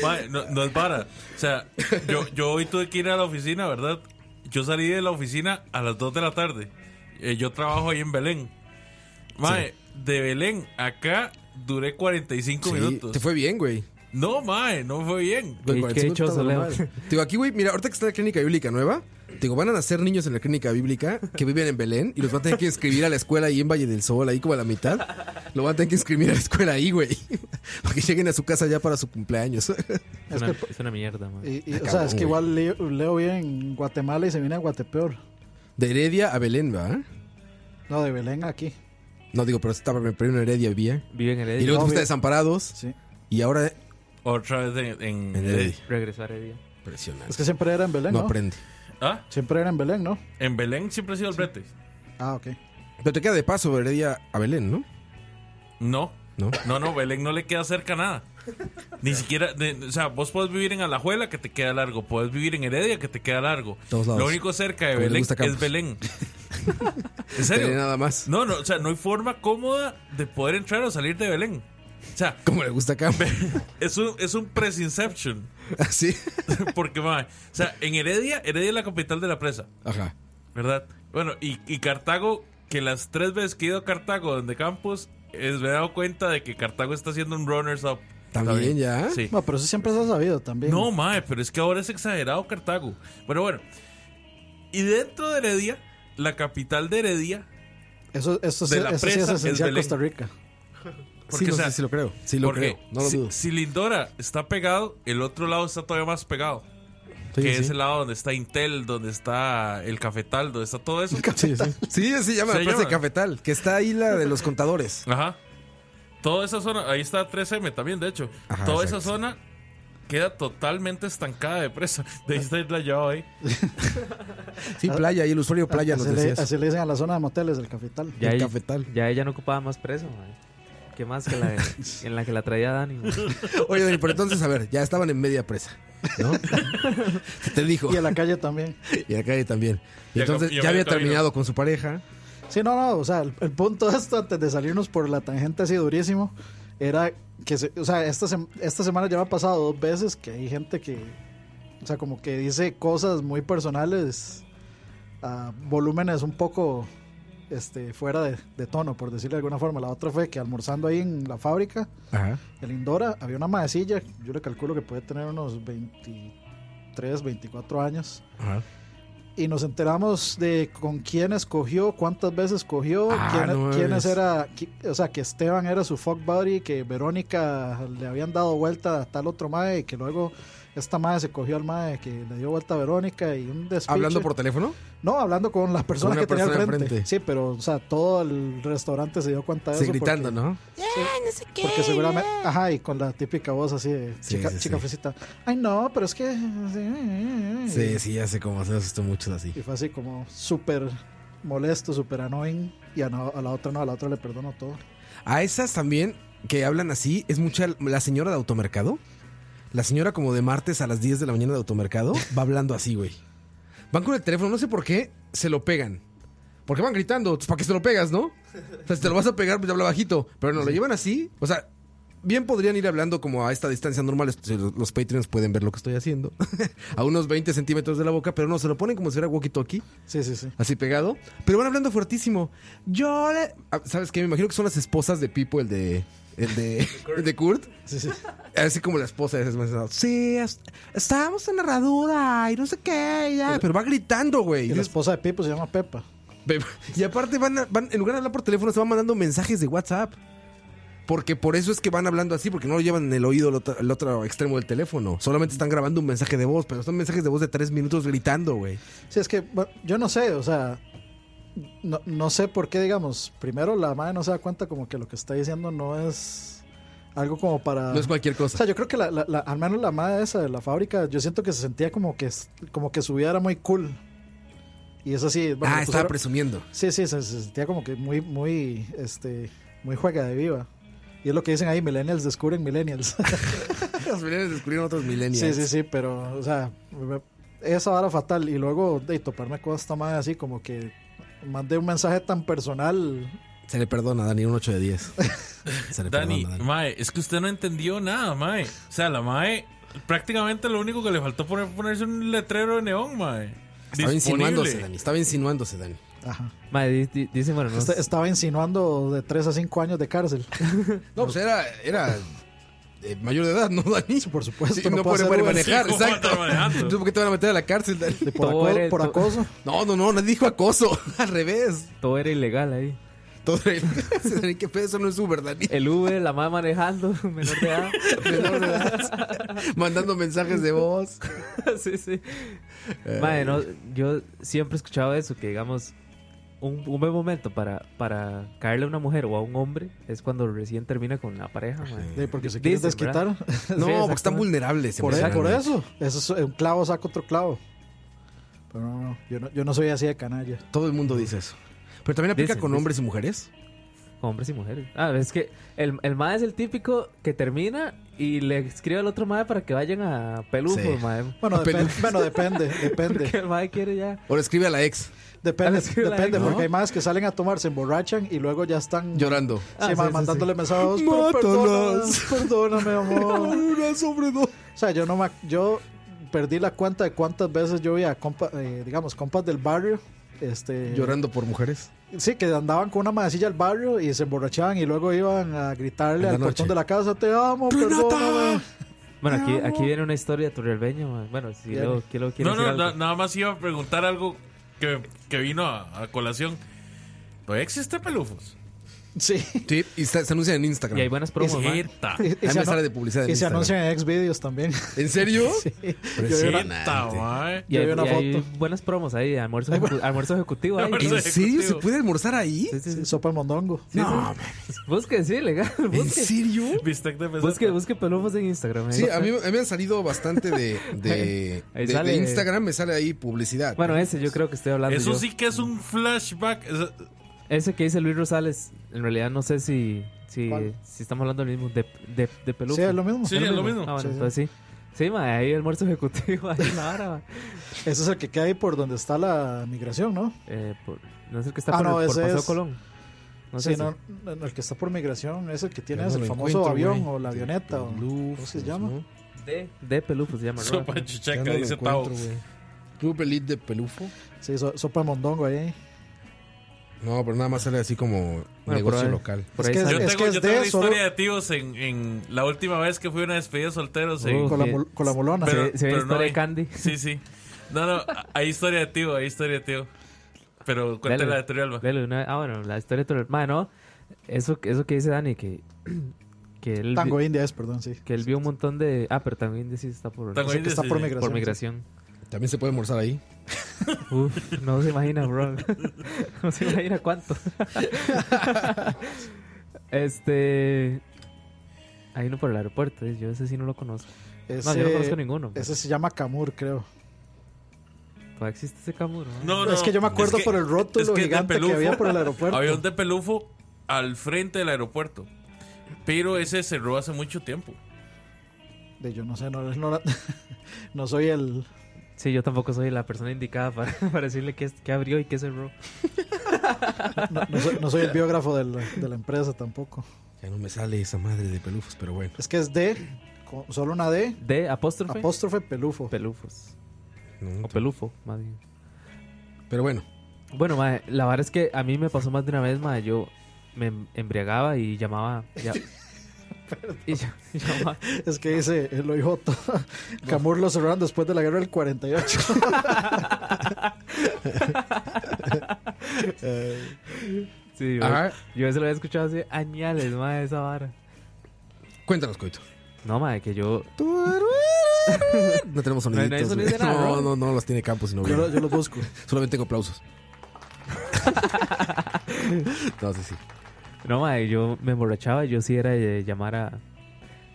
Speaker 6: Mae, no, no es para. O sea, yo, yo hoy tuve que ir a la oficina, ¿verdad? Yo salí de la oficina a las 2 de la tarde. Eh, yo trabajo ahí en Belén. Mae, de Belén acá duré 45 minutos.
Speaker 1: te fue bien, güey.
Speaker 6: No, mae, no fue bien.
Speaker 1: Güey,
Speaker 5: Qué-
Speaker 1: 45
Speaker 5: qué dichoso,
Speaker 1: está
Speaker 5: Leo.
Speaker 1: normal. Te Digo, aquí, güey, mira, ahorita que está la clínica bíblica nueva, te digo, van a nacer niños en la clínica bíblica que viven en Belén y los van a tener que inscribir a la escuela ahí en Valle del Sol, ahí como a la mitad. Lo van a tener que inscribir a la escuela ahí, güey. Para que lleguen a su casa ya para su cumpleaños.
Speaker 5: Es una, es una mierda, mae.
Speaker 4: Y, y, o sea,
Speaker 1: Acabó,
Speaker 4: es que
Speaker 1: güey.
Speaker 4: igual leo, leo bien en Guatemala y se viene a Guatepeor.
Speaker 1: De Heredia a Belén, ¿va?
Speaker 4: No, de Belén aquí.
Speaker 1: No, digo, pero estaba primero en Heredia vía.
Speaker 5: Vive en
Speaker 1: Y
Speaker 6: Eh,
Speaker 5: Heredia.
Speaker 1: luego te
Speaker 4: no,
Speaker 1: fuiste a
Speaker 4: bien.
Speaker 1: Desamparados
Speaker 4: Sí.
Speaker 1: y ahora
Speaker 6: Otra vez en, en-
Speaker 1: en Heredia.
Speaker 5: Regresó a Heredia.
Speaker 1: Impresionante.
Speaker 4: Es que siempre era en Belén,
Speaker 1: no
Speaker 4: ¿no?
Speaker 1: aprende.
Speaker 6: ¿Ah?
Speaker 4: Siempre era en Belén, ¿no?
Speaker 6: En Belén siempre ha sido el brete.
Speaker 4: Ah, ok.
Speaker 1: Pero te queda de paso de Heredia a Belén, ¿no?
Speaker 6: No.
Speaker 1: No.
Speaker 6: No, no, Belén no le queda cerca nada. Ni siquiera, de- o sea, vos podés vivir en Alajuela que te queda largo, podés vivir en Heredia que te queda largo.
Speaker 1: Todos lados.
Speaker 6: Lo único cerca de
Speaker 1: Como le
Speaker 6: Belén
Speaker 1: gusta a Campos.
Speaker 6: es Belén. ¿En
Speaker 1: Belén
Speaker 6: serio?
Speaker 1: nada más.
Speaker 6: No, no, o sea, no hay forma cómoda de poder entrar o salir de Belén. O sea,
Speaker 1: Como le gusta Ah, acá.
Speaker 6: es un, es un presinception.
Speaker 1: Así.
Speaker 6: Porque, mae, o sea, en Heredia, Heredia es la capital de la presa,
Speaker 1: Ajá.
Speaker 6: ¿verdad? Bueno, y, y Cartago, que las tres veces que he ido a Cartago donde Campos, es, me he dado cuenta de que Cartago está haciendo un runners-up.
Speaker 1: También,
Speaker 6: Está bien.
Speaker 1: ya.
Speaker 6: Sí.
Speaker 4: No, pero eso siempre se ha sabido también.
Speaker 6: No, mae, pero es que ahora es exagerado Cartago. Bueno, bueno. Y dentro de Heredia, la capital de Heredia,
Speaker 4: Eso, eso,
Speaker 6: de
Speaker 4: sí-
Speaker 6: la
Speaker 4: eso sí es
Speaker 6: presa es
Speaker 4: esencial
Speaker 6: Belén.
Speaker 4: Costa Rica.
Speaker 6: porque,
Speaker 1: sí, no
Speaker 6: o sea,
Speaker 1: sé si lo creo. Sí, lo
Speaker 6: porque
Speaker 1: creo. No lo
Speaker 6: si,
Speaker 1: dudo.
Speaker 6: si Lindora está pegado, el otro lado está todavía más pegado.
Speaker 1: Sí,
Speaker 6: que
Speaker 1: sí.
Speaker 6: es el lado donde está Intel, donde está el cafetal, donde está todo eso.
Speaker 1: Sí, sí. Sí, así llama
Speaker 6: Se
Speaker 1: la plaza de
Speaker 6: llama.
Speaker 1: Cafetal, que está ahí la de los contadores.
Speaker 6: Ajá. Toda esa zona, ahí está 3M también, de hecho.
Speaker 1: Ajá,
Speaker 6: Toda
Speaker 1: exacto.
Speaker 6: esa zona queda totalmente estancada de presa. De esta isla ya hoy.
Speaker 1: Sí, playa, y el usuario playa nos
Speaker 4: así, Ah. le,
Speaker 1: decía eso.
Speaker 4: así le dicen a la zona de moteles del Cafetal.
Speaker 5: Ya,
Speaker 1: El
Speaker 5: ella-
Speaker 1: cafetal.
Speaker 5: ya ella no ocupaba más preso, mae. ¿Qué más que la de- en la que la traía Dani? mae.
Speaker 1: Oye, Dani, pero entonces, a ver, ya estaban en media presa, ¿no? Se Te dijo.
Speaker 4: Y en la calle también.
Speaker 1: Y acá también. Y
Speaker 6: Y acá-
Speaker 1: entonces
Speaker 6: y
Speaker 1: ya
Speaker 6: acá
Speaker 1: había
Speaker 6: camino.
Speaker 1: terminado con su pareja.
Speaker 4: Sí, no, no, o sea, el, el punto de esto, antes de salirnos por la tangente así durísimo, era que, se- o sea, esta, sem- esta semana ya me ha pasado dos veces que hay gente que, o sea, como que dice cosas muy personales a volúmenes un poco este, fuera de, de tono, por decirlo de alguna forma. La otra fue que almorzando ahí en la fábrica,
Speaker 1: Ajá.
Speaker 4: en Indora, había una maecilla, yo le calculo que puede tener unos 23, 24 años
Speaker 1: Ajá.
Speaker 4: y nos enteramos de con quién escogió, cuántas veces cogió,
Speaker 1: Ah,
Speaker 4: quién- e-
Speaker 1: no mames.
Speaker 4: quiénes era, qui- o sea, que Esteban era su fuck buddy, que Verónica le habían dado vuelta a tal otro mae, y que luego esta mae se cogió al mae que le dio vuelta a Verónica y un despiche.
Speaker 1: ¿Hablando por teléfono?
Speaker 4: No, hablando con las personas
Speaker 1: una
Speaker 4: que tenía al
Speaker 1: persona
Speaker 4: frente.
Speaker 1: enfrente.
Speaker 4: Sí, pero, o sea, todo el restaurante se dio cuenta de
Speaker 1: Sí,
Speaker 4: eso.
Speaker 1: gritando,
Speaker 4: porque-
Speaker 1: ¿no?
Speaker 4: porque seguramente. Ajá, y con la típica voz así de
Speaker 1: Sí,
Speaker 4: chica,
Speaker 1: sí,
Speaker 4: chica
Speaker 1: sí.
Speaker 4: fresita. Ay, no, pero es que.
Speaker 1: Sí, sí, ya sé cómo se asustó mucho así.
Speaker 4: Y fue así como súper molesto, súper annoying. Y a, no- a la otra no, a la otra le perdono todo.
Speaker 1: A esas también que hablan así, es mucha la señora de automercado. La señora como de martes a las 10 de la mañana de automercado va hablando así, güey. Van con el teléfono, no sé por qué, se lo pegan. Porque van gritando, pues, ¿para qué se lo pegas, no? O sea, si te lo vas a pegar, pues habla bajito. Pero no, lo llevan así. O sea, bien podrían ir hablando como a esta distancia normal. Est- Los, los Patreons pueden ver lo que estoy haciendo. a unos 20 centímetros de la boca, pero no, se lo ponen como si fuera walkie-talkie
Speaker 4: Sí, sí, sí.
Speaker 1: así pegado, pero van hablando fuertísimo. Yo, le- Ah, ¿sabes qué? Me imagino que son las esposas de Pipo, el de el de, el de Kurt.
Speaker 4: sí, sí.
Speaker 1: Así como la esposa es más Sí, es- estábamos en la herradura y no sé qué, y ya. Pero va gritando, güey.
Speaker 4: Y
Speaker 1: Y,
Speaker 4: la
Speaker 1: des-
Speaker 4: esposa de Pipo se llama Pepa.
Speaker 1: ve- y aparte van, a- van- en lugar de hablar por teléfono, se van mandando mensajes de WhatsApp. Porque por eso es que van hablando así, porque no lo llevan en el oído al otro, al otro extremo del teléfono. Solamente están grabando un mensaje de voz, pero son mensajes de voz de tres minutos gritando, güey.
Speaker 4: Sí, es que bueno, yo no sé, o sea, no, no sé por qué, digamos, primero la madre no se da cuenta como que lo que está diciendo no es algo como para...
Speaker 1: No es cualquier
Speaker 4: O
Speaker 1: cosa.
Speaker 4: sea, yo creo que la, la- la- al menos la madre esa de la fábrica, yo siento que se sentía como que, es- como que su vida era muy cool. Y es así. bueno, pues
Speaker 1: ah,
Speaker 4: le
Speaker 1: estaba
Speaker 4: pusieron-
Speaker 1: presumiendo.
Speaker 4: Sí, sí, se, se sentía como que muy, muy, este, muy juega de viva. Y es lo que dicen ahí, millennials descubren millennials.
Speaker 1: Los millennials descubrieron otros millennials.
Speaker 4: sí, sí, sí, pero, o sea, me- esa vara fatal. Y luego, de toparme con esta madre así, como que mandé un mensaje tan personal.
Speaker 1: Se le perdona, Dani, un 8 de 10. Se le
Speaker 6: Dani,
Speaker 1: perdona, Dani.
Speaker 6: mae, es que usted no entendió nada, mae. O sea, la mae, prácticamente lo único que le faltó poner ponerse un letrero de neón, mae.
Speaker 1: Estaba insinuándose,
Speaker 6: Disponible.
Speaker 1: Dani. Estaba insinuándose, Dani.
Speaker 4: Ajá.
Speaker 5: Mae, di- di- dice, bueno, no
Speaker 4: Este-
Speaker 5: sé.
Speaker 4: estaba insinuando de 3 a 5 años de cárcel.
Speaker 1: No, pues era, era eh, mayor de edad, ¿no, Dani?
Speaker 4: Por supuesto,
Speaker 1: Sí, no,
Speaker 4: no puedo
Speaker 1: puede,
Speaker 4: hacer
Speaker 1: puede
Speaker 4: Uber.
Speaker 1: manejar,
Speaker 6: Sí, ¿cómo va a estar
Speaker 1: exacto.
Speaker 6: manejando?
Speaker 1: Entonces, ¿por qué te van a meter a la cárcel, Dani?
Speaker 4: De por,
Speaker 5: Todo
Speaker 4: aco-
Speaker 5: eres-
Speaker 4: por
Speaker 5: todo-
Speaker 4: acoso.
Speaker 1: No, no, no, nadie dijo acoso. Al revés.
Speaker 5: todo era ilegal ahí.
Speaker 1: Todo el... Dani, qué pedo, eso no es Uber,
Speaker 4: Eh,
Speaker 1: Dani.
Speaker 5: El Uber, la madre manejando, menor de edad.
Speaker 1: Menor de edad. Mandando mensajes de voz.
Speaker 5: sí, sí.
Speaker 4: Eh,
Speaker 5: Mae, no, yo siempre he escuchado eso, que digamos, un, un buen momento para, para caerle a una mujer o a un hombre es cuando recién termina con la pareja, mae.
Speaker 4: De porque se quieren
Speaker 5: Dicen,
Speaker 4: desquitar.
Speaker 1: No, porque están
Speaker 5: exactamente.
Speaker 1: vulnerables.
Speaker 4: Por, eso- por
Speaker 1: emocionalmente.
Speaker 4: eso. Eso es un clavo, saca otro clavo. Pero no, no, yo no, yo no soy así de canalla.
Speaker 1: Todo el mundo dice eso. Pero también aplica
Speaker 5: Dicen,
Speaker 1: con
Speaker 5: dicen.
Speaker 1: hombres y mujeres.
Speaker 5: Con hombres y mujeres. Ah, es que el, el mae es el típico que termina y le escribe al otro mae para que vayan a pelufo,
Speaker 1: Sí.
Speaker 5: mae.
Speaker 4: Bueno,
Speaker 1: Apenas.
Speaker 4: depen- bueno, depende, depende.
Speaker 5: Porque el mae quiere ya.
Speaker 1: O le escribe a la ex
Speaker 4: Depende,
Speaker 5: Es que la-
Speaker 4: depende,
Speaker 5: ¿no?
Speaker 4: porque hay más que salen a tomar, se emborrachan y luego ya están
Speaker 1: llorando.
Speaker 4: sí,
Speaker 5: Ah, sí,
Speaker 4: ma-
Speaker 5: sí,
Speaker 4: mandándole mensajes.
Speaker 1: Mátanos.
Speaker 4: Perdóname, perdóname, amor.
Speaker 1: Una sobredosis.
Speaker 4: O sea, yo no me, ac- yo perdí la cuenta de cuántas veces yo vi a compa- eh, digamos, compas del barrio. Este,
Speaker 1: Llorando por mujeres.
Speaker 4: Sí, que andaban con una madecilla al barrio y se emborrachaban y luego iban a gritarle
Speaker 1: En la
Speaker 4: al portón
Speaker 1: noche.
Speaker 4: de la casa, te amo,
Speaker 1: ¡Renata!
Speaker 4: perdóname.
Speaker 5: Bueno, aquí, aquí viene una historia torrealbeña, mae. Bueno, si
Speaker 4: Ya.
Speaker 5: luego quiero
Speaker 6: No, no,
Speaker 5: algo.
Speaker 6: na- nada más iba a preguntar algo que, que vino a, a colación. ¿Todavía existe pelufos?
Speaker 4: Sí.
Speaker 1: Sí, y está- se anuncia en Instagram.
Speaker 5: Y hay buenas promos, mae.
Speaker 6: Jeta.
Speaker 1: Ahí me
Speaker 4: anu-
Speaker 1: sale de publicidad en
Speaker 4: y se
Speaker 1: Instagram.
Speaker 4: anuncian en Xvideos también.
Speaker 1: ¿En serio?
Speaker 6: Jeta,
Speaker 1: Impresionante.
Speaker 6: mae.
Speaker 5: Y
Speaker 4: Yo
Speaker 5: hay,
Speaker 4: vi una
Speaker 5: y hay
Speaker 4: foto.
Speaker 5: buenas promos ahí, almuerzo, ejecu- almuerzo ejecutivo. ahí.
Speaker 6: Almuerzo
Speaker 1: ¿En serio? ¿Se puede almorzar ahí?
Speaker 5: Sí, sí, sí.
Speaker 4: Sopa de mondongo.
Speaker 1: No,
Speaker 5: Busque, sí, legal.
Speaker 1: ¿en
Speaker 5: Busque,
Speaker 1: serio?
Speaker 6: Bistec de peseta.
Speaker 5: busque, busque pelomos en Instagram. ahí.
Speaker 1: Sí, a mí, a mí me han salido bastante de, de,
Speaker 5: Ahí
Speaker 1: de-
Speaker 5: sale-
Speaker 1: de Instagram, me sale ahí publicidad.
Speaker 5: Bueno, ese yo creo que estoy hablando.
Speaker 6: Eso
Speaker 5: yo.
Speaker 6: sí que es un flashback. Es-
Speaker 5: Ese que dice Luis Rosales, en realidad no sé si, si,
Speaker 4: ¿Cuál?
Speaker 5: si estamos hablando del mismo, de, de, de peluca.
Speaker 4: Sí, es lo mismo.
Speaker 6: Sí, es lo mismo.
Speaker 5: Ah, bueno,
Speaker 4: Sí, sí.
Speaker 5: entonces sí. Sí, ma, ahí almuerzo ejecutivo, ahí en la vara, ma.
Speaker 4: Ese es el que queda ahí por donde está la migración, ¿no?
Speaker 5: Eh, por- no sé el que está
Speaker 4: Ah,
Speaker 5: por,
Speaker 4: no,
Speaker 5: por
Speaker 4: ese
Speaker 5: Paseo
Speaker 4: es-
Speaker 5: Colón. No sé
Speaker 4: sí,
Speaker 5: si-
Speaker 4: no, no, no, el que está por migración es el que tiene
Speaker 1: Ya no
Speaker 4: el
Speaker 1: lo
Speaker 4: famoso
Speaker 1: encuentro,
Speaker 4: avión
Speaker 1: güey.
Speaker 4: o la avioneta. o-
Speaker 1: Lufos,
Speaker 4: ¿Cómo se llama?
Speaker 1: ¿no?
Speaker 5: De, de pelufos se llama. ¿no?
Speaker 6: Sopa
Speaker 1: Ya
Speaker 6: chichaca,
Speaker 1: no lo
Speaker 6: dice
Speaker 1: encuentro,
Speaker 6: Tao.
Speaker 1: güey. Club Elite de Pelufo.
Speaker 4: Sí, so- sopa de mondongo ahí.
Speaker 1: No, pero nada más sale así como
Speaker 5: por
Speaker 1: negocio
Speaker 5: ahí.
Speaker 1: local.
Speaker 5: Por
Speaker 4: Es
Speaker 5: ahí
Speaker 4: que
Speaker 5: sale.
Speaker 6: Yo
Speaker 4: Es
Speaker 6: tengo,
Speaker 4: es
Speaker 6: yo
Speaker 4: de
Speaker 6: tengo la
Speaker 4: solo-
Speaker 6: historia de tíos en, en la última vez que fui a una despedida de solteros. en-
Speaker 5: Uh,
Speaker 4: Con la,
Speaker 5: sí.
Speaker 4: mul- con la mulona.
Speaker 6: Pero-
Speaker 5: se, se ve
Speaker 6: pero
Speaker 5: la historia
Speaker 6: no hay.
Speaker 5: de Candy.
Speaker 6: Sí, sí. No, no, hay historia de tío, hay historia de tío. Pero cuéntala de Tori Alba.
Speaker 5: Lelo, una- ah, bueno, la historia de Torre. Ma, no, eso, eso que dice Dani, que, que él, vi-
Speaker 4: Tango India es, perdón, sí.
Speaker 5: que él vio un montón de... Ah, pero también sí está por,
Speaker 6: Tango
Speaker 4: Ese que
Speaker 6: India,
Speaker 4: está
Speaker 6: sí,
Speaker 4: por
Speaker 6: sí.
Speaker 4: migración.
Speaker 5: por
Speaker 4: sí.
Speaker 5: migración.
Speaker 1: También se puede almorzar ahí.
Speaker 5: Uf, no se imagina, bro. No se imagina cuánto. este. Hay uno por el aeropuerto. ¿eh? Yo ese sí no lo conozco.
Speaker 4: Ese,
Speaker 5: No, yo no conozco ninguno. pues,
Speaker 4: ese se llama Camur, creo.
Speaker 5: Todavía existe ese camuro. ¿no?
Speaker 6: No, no.
Speaker 4: es que yo me acuerdo
Speaker 6: es que-
Speaker 4: por el rótulo
Speaker 6: es que de
Speaker 4: gigante que
Speaker 6: Pelufo,
Speaker 4: había por el aeropuerto.
Speaker 6: Había un de pelufo al frente del aeropuerto. Pero ese cerró hace mucho tiempo.
Speaker 4: De yo no sé, no, no, la- no soy el.
Speaker 5: Sí, yo tampoco soy la persona indicada para, para decirle qué, es- qué abrió y qué cerró.
Speaker 4: No, no soy, no soy el biógrafo de la, de la empresa tampoco.
Speaker 1: Ya no me sale esa madre de Pelufos, pero bueno.
Speaker 4: Es que es D, con- solo una D,
Speaker 5: De apóstrofe.
Speaker 4: apóstrofe pelufo.
Speaker 5: Pelufos.
Speaker 1: No,
Speaker 5: O pelufo, más bien.
Speaker 1: pero bueno,
Speaker 5: Bueno, mae, la verdad es que a mí me pasó más de una vez, mae, yo me em-, embriagaba y llamaba. ya- y ya- llamaba.
Speaker 4: Es que dice el OIJ. Camur lo cerraron después de la guerra del 48. Eh,
Speaker 5: Sí, yo,
Speaker 1: Ajá.
Speaker 5: yo eso lo había escuchado hace añales, mae, esa vara.
Speaker 1: cuéntanos, Coito.
Speaker 5: No, madre, que yo.
Speaker 1: No tenemos
Speaker 5: no hay
Speaker 1: soniditos. güey.
Speaker 5: sonido de nada,
Speaker 1: no,
Speaker 5: ¿no?
Speaker 1: no, no los tiene Campos, sino
Speaker 4: Yo, lo-
Speaker 1: bien.
Speaker 4: yo los busco.
Speaker 1: Solamente tengo aplausos. no, sí, sí.
Speaker 5: No, madre, yo me emborrachaba. Yo sí era de llamar a.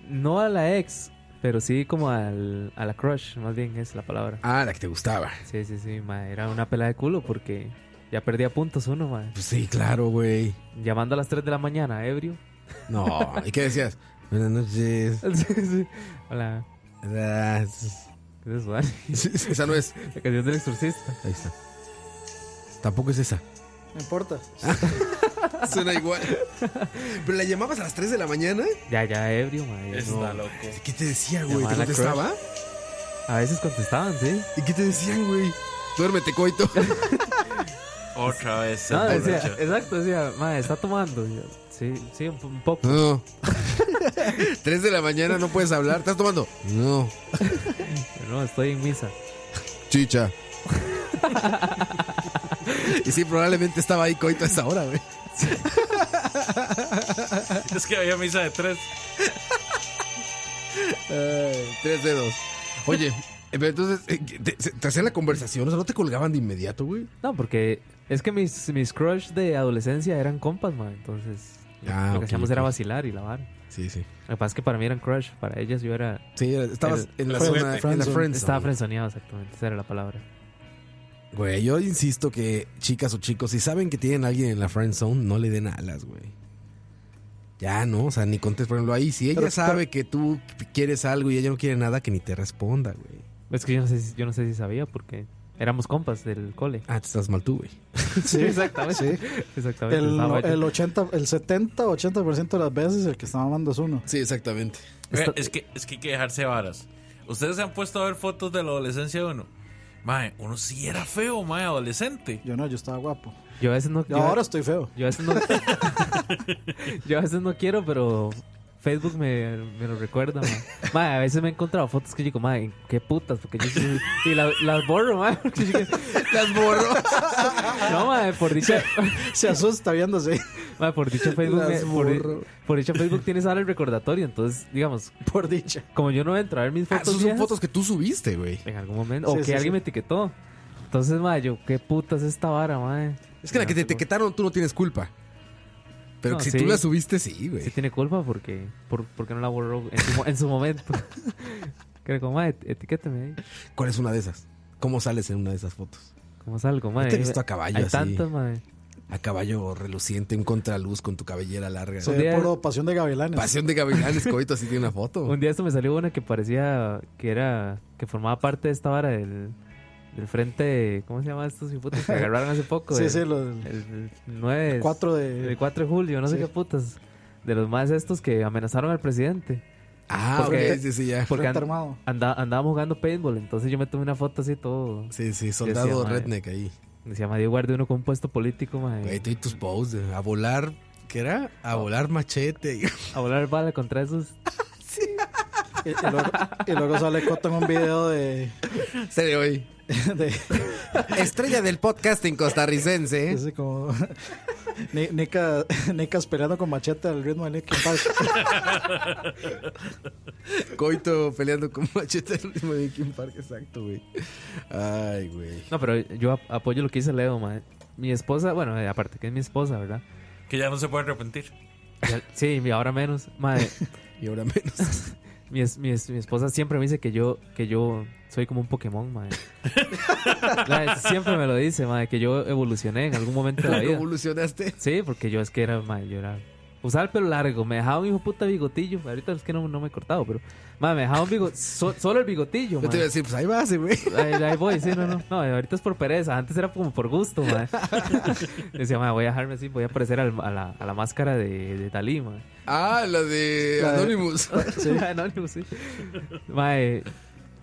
Speaker 5: No a la ex, pero sí como al, a la crush, más bien es la palabra.
Speaker 1: Ah, la que te gustaba.
Speaker 5: Sí, sí, sí, madre. Era una pela de culo porque ya perdía puntos uno, madre.
Speaker 1: Pues sí, claro, güey.
Speaker 5: Llamando a las 3 de la mañana, ebrio.
Speaker 1: No, ¿y qué decías? Buenas noches.
Speaker 5: Sí, sí. Hola,
Speaker 1: Ah, sí,
Speaker 5: ¿qué es eso, Dani?
Speaker 1: sí, Esa no es.
Speaker 5: La canción del exorcista.
Speaker 1: Ahí está. Tampoco es esa.
Speaker 4: No importa.
Speaker 5: Ah,
Speaker 1: Suena igual. ¿Pero la llamabas a las 3 de la mañana?
Speaker 5: Ya, ya, ebrio, madre. ya no.
Speaker 6: Está loco.
Speaker 1: ¿Qué te decía, güey? ¿Te
Speaker 5: Llamaba a la
Speaker 1: contestaba?
Speaker 5: A veces contestaban, sí.
Speaker 1: ¿Y qué te decían, güey? Duérmete, coito.
Speaker 6: Otra vez. se
Speaker 5: No, decía,
Speaker 6: emborrachó.
Speaker 5: exacto, decía, madre, está tomando. Y yo, Sí, sí, un, un poco.
Speaker 1: No. 3 de la mañana no puedes hablar. ¿Estás tomando? No.
Speaker 5: Yo, No, estoy en misa.
Speaker 1: Chicha. y sí, probablemente estaba ahí coito a esa hora, güey.
Speaker 6: Es que había misa de tres.
Speaker 1: Tres dedos. Oye, eh, pero entonces, eh, te, te- te hacían la conversación, o sea, no te colgaban de inmediato, güey.
Speaker 5: No, porque es que mis, mis crush de adolescencia eran compas, man. Entonces,
Speaker 1: Ah,
Speaker 5: lo que
Speaker 1: ok,
Speaker 5: hacíamos
Speaker 1: ok.
Speaker 5: era vacilar y lavar.
Speaker 1: Sí, sí.
Speaker 5: Lo que pasa es que para mí eran crush, para ellas yo era.
Speaker 1: Sí, estabas en la
Speaker 4: Friend-
Speaker 1: zona, en la
Speaker 4: friendzone.
Speaker 1: friendzone.
Speaker 5: Estaba frenzoneado, exactamente, esa era la palabra.
Speaker 1: Güey, yo insisto que chicas o chicos, si saben que tienen a alguien en la friend zone, no le den alas, güey. Ya, ¿no? O sea, ni contestes, por ejemplo, ahí. Si ella
Speaker 4: Pero-
Speaker 1: sabe que tú quieres algo y ella no quiere nada, que ni te responda, güey.
Speaker 5: Es que yo no sé, si- yo no sé si sabía porque éramos compas del cole.
Speaker 1: Ah, te estás mal tú, güey.
Speaker 4: Sí,
Speaker 5: exactamente.
Speaker 4: sí.
Speaker 5: Exactamente.
Speaker 4: El,
Speaker 5: estaba yo-
Speaker 4: el 80, el 70, 80% de las veces el que estaba mandando es uno.
Speaker 1: Sí, exactamente.
Speaker 6: Oiga,
Speaker 1: Eh,
Speaker 5: Esto-
Speaker 6: Es que, es que hay que dejarse varas. Ustedes se han puesto a ver fotos de la adolescencia de uno. Mae, uno sí era feo, mae, adolescente.
Speaker 4: Yo no, yo estaba guapo.
Speaker 5: yo a veces no.
Speaker 4: Yo
Speaker 5: yo-
Speaker 4: ahora estoy feo.
Speaker 5: Yo a veces no. yo a veces no quiero, pero Facebook me, me lo recuerda, ma. Ma, a veces me he encontrado fotos que yo digo, ma, qué putas, porque yo soy- Y la- las borro, ma. porque yo digo,
Speaker 1: Las borro.
Speaker 5: no, ma, por dicha.
Speaker 4: Se asusta viéndose.
Speaker 5: Mae, por dicho Facebook,
Speaker 1: Las
Speaker 5: me- por,
Speaker 1: borro.
Speaker 5: por dicho Facebook tienes ahora el recordatorio, entonces, digamos,
Speaker 4: Por dicha.
Speaker 5: como yo no entro a ver mis
Speaker 1: Ah,
Speaker 5: fotos
Speaker 1: esos son
Speaker 5: viejas,
Speaker 1: fotos que tú subiste, güey.
Speaker 5: en algún momento, o
Speaker 4: Sí,
Speaker 5: que
Speaker 4: sí, sí.
Speaker 5: alguien me etiquetó. Entonces, mae, yo, qué putas esta vara, mae.
Speaker 1: Es que la
Speaker 5: Ya,
Speaker 1: que te
Speaker 5: seguro.
Speaker 1: etiquetaron tú no tienes culpa. Pero
Speaker 5: No,
Speaker 1: que si
Speaker 5: Ah, sí.
Speaker 1: tú la subiste, sí, güey.
Speaker 5: Sí tiene culpa porque, por, porque no la borró en su, mo- en su momento. Creo como, mae, etiquéteme ahí.
Speaker 1: ¿Cuál es una de esas? ¿Cómo sales en una de esas fotos?
Speaker 5: ¿Cómo salgo, mae?
Speaker 1: Yo te he visto a caballo
Speaker 5: Hay
Speaker 1: así.
Speaker 5: tantas, mae.
Speaker 1: A caballo reluciente, en contraluz, con tu cabellera larga.
Speaker 4: Se
Speaker 5: Un
Speaker 4: ve
Speaker 5: día-
Speaker 4: puro pasión de gavilanes.
Speaker 1: Pasión de gavilanes, Coito, así tiene una foto.
Speaker 5: Un día esto me salió una que parecía que era que formaba parte de esta vara del, del frente, ¿cómo se llama estos putas que agarraron hace poco?
Speaker 4: Sí,
Speaker 5: El-
Speaker 4: sí, lo del
Speaker 5: el 9
Speaker 4: 4
Speaker 5: eh. de
Speaker 4: de.
Speaker 5: 4 de julio, no sé
Speaker 4: Sí.
Speaker 5: qué putas. De los más estos que amenazaron al presidente.
Speaker 1: Ah, ok,
Speaker 5: Porque-
Speaker 1: sí, sí, ya.
Speaker 5: Porque
Speaker 4: Frente
Speaker 5: an-
Speaker 4: armado.
Speaker 5: anda- andábamos jugando paintball, entonces yo me tomé una foto así todo.
Speaker 1: Sí, sí,
Speaker 5: Yo
Speaker 1: soldado
Speaker 5: decía, madre.
Speaker 1: redneck ahí.
Speaker 5: Decía, Madrid guarde uno con un puesto político, mae,
Speaker 1: Güey, tú y tus posts, a volar. ¿Qué era? A volar machete.
Speaker 5: a volar bala contra esos.
Speaker 4: Y, y luego, y luego sale Coto en un video de.
Speaker 1: Serio, hoy.
Speaker 4: de-
Speaker 1: Estrella del podcasting costarricense.
Speaker 4: ese como. Ni- Nica, Nicas peleando con machete al ritmo de Linkin Park.
Speaker 1: Coito peleando con machete al ritmo de Linkin Park, exacto, güey. Ay, güey.
Speaker 5: No, pero yo ap- apoyo lo que dice Leo, mae. Mi esposa, bueno, eh, aparte que es mi esposa, ¿verdad?
Speaker 6: Que ya no se puede arrepentir.
Speaker 5: Ya- sí, y ahora menos. Madre,
Speaker 1: Y ahora menos.
Speaker 5: mi, es- mi es- mi esposa siempre me dice que yo, que yo soy como un Pokémon, madre. La- siempre me lo dice, madre, que yo evolucioné en algún momento de la vida.
Speaker 1: Evolucionaste.
Speaker 5: Sí, porque yo es que era, madre, yo era... Usaba el pelo largo, me dejaba un hijo puta bigotillo. Ahorita es que no, no me he cortado, pero... Madre, me dejaba un bigotillo, solo el bigotillo,
Speaker 1: Yo te
Speaker 5: madre.
Speaker 1: iba a decir, pues ahí vas, güey.
Speaker 5: Ahí, ahí voy, sí, no, no. No, ahorita es por pereza. Antes era como por gusto, madre. Decía, madre, voy a dejarme así, voy a parecer al- a, la, a la máscara de, de Dalí, madre.
Speaker 1: Ah, la de
Speaker 4: La de-
Speaker 1: Anonymous.
Speaker 5: Anónimo, sí. Mae,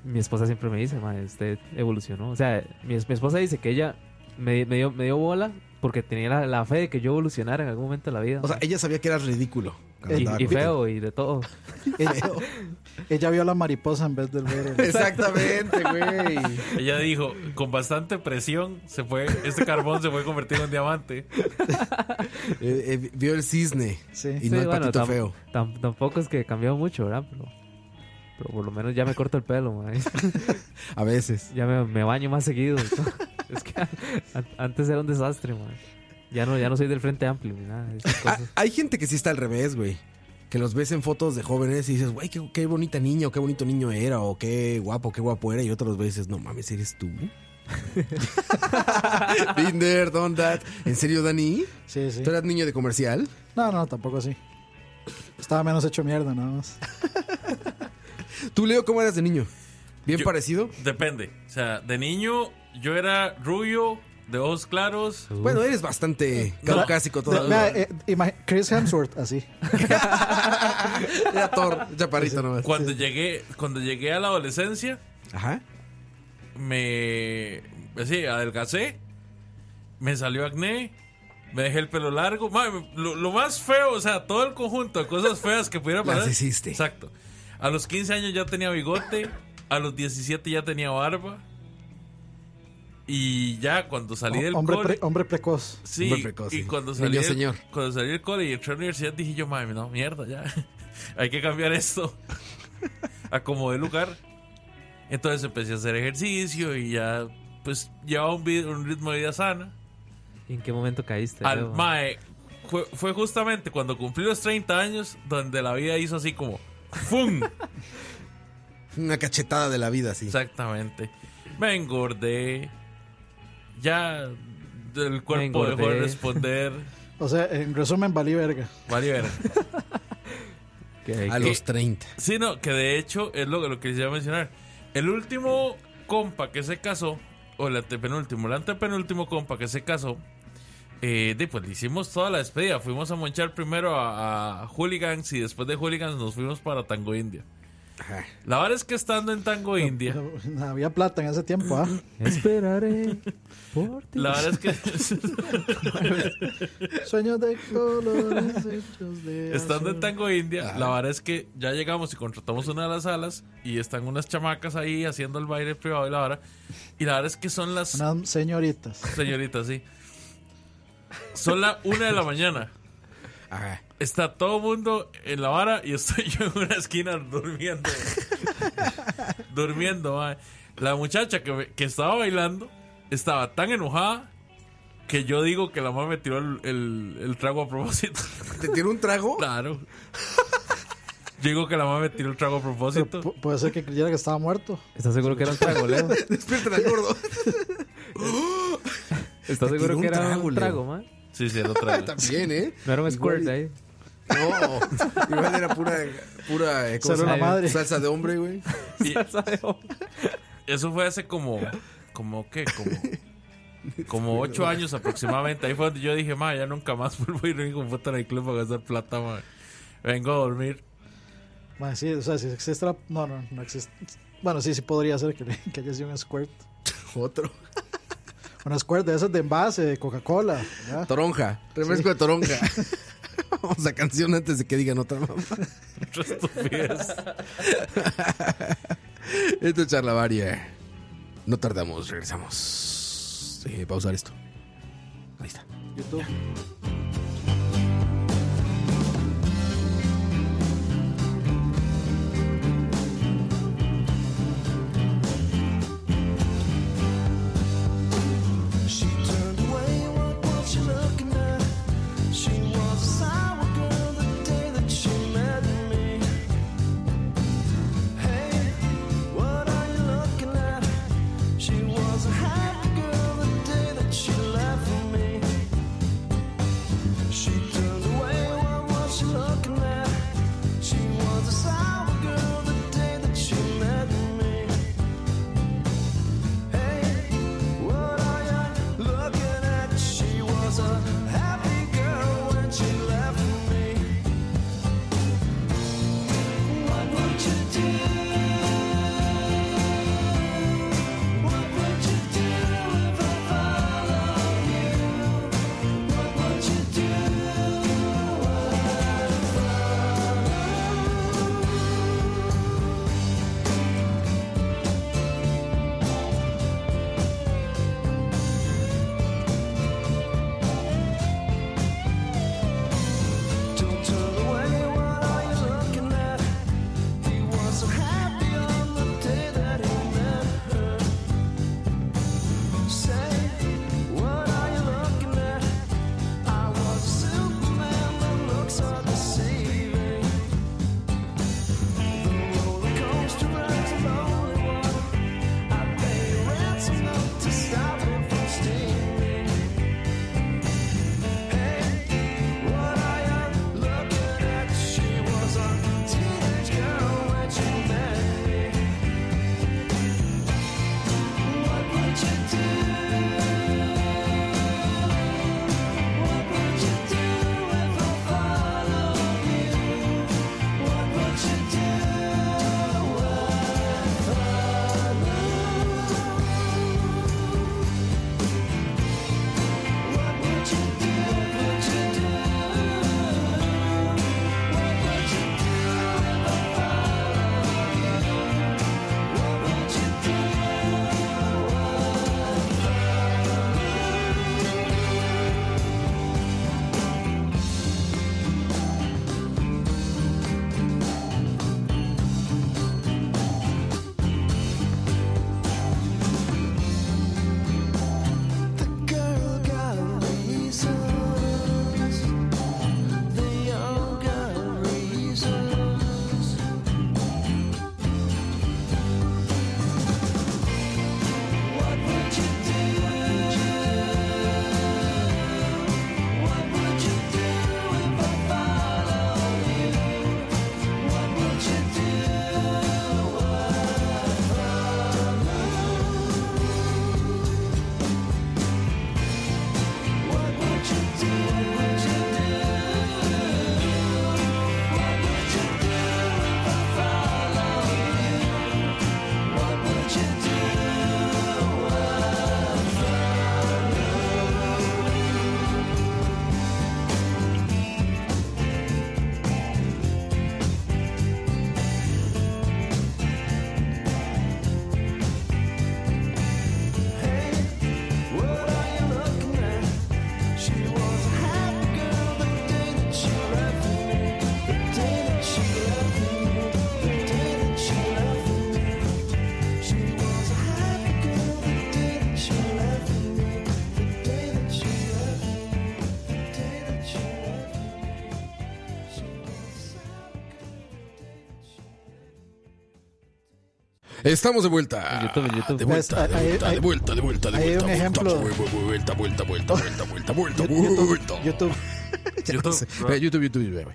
Speaker 5: mi esposa siempre me dice, mae, usted evolucionó. O sea, mi, mi esposa dice que ella me, me dio, me dio bola porque tenía la, la fe de que yo evolucionara en algún momento de la vida.
Speaker 1: O sea,
Speaker 5: mae.
Speaker 1: ella sabía que eras ridículo. cuando
Speaker 5: Y-
Speaker 1: andaba
Speaker 5: y,
Speaker 1: contigo.
Speaker 5: feo y de todo.
Speaker 4: Ella, ella vio a la mariposa en vez del vero.
Speaker 1: Exactamente, güey.
Speaker 6: Ella dijo, con bastante presión, se fue, este carbón se fue convertido en diamante.
Speaker 1: Eh, eh, vio el cisne
Speaker 4: Sí.
Speaker 1: y no
Speaker 5: Sí,
Speaker 1: el
Speaker 5: bueno,
Speaker 1: patito
Speaker 5: tam-
Speaker 1: feo.
Speaker 5: tam- tampoco es que cambió mucho, ¿verdad? Pero, pero por lo menos ya me corto el pelo, mae.
Speaker 1: A veces.
Speaker 5: Ya me, me baño más seguido. es que an- antes era un desastre, mae. Ya no, ya no soy del frente amplio ni nada. de esas
Speaker 1: Ah,
Speaker 5: cosas.
Speaker 1: hay gente que sí está al revés, güey. Que los ves en fotos de jóvenes y dices, güey, qué, qué bonita niña, o qué bonito niño era, o qué guapo, qué guapo era. Y otros ves y dices, no mames, ¿eres tú? Binder, don't that. ¿En serio, Dani?
Speaker 4: Sí, sí.
Speaker 1: ¿Tú eras niño de comercial?
Speaker 4: No, no, tampoco así. Estaba menos hecho mierda, nada más.
Speaker 1: ¿Tú, Leo, cómo eras de niño? ¿Bien
Speaker 6: Yo-
Speaker 1: parecido?
Speaker 6: Depende. O sea, de niño yo era rubio, de ojos claros.
Speaker 1: Bueno, eres bastante caucásico
Speaker 4: Vea,
Speaker 1: todavía.
Speaker 4: eh, imagi- Chris Hemsworth, así.
Speaker 1: Era Thor, chaparrito nomás.
Speaker 6: Cuando llegué, cuando llegué a la adolescencia,
Speaker 1: Ajá.
Speaker 6: me pues sí, adelgacé, me salió acné, me dejé el pelo largo. Mae, lo, lo más feo, o sea, todo el conjunto de cosas feas que pudiera
Speaker 1: Las
Speaker 6: pasar.
Speaker 1: hiciste.
Speaker 6: Exacto. A los 15 años ya tenía bigote, a los 17 ya tenía barba. Y ya cuando salí del
Speaker 4: hombre,
Speaker 6: cole-
Speaker 4: pre- hombre precoz.
Speaker 6: Sí,
Speaker 1: Hombre precoz,
Speaker 6: y
Speaker 1: sí.
Speaker 6: cuando
Speaker 1: Niño
Speaker 6: salí, del,
Speaker 1: señor.
Speaker 6: cuando salí del cole y entré a la universidad dije yo, mami, no, mierda, ya. Hay que cambiar esto. Acomodé el lugar. Entonces empecé a hacer ejercicio y ya, pues, llevaba un, vi- un ritmo de vida sana.
Speaker 5: ¿Y ¿En qué momento caíste?
Speaker 6: Al
Speaker 5: Leo, mae?
Speaker 6: mae, fue, fue justamente cuando cumplí los 30 años donde la vida hizo así como ¡Fum!
Speaker 1: Una cachetada de la vida, sí.
Speaker 6: Exactamente. Me engordé. Ya el cuerpo dejó de
Speaker 5: engordé.
Speaker 6: responder.
Speaker 4: O sea, en resumen, valí verga.
Speaker 6: Vale, verga.
Speaker 5: Que-
Speaker 1: A
Speaker 5: que-
Speaker 1: los 30.
Speaker 6: Sí, no, que de hecho es lo, lo que les iba a mencionar. El último compa que se casó, o el antepenúltimo, el antepenúltimo compa que se casó, eh, de, pues le hicimos toda la despedida. Fuimos a monchar primero a, a Hooligans y después de Hooligans nos fuimos para Tango India.
Speaker 1: Ajá.
Speaker 6: La verdad es que estando en Tango India,
Speaker 4: No Había plata en ese tiempo, ¿ah?
Speaker 5: Esperaré por ti.
Speaker 6: la verdad es que
Speaker 4: Sueños de colores hechos de.
Speaker 6: estando
Speaker 4: azul.
Speaker 6: en Tango India, la verdad es que ya llegamos y contratamos una de las salas y están unas chamacas ahí haciendo el baile privado y la verdad. Y la verdad es que son las
Speaker 4: Unas señoritas.
Speaker 6: Señorita, sí. Son las una de la mañana.
Speaker 1: Ajá.
Speaker 6: Está todo mundo en la vara y estoy yo en una esquina durmiendo. durmiendo, mae. La muchacha que, me- que estaba bailando estaba tan enojada que yo digo que la mamá me tiró el, el- el trago a propósito.
Speaker 1: ¿Te tiró un trago?
Speaker 6: claro. Yo digo que la mamá me tiró el trago a
Speaker 4: Pero
Speaker 6: propósito.
Speaker 4: pu- puede ser que creyera que estaba muerto.
Speaker 5: ¿Estás seguro que era un trago, Leo?
Speaker 1: Despierta al gordo.
Speaker 5: ¿Estás
Speaker 1: Te tiró
Speaker 5: seguro
Speaker 1: un
Speaker 5: que era
Speaker 1: trago,
Speaker 5: un
Speaker 1: Leo.
Speaker 5: trago, man?
Speaker 6: Sí, sí, era trago.
Speaker 1: También, ¿eh?
Speaker 5: No era un squirt
Speaker 1: Igual-
Speaker 5: ahí.
Speaker 1: No, igual era pura, pura eh, ¿cómo
Speaker 4: Solo
Speaker 1: se
Speaker 4: la
Speaker 1: llama?
Speaker 4: madre.
Speaker 1: salsa de hombre, güey.
Speaker 6: Y- Eso fue hace como, como qué, como, como ocho años aproximadamente. Ahí fue donde yo dije, ma, ya nunca más vuelvo a ir a ningún puto club a gastar plata, ma. Vengo a dormir.
Speaker 4: Mae, sí, o sea, si existe la- No, no, no existe. Bueno, sí, sí podría ser que, le- que haya sido un squirt.
Speaker 1: Otro.
Speaker 4: Una squirt de esas de envase, de Coca-Cola. ¿verdad?
Speaker 1: Toronja. Refresco de toronja. Vamos a canción antes de que digan otra mamá.
Speaker 6: Otra estupidez.
Speaker 1: Esto es charlavaria. No tardamos, regresamos. Eh, pausar esto. Ahí está.
Speaker 4: YouTube.
Speaker 2: She turned away, what was she looking at? She was a sour girl the day that she met me. Hey, what are you looking at? She was a happy girl the day that she left me.
Speaker 1: Estamos de vuelta.
Speaker 5: En YouTube, en YouTube.
Speaker 1: De vuelta,
Speaker 4: Pues, ahí- ahí-
Speaker 1: de vuelta, de vuelta, de vuelta, de
Speaker 4: ahí hay
Speaker 1: vuelta,
Speaker 4: un
Speaker 1: vuelta,
Speaker 4: ejemplo.
Speaker 1: vuelta, vuelta, vuelta, vuelta, vuelta, vuelta, vuelta, vuelta.
Speaker 4: YouTube, YouTube.
Speaker 6: YouTube,
Speaker 1: Ve, YouTube, YouTube, YouTube, ve.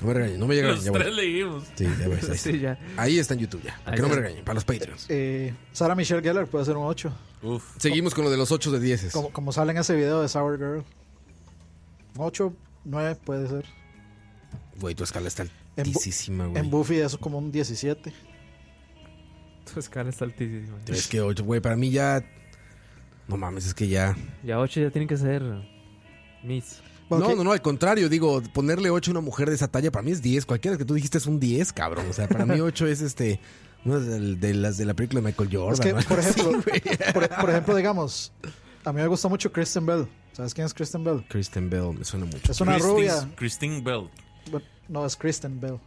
Speaker 1: No me regañen, no me llegaron.
Speaker 6: Los
Speaker 1: Ya
Speaker 6: tres
Speaker 1: voy.
Speaker 6: leímos.
Speaker 1: Sí, ya ves, ahí, está.
Speaker 5: Sí, ya.
Speaker 1: Ahí está en YouTube ya. Para
Speaker 5: Ahí
Speaker 1: que no me
Speaker 5: está.
Speaker 1: regañen, para los Patreons.
Speaker 4: Eh, Sarah Michelle Gellar puede ser un 8.
Speaker 6: Uf.
Speaker 1: Seguimos con lo de los 8 de 10.
Speaker 4: Como, como sale en ese video de Sour Girl. 8, 9 puede ser.
Speaker 1: Güey, tu escala está
Speaker 4: En, Bu-
Speaker 1: altísima,
Speaker 4: en
Speaker 1: güey.
Speaker 4: Buffy eso como un 17.
Speaker 5: Tu escala está altísima.
Speaker 1: Es que 8, güey, para mí ya. No mames, es que ya.
Speaker 5: Ya 8 ya tienen que ser uh, Miss.
Speaker 4: Bueno,
Speaker 1: No,
Speaker 4: ¿qué-
Speaker 1: no, no, al contrario, digo, ponerle 8 a una mujer de esa talla, para mí es 10. Cualquiera que tú dijiste es un 10, cabrón. O sea, para mí 8 es este. Una de, de las de la película de Michael Jordan.
Speaker 4: Es que,
Speaker 1: ¿no?
Speaker 4: por ejemplo, por, por ejemplo, digamos, a mí me gusta mucho Kristen Bell. ¿Sabes quién es Kristen Bell?
Speaker 1: Kristen Bell me suena mucho.
Speaker 4: Es una
Speaker 6: Christine-
Speaker 4: rubia.
Speaker 6: Christine Bell.
Speaker 4: Bueno, No, es Kristen Bell.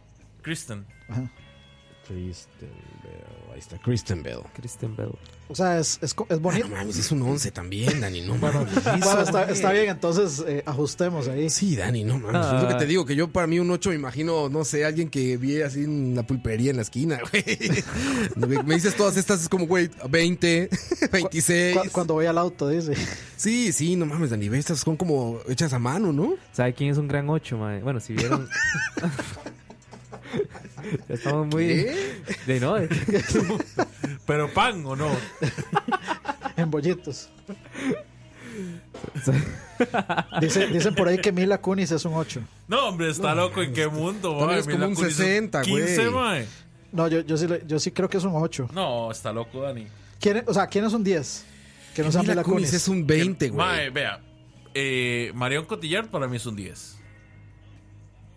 Speaker 6: Kristen.
Speaker 4: Ajá.
Speaker 1: Kristen Bell. Ahí está, Kristen Bell.
Speaker 5: Kristen Bell.
Speaker 4: O sea, es, es, co- es
Speaker 1: Ah, no
Speaker 4: bonito.
Speaker 1: mames, es un 11 también, Dani. No mames.
Speaker 4: Bueno, está, está bien, entonces eh, ajustemos ahí.
Speaker 1: Sí, Dani, no mames. es lo que te digo, que yo para mí un 8 me imagino, no sé, alguien que vi así en la pulpería en la esquina, güey. me dices todas estas, es como, güey, 20, 26.
Speaker 4: Cu- cuando voy al auto, dice.
Speaker 1: Sí, sí, no mames, Dani, ve, estas son como hechas a mano, ¿no?
Speaker 5: ¿Sabe quién es un gran 8, mae? Bueno, si vieron. ya estamos muy. De no, eh.
Speaker 6: ¿Pero pan o no?
Speaker 4: En bollitos. Dice- dicen por ahí que Mila Kunis es un 8.
Speaker 6: No, hombre, está loco. ¿En qué mundo?
Speaker 1: También
Speaker 6: mae?
Speaker 1: es como
Speaker 6: Mila
Speaker 1: un
Speaker 6: Kunis es
Speaker 1: 60, güey.
Speaker 6: 15, mae.
Speaker 4: No, yo, yo, sí, le- yo sí creo que es un 8.
Speaker 6: No, está loco, Dani.
Speaker 4: ¿Quién, es- o sea, ¿quién es un 10? Que no sea
Speaker 1: Mila Kunis es un 20, güey.
Speaker 6: Mae, vea. Eh, Marion Cotillard para mí es un 10.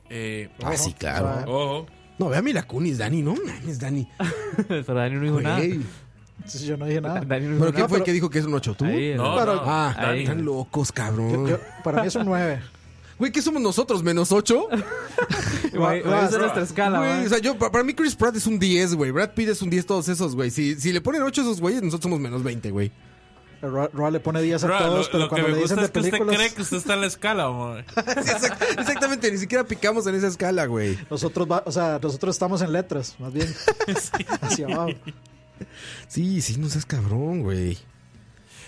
Speaker 6: Eh,
Speaker 1: Ah, sí, claro.
Speaker 6: ojo.
Speaker 1: No, ve a Mila Kunis, Dani, no mames, Dani.
Speaker 5: Pero Dani no dijo nada.
Speaker 1: Güey.
Speaker 4: Sí, Yo no dije
Speaker 1: Ah,
Speaker 4: nada.
Speaker 5: Dani no dijo
Speaker 1: ¿Pero
Speaker 5: nada.
Speaker 1: qué fue el que dijo que es un 8? ¿Tú?
Speaker 5: Ahí,
Speaker 6: No,
Speaker 4: Pero-
Speaker 6: no.
Speaker 1: Ah,
Speaker 5: Ahí.
Speaker 1: están locos,
Speaker 4: Yo- yo-
Speaker 1: cabrón.
Speaker 4: para mí es un 9.
Speaker 1: Güey, ¿qué somos nosotros? ¿Menos 8?
Speaker 5: Güey,
Speaker 4: Ra-
Speaker 5: esa es
Speaker 4: ra-
Speaker 5: nuestra escala,
Speaker 1: Güey,
Speaker 5: mae.
Speaker 1: o sea, yo, pa- para mí Chris Pratt es un 10, güey. Brad Pitt es un 10, todos esos, güey. Si, si le ponen 8 a esos güeyes, nosotros somos menos 20, güey.
Speaker 4: Roa, Roa le pone 10 a
Speaker 6: Ra,
Speaker 4: todos,
Speaker 6: lo,
Speaker 4: pero
Speaker 6: lo que
Speaker 4: cuando
Speaker 6: me
Speaker 4: le dicen
Speaker 6: gusta
Speaker 4: de
Speaker 6: es que usted
Speaker 4: películas,
Speaker 6: cree que usted está en la escala, mae.
Speaker 1: Sí, exact- Exactamente, ni siquiera picamos en esa escala, güey.
Speaker 4: nosotros, va- o sea, nosotros estamos en letras, más bien. Hacia abajo.
Speaker 1: Sí, sí, no seas cabrón, güey.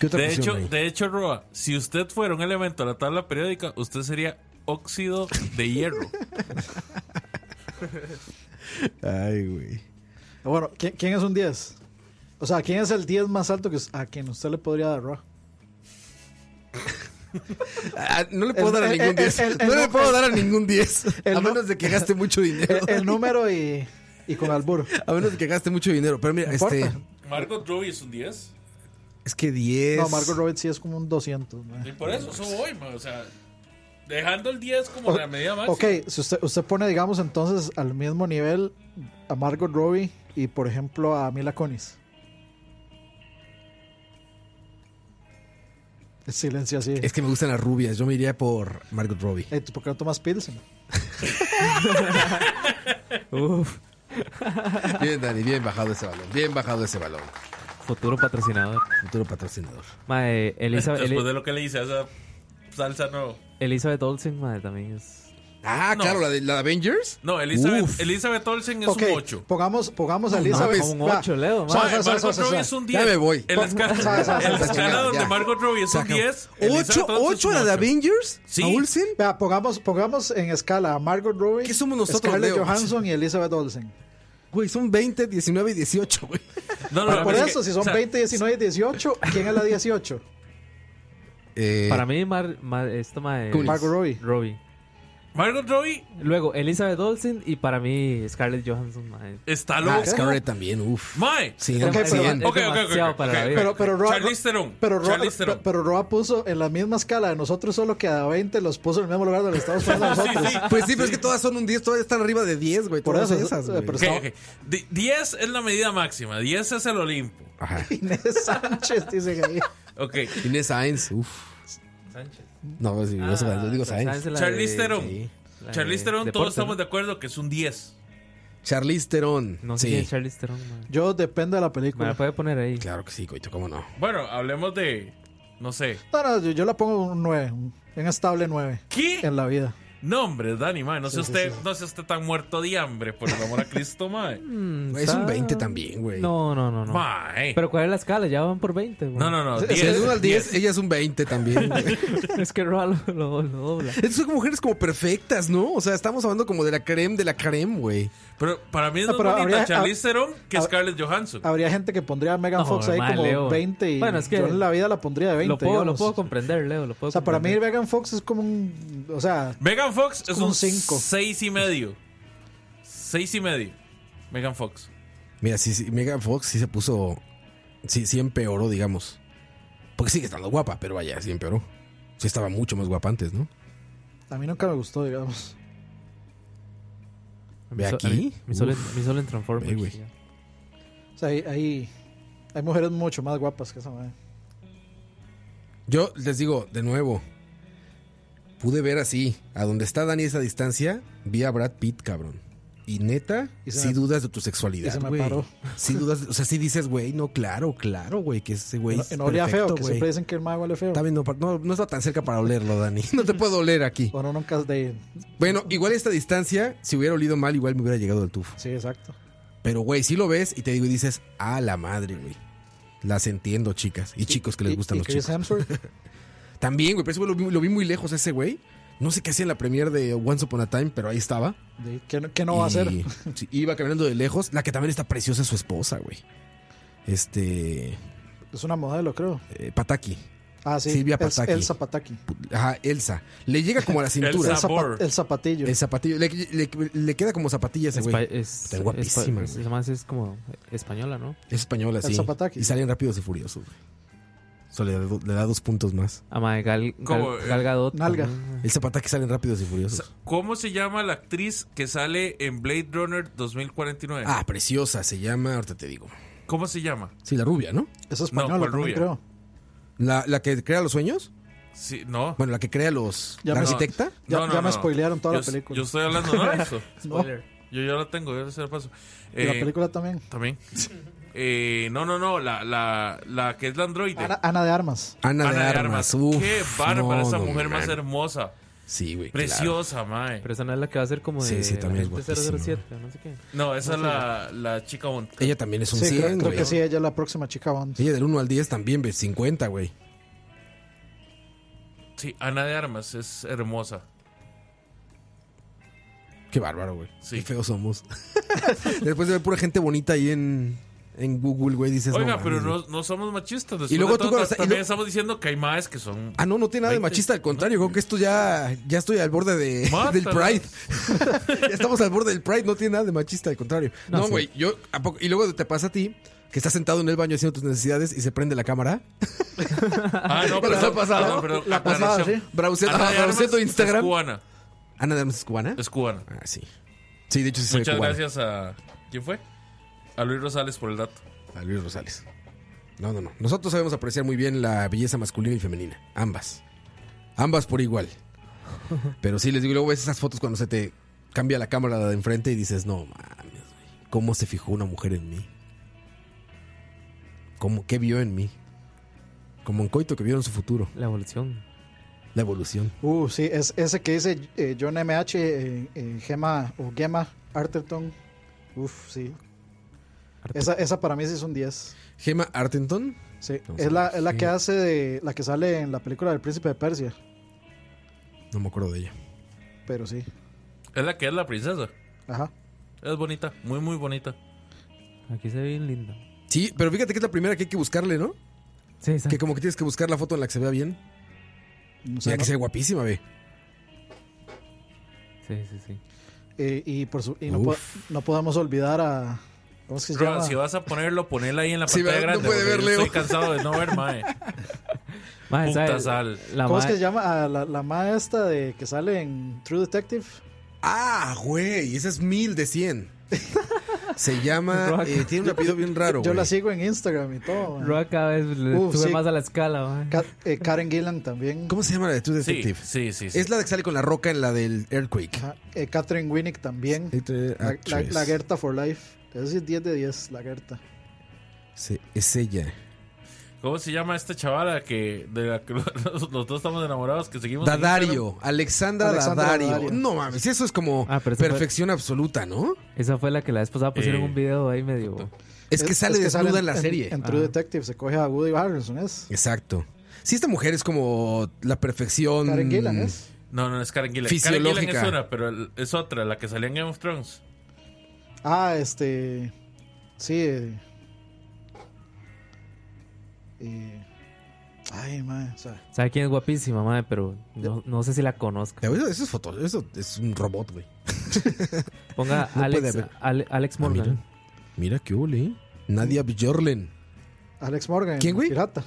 Speaker 1: ¿Qué otra
Speaker 6: De
Speaker 1: opción
Speaker 6: hecho,
Speaker 1: hay?
Speaker 6: de hecho, Roa, si usted fuera un elemento de la tabla periódica, usted sería óxido de hierro.
Speaker 1: Ay, güey.
Speaker 4: Bueno, ¿quién, quién es un 10? O sea, ¿quién es el 10 más alto que us- a quien usted le podría dar, Roa?
Speaker 1: Ah, no le puedo
Speaker 4: El-
Speaker 1: dar a
Speaker 4: el-
Speaker 1: ningún
Speaker 4: el-
Speaker 1: 10.
Speaker 4: el- el-
Speaker 1: No le
Speaker 4: el-
Speaker 1: puedo dar a ningún 10.
Speaker 4: el-
Speaker 1: A menos de que gaste mucho dinero.
Speaker 4: El, el número y, y con albur.
Speaker 1: A menos de que gaste mucho dinero. Pero mira,
Speaker 4: No importa.
Speaker 1: este.
Speaker 6: Margot Robbie es un 10.
Speaker 1: Es que 10.
Speaker 4: No, Margot Robbie sí es como un 200. mae.
Speaker 6: Y por eso eso voy, mae, O sea, dejando el 10 como la medida máxima.
Speaker 4: Ok, si usted, usted pone, digamos, entonces al mismo nivel a Margot Robbie y, por ejemplo, a Mila Kunis. Silencio así.
Speaker 1: Es que me gustan las rubias. Yo me iría por Margot Robbie.
Speaker 4: Eh, ¿tú ¿Por qué no tomas Pilsen?
Speaker 5: Uf,
Speaker 1: Bien, Dani, bien bajado ese balón. Bien bajado ese balón.
Speaker 5: futuro patrocinador.
Speaker 1: Futuro patrocinador.
Speaker 5: Mae, Elizabeth,
Speaker 6: Después
Speaker 5: Eli-
Speaker 6: de lo que le hice a esa salsa, no.
Speaker 5: Elizabeth Olsen, mae, también es.
Speaker 1: Ah,
Speaker 6: No.
Speaker 1: claro, la de, la de Avengers.
Speaker 6: No, Elizabeth,
Speaker 1: Uf.
Speaker 6: Elizabeth Olsen es
Speaker 4: ok,
Speaker 6: un 8.
Speaker 4: pongamos, pongamos a Elizabeth.
Speaker 5: como un
Speaker 4: Va,
Speaker 5: ocho, Leo,
Speaker 4: sa- sa-
Speaker 5: mae.
Speaker 4: sa- sa-
Speaker 6: Margot
Speaker 4: sa-
Speaker 6: Robbie
Speaker 4: sa-
Speaker 6: es un 10.
Speaker 1: Ya me voy.
Speaker 6: En la escala,
Speaker 4: Sa- sa- sa-
Speaker 6: en la
Speaker 4: sa-
Speaker 6: escala
Speaker 1: sa-
Speaker 6: donde
Speaker 1: ya.
Speaker 6: Margot Robbie es un
Speaker 1: Saca-
Speaker 6: 10.
Speaker 1: ¿Ocho,
Speaker 6: Elizabeth Olsen es
Speaker 1: ocho
Speaker 6: un
Speaker 1: a la de
Speaker 6: ocho.
Speaker 1: Avengers?
Speaker 6: Sí.
Speaker 1: ¿A Olsen?
Speaker 4: Vea, pongamos, pongamos en escala a Margot Robbie,
Speaker 1: ¿Qué somos nosotros,
Speaker 4: Scarlett
Speaker 1: Leo?
Speaker 4: Johansson y Elizabeth Olsen.
Speaker 1: Güey, son 20, 19 y 18, güey.
Speaker 6: No, no,
Speaker 4: Pero
Speaker 6: no,
Speaker 4: por
Speaker 6: es
Speaker 4: eso,
Speaker 6: que,
Speaker 4: si son
Speaker 6: o sea,
Speaker 4: 20, 19 y 18, ¿quién es la 18?
Speaker 1: Eh,
Speaker 5: Para mí, Mar, Mar- esta mae.
Speaker 1: Kunis.
Speaker 4: Margot Robbie.
Speaker 5: Robbie.
Speaker 6: Margot Robbie
Speaker 5: Luego, Elizabeth Olsen y para mí, Scarlett Johansson, mae.
Speaker 6: está
Speaker 1: Ah,
Speaker 6: loco.
Speaker 1: Scarlett también, uff.
Speaker 6: Mae.
Speaker 1: Sí,
Speaker 5: Es
Speaker 1: no,
Speaker 5: dema-
Speaker 1: bien.
Speaker 5: es
Speaker 6: Ok, ok, ok,
Speaker 5: demasiado para la
Speaker 6: ok.
Speaker 5: vida.
Speaker 4: Pero, pero Roa,
Speaker 6: Charlize Theron.
Speaker 4: Pero Roa,
Speaker 6: Charlize Theron.
Speaker 4: pero Roa puso en la misma escala de nosotros, solo que a 20 los puso en el mismo lugar donde los estamos poniendo nosotros.
Speaker 1: Pues sí, pero es que todas son un 10, todas están arriba de 10, güey.
Speaker 4: Por
Speaker 1: todas
Speaker 4: eso,
Speaker 1: esas,
Speaker 4: eh,
Speaker 1: güey.
Speaker 4: pero-
Speaker 6: Ok, ok. Di- 10 es la medida máxima. 10 es el Olimpo.
Speaker 1: Ajá.
Speaker 4: Inés Sánchez, dicen ahí.
Speaker 6: Ok.
Speaker 1: Inés Sainz, uff.
Speaker 6: Sánchez.
Speaker 1: No, pues, sí, no,
Speaker 5: Ah,
Speaker 1: yo digo
Speaker 5: pero
Speaker 1: Sainz.
Speaker 5: Sainz es la
Speaker 6: Charlize
Speaker 5: de-
Speaker 6: Theron.
Speaker 1: sí.
Speaker 5: la de
Speaker 6: Charlize Theron,
Speaker 5: deporte,
Speaker 6: todos
Speaker 5: ¿no?
Speaker 6: estamos de acuerdo que es un 10.
Speaker 1: Charlize Theron.
Speaker 5: No sé quién
Speaker 1: sí.
Speaker 5: es Charlize Theron, mae.
Speaker 4: Yo depende de la
Speaker 5: Me
Speaker 4: película.
Speaker 5: la puede poner ahí.
Speaker 1: Claro que sí, coito, cómo no.
Speaker 6: Bueno, hablemos de. No sé.
Speaker 4: No, no, yo, yo la pongo un 9, un un estable 9
Speaker 6: ¿Qué?
Speaker 4: en la vida.
Speaker 6: No, hombre, Dani, mae, no,
Speaker 4: Sí,
Speaker 6: sé
Speaker 4: sí,
Speaker 6: usted,
Speaker 4: sí.
Speaker 6: no sé usted tan muerto de hambre, por el amor a Cristo, mae.
Speaker 5: Mm,
Speaker 1: Güey, es un
Speaker 5: está-
Speaker 1: 20 también, güey.
Speaker 5: No, no, no, no.
Speaker 6: Mae.
Speaker 5: Pero ¿cuál es la escala? Ya van por 20. güey.
Speaker 6: No, no, no.
Speaker 1: Si del
Speaker 6: 10,
Speaker 1: 1 al 10,
Speaker 6: 10.
Speaker 1: ella es un 20 también. güey.
Speaker 5: Es que Roa lo, lo- lo dobla.
Speaker 1: Estas son mujeres como perfectas, ¿no? O sea, estamos hablando como de la creme de la creme, güey.
Speaker 6: Pero para mí es
Speaker 4: No,
Speaker 6: más
Speaker 4: pero
Speaker 6: bonita
Speaker 4: habría-
Speaker 6: Charlize Theron que
Speaker 4: hab-
Speaker 6: Scarlett Johansson.
Speaker 4: Habría gente que pondría a Megan
Speaker 5: No,
Speaker 4: Fox ahí
Speaker 5: madre,
Speaker 4: como
Speaker 5: Leo.
Speaker 4: 20 y
Speaker 5: Bueno, es que
Speaker 4: yo en la vida la pondría de 20.
Speaker 5: lo, puedo, lo
Speaker 4: digamos.
Speaker 5: puedo comprender, Leo. Lo puedo
Speaker 4: O sea, para mí
Speaker 5: comprender.
Speaker 4: Megan Fox es como un... O sea,
Speaker 6: Megan Fox es
Speaker 4: como
Speaker 6: un
Speaker 4: un cinco.
Speaker 6: 6 y medio. 6 y medio. Megan Fox.
Speaker 1: Mira, sí, sí, Megan Fox sí se puso. Sí, sí empeoró, digamos. Porque sigue estando guapa, pero vaya, sí empeoró. Sí estaba mucho más guapa antes, ¿no?
Speaker 4: a mí nunca me gustó, digamos.
Speaker 1: Ve
Speaker 5: Mi sol-
Speaker 1: aquí.
Speaker 5: Mi solo,
Speaker 1: Uf.
Speaker 5: mi solo en Transformers.
Speaker 1: Ve, güey.
Speaker 5: ya.
Speaker 4: O sea, hay, hay, hay mujeres mucho más guapas que esa madre.
Speaker 1: Yo les digo, de nuevo. Pude ver así, a donde está Dani a esa distancia, vi a Brad Pitt, cabrón. Y neta,
Speaker 4: Y se
Speaker 1: sí
Speaker 4: me-
Speaker 1: dudas de tu
Speaker 4: y
Speaker 1: sexualidad,
Speaker 4: se me
Speaker 1: güey.
Speaker 4: paró.
Speaker 1: Sí dudas, o sea, sí dices, güey, no, claro, claro, güey, que ese güey
Speaker 4: No,
Speaker 1: es
Speaker 4: no olía
Speaker 1: perfecto,
Speaker 4: feo, que
Speaker 1: güey.
Speaker 4: siempre dicen que el mago huele feo.
Speaker 1: Está bien, no, par- no, no está tan cerca para olerlo, Dani. No te puedo oler aquí.
Speaker 4: Bueno, nunca es de...
Speaker 1: Bueno, igual esta distancia, si hubiera olido mal, igual me hubiera llegado el tufo.
Speaker 4: Sí, exacto.
Speaker 1: Pero, güey, si lo ves y te digo y dices, a la madre, güey. Las entiendo, chicas. Y chicos que les
Speaker 4: Y-
Speaker 1: gustan
Speaker 4: y
Speaker 1: los
Speaker 4: Chris
Speaker 1: chicos.
Speaker 4: Hemsworth,
Speaker 1: También, güey, pero ese güey lo vi, lo vi muy lejos, ese güey. No sé qué hacía en la premiere de Once Upon a Time, pero ahí estaba.
Speaker 4: de- ¿qué, no- qué no va a
Speaker 1: Y-
Speaker 4: hacer?
Speaker 1: sí, iba caminando de lejos. La que también está preciosa es su esposa, güey. Este.
Speaker 4: Es una modelo, creo.
Speaker 1: eh, Pataki.
Speaker 4: Ah, sí.
Speaker 1: Silvia
Speaker 4: El-
Speaker 1: Pataki.
Speaker 4: El Zapataki.
Speaker 1: Ajá, Elsa. Le llega como a la
Speaker 4: El,
Speaker 1: cintura.
Speaker 6: Elsa. Sabor.
Speaker 4: zapa- el zapatillo.
Speaker 1: El zapatillo. Le, le- le queda como zapatilla ese
Speaker 5: Es,
Speaker 1: güey.
Speaker 5: pa- es,
Speaker 1: Está guapísima,
Speaker 5: es-
Speaker 1: güey.
Speaker 5: además es como española, ¿no?
Speaker 1: Es española,
Speaker 4: El
Speaker 1: sí.
Speaker 4: Zapataki.
Speaker 1: Y salen rápidos y furiosos, güey. Eso le da, do- le da dos puntos más.
Speaker 5: Ah, mae, Gal, Gal-
Speaker 6: Como, eh,
Speaker 5: Gal Gadot
Speaker 4: nalga.
Speaker 5: también.
Speaker 1: El Zapataki salen rápidos y furiosos.
Speaker 6: ¿Cómo se llama la actriz que sale en Blade Runner 2049?
Speaker 1: Ah, preciosa, se llama, ahorita te digo.
Speaker 6: ¿Cómo se llama?
Speaker 1: Sí, la rubia, ¿no?
Speaker 4: Es española,
Speaker 6: No, ¿cuál
Speaker 4: también
Speaker 6: rubia?
Speaker 4: creo.
Speaker 1: La, la que crea los sueños.
Speaker 6: Sí, no.
Speaker 1: Bueno, la que crea los.
Speaker 4: Ya
Speaker 1: la
Speaker 4: me-
Speaker 1: arquitecta.
Speaker 4: Ya,
Speaker 6: No, no,
Speaker 4: ya me
Speaker 6: no.
Speaker 4: spoilearon toda
Speaker 6: yo,
Speaker 4: la película.
Speaker 6: Yo estoy hablando, no eso.
Speaker 5: Spoiler.
Speaker 6: Yo ya la tengo, yo se la paso.
Speaker 4: Y la
Speaker 6: Eh,
Speaker 4: película también.
Speaker 6: También. Eh, no, no, no, la, la, la que es la androide.
Speaker 4: Ana, Ana de Armas.
Speaker 1: Ana, de Armas. Uf,
Speaker 6: Qué bárbara
Speaker 1: no,
Speaker 6: esa
Speaker 1: no,
Speaker 6: mujer
Speaker 1: man.
Speaker 6: más hermosa.
Speaker 1: Sí, güey. claro.
Speaker 6: Preciosa, mae.
Speaker 5: Pero esa no es la que va a ser como de
Speaker 1: Sí, sí, también es
Speaker 5: Agente
Speaker 1: guapísima.
Speaker 5: 007, o no sé qué.
Speaker 6: No, esa es la, la chica Bond.
Speaker 1: Ella también es un
Speaker 4: Sí,
Speaker 1: 100,
Speaker 4: creo, creo
Speaker 1: güey.
Speaker 4: que sí, ella es la próxima chica Bond.
Speaker 1: Ella del 1 al 10 también, ve 50, güey.
Speaker 6: Sí, Ana de Armas es hermosa.
Speaker 1: Qué bárbaro, güey.
Speaker 6: Sí.
Speaker 1: Qué feos somos. Después de ver pura gente bonita ahí en, en Google, güey, dices.
Speaker 6: Oiga,
Speaker 1: mames,
Speaker 6: pero
Speaker 1: güey".
Speaker 6: no, no somos machistas. después
Speaker 1: Y luego
Speaker 6: de
Speaker 1: tú
Speaker 6: todo,
Speaker 1: cuando sa-
Speaker 6: ta-
Speaker 1: y
Speaker 6: también
Speaker 1: lo-
Speaker 6: estamos diciendo que hay maes que son...
Speaker 1: Ah, no, no tiene nada de
Speaker 6: 20.
Speaker 1: machista, al contrario, creo que esto ya, ya estoy al borde de,
Speaker 6: Mátala.
Speaker 1: del Pride. ya estamos al borde del Pride, no tiene nada de machista, al contrario.
Speaker 5: No,
Speaker 1: No,
Speaker 5: sí.
Speaker 1: güey, yo, ¿a poco- y luego te pasa a ti, que estás sentado en el baño haciendo tus necesidades y se prende la cámara.
Speaker 6: Ah,
Speaker 1: ¿Pero
Speaker 6: no, pero...
Speaker 1: les ha pasado?
Speaker 4: La pasada, sí.
Speaker 1: Brauceando, ah, brauceando
Speaker 6: Es
Speaker 1: Instagram.
Speaker 6: cubana.
Speaker 1: Ana de Armas es cubana.
Speaker 6: Es cubana.
Speaker 1: Ah, sí. Sí, de hecho sí se ve
Speaker 6: Muchas
Speaker 1: cubana.
Speaker 6: gracias a... ¿Quién fue? A Luis Rosales por el dato.
Speaker 1: A Luis Rosales. No, no, no. Nosotros sabemos apreciar muy bien la belleza masculina y femenina. Ambas. Ambas por igual. Pero sí, les digo, luego ves esas fotos cuando se te cambia la cámara de enfrente y dices, no mames, güey. ¿Cómo se fijó una mujer en mí? ¿Cómo, ¿Qué vio en mí? Como un coito que vio en su futuro.
Speaker 5: La evolución.
Speaker 1: La evolución.
Speaker 4: Uh, sí, es ese que dice eh, John M.H., eh, eh, Gemma o Gemma Arterton. Uf, sí. Esa, esa para mí sí es un 10.
Speaker 1: Gemma Artenton.
Speaker 4: Sí.
Speaker 1: Vamos
Speaker 4: Es
Speaker 1: a
Speaker 4: la,
Speaker 1: ver.
Speaker 4: es la que
Speaker 1: Gemma.
Speaker 4: hace de, la que sale en la película del príncipe de Persia.
Speaker 1: No me acuerdo de ella.
Speaker 4: Pero sí.
Speaker 6: Es la que es la princesa.
Speaker 4: Ajá.
Speaker 6: Es bonita, muy, muy bonita.
Speaker 5: Aquí se ve bien linda.
Speaker 1: Sí, pero fíjate que es la primera que hay que buscarle, ¿no?
Speaker 5: Sí, esa.
Speaker 1: Que como que tienes que buscar la foto en la que se vea bien.
Speaker 4: No
Speaker 1: O
Speaker 4: sé,
Speaker 1: sea, que
Speaker 4: no-
Speaker 1: sea guapísima, ve.
Speaker 5: Sí, sí, sí.
Speaker 4: eh, y por su, y no,
Speaker 1: Uf.
Speaker 4: po- no podemos olvidar a. ¿Cómo es que se
Speaker 6: Roa,
Speaker 4: llama?
Speaker 6: si vas a ponerlo, ponela ahí en la
Speaker 1: Sí,
Speaker 6: pantalla
Speaker 1: ¿verdad? No
Speaker 6: grande.
Speaker 1: puede
Speaker 6: porque
Speaker 1: ver,
Speaker 6: yo
Speaker 1: Leo.
Speaker 6: Estoy cansado de no ver, mae.
Speaker 5: Mae,
Speaker 6: Puta
Speaker 5: ¿sabe?
Speaker 6: sal.
Speaker 5: La
Speaker 4: ¿Cómo es
Speaker 5: mae-
Speaker 4: que se llama? A la, la maestra de que sale en True Detective.
Speaker 1: Ah, güey, esa es mil de cien. Se llama.
Speaker 5: Rock.
Speaker 1: eh, tiene un apellido bien raro.
Speaker 4: Yo la
Speaker 1: güey.
Speaker 4: sigo en Instagram y todo. man.
Speaker 5: Roa cada vez le
Speaker 4: Uf,
Speaker 5: sube
Speaker 4: sí.
Speaker 5: más a la escala, mae.
Speaker 4: Ka- eh, Karen Gillan también.
Speaker 1: ¿Cómo se llama la de True
Speaker 6: Sí,
Speaker 1: Detective?
Speaker 6: sí, sí. sí.
Speaker 1: Es la de que sale con la roca en la del Earthquake.
Speaker 4: Ajá. Eh, Catherine Winnick también.
Speaker 1: Actress.
Speaker 4: La, la, la Gerta for Life. Eso sí es 10 de 10, la Gerta.
Speaker 1: Sí, es ella.
Speaker 6: ¿Cómo se llama esta chavala que de la que los, los dos estamos enamorados que seguimos? en Instagram?
Speaker 1: Dadario, Alexandra,
Speaker 4: Alexandra
Speaker 1: Dadario.
Speaker 4: Daddario.
Speaker 1: No mames, eso es como
Speaker 5: Ah, pero esa fue-
Speaker 1: perfección absoluta, ¿no?
Speaker 5: Esa fue la que la vez pasada pusieron
Speaker 6: Eh.
Speaker 5: un video ahí medio.
Speaker 1: Es que sale desnuda en la serie.
Speaker 4: En True
Speaker 5: Ah.
Speaker 4: Detective se coge a Woody Harrelson, ¿es?
Speaker 1: Exacto. Sí, esta mujer es como la perfección.
Speaker 4: Karen Gillan, ¿es?
Speaker 6: No, no, es Karen Gillan. Karen Gillan
Speaker 1: Fisiológica.
Speaker 6: es una, pero el- es otra, la que salía en Game of Thrones.
Speaker 4: Ah, este. Sí. eh, eh, ay, madre. O sea,
Speaker 5: ¿Sabe quién es guapísima, madre? Pero no, no sé si la conozco.
Speaker 1: Eso, eso es foto, eso es un robot, güey.
Speaker 5: Ponga
Speaker 1: No puede
Speaker 5: Alex,
Speaker 1: haber.
Speaker 5: Ale- Alex
Speaker 1: Ah,
Speaker 5: Morgan.
Speaker 1: Mira qué ole, ¿eh? Nadia Bjorlen.
Speaker 4: Alex Morgan. en
Speaker 1: ¿Quién, güey?
Speaker 4: Pirata.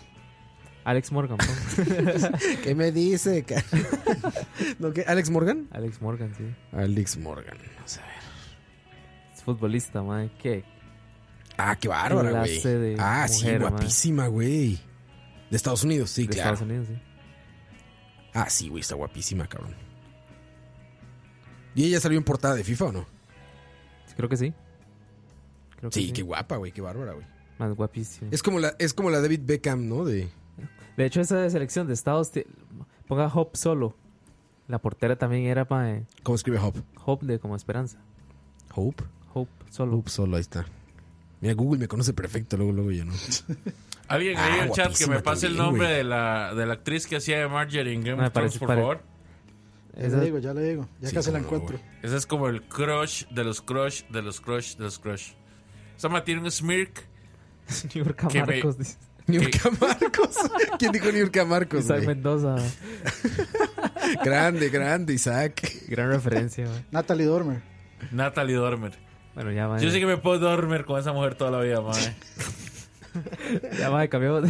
Speaker 5: Alex Morgan, ponga.
Speaker 1: ¿Qué me dice? ca- ¿No, qué? ¿Alex Morgan?
Speaker 5: Alex Morgan, sí.
Speaker 1: Alex Morgan. Vamos a ver.
Speaker 5: Es futbolista, madre. ¿Qué?
Speaker 1: Ah, qué bárbara, güey.
Speaker 5: Enlace de
Speaker 1: Ah, sí,
Speaker 5: mujer,
Speaker 1: guapísima, güey. De Estados Unidos, sí,
Speaker 5: De
Speaker 1: claro.
Speaker 5: Estados Unidos, sí.
Speaker 1: Ah, sí, güey, está guapísima, cabrón. ¿Y ella salió en portada de FIFA o no?
Speaker 5: Creo que sí. Creo que
Speaker 1: Sí, qué guapa, güey, qué bárbara, güey.
Speaker 5: Más guapísimo.
Speaker 1: Es como la, es como la David Beckham, ¿no? De.
Speaker 5: De hecho, esa selección de Estados. ti- Ponga Hop solo. La portera también era para
Speaker 1: ¿Cómo escribe Hope?
Speaker 5: Hope de como esperanza.
Speaker 1: Hope.
Speaker 5: Hope solo.
Speaker 1: Hope solo, ahí está. Mira, Google me conoce perfecto, luego, luego yo no.
Speaker 6: Alguien
Speaker 1: Ah,
Speaker 6: ahí en el chat que
Speaker 1: guapísima
Speaker 6: me pase el
Speaker 1: también,
Speaker 6: nombre
Speaker 1: güey.
Speaker 6: de la, de la actriz que hacía de Marjorie en Game
Speaker 5: Ah,
Speaker 6: of Thrones,
Speaker 5: parece-
Speaker 6: por
Speaker 5: pare-
Speaker 6: favor.
Speaker 4: Ya
Speaker 5: Esa-
Speaker 4: le digo, ya le digo. Ya
Speaker 1: Sí,
Speaker 4: casi la
Speaker 1: cómo no,
Speaker 4: encuentro.
Speaker 6: Ese es como el crush de los crush de los crush de los crush. Sama tiene un smirk.
Speaker 5: New York a
Speaker 6: Que me-
Speaker 5: Marcos, dice
Speaker 1: Niurka Marcos. ¿Quién dijo Niurka Marcos?
Speaker 5: Isaac
Speaker 1: güey?
Speaker 5: Mendoza.
Speaker 1: Grande, grande, Isaac.
Speaker 5: Gran referencia, güey.
Speaker 4: Natalie Dormer.
Speaker 6: Natalie Dormer.
Speaker 5: Bueno, ya, madre.
Speaker 6: Yo sé que me puedo dormir con esa mujer toda la vida, madre.
Speaker 5: Ya, madre, cambiamos.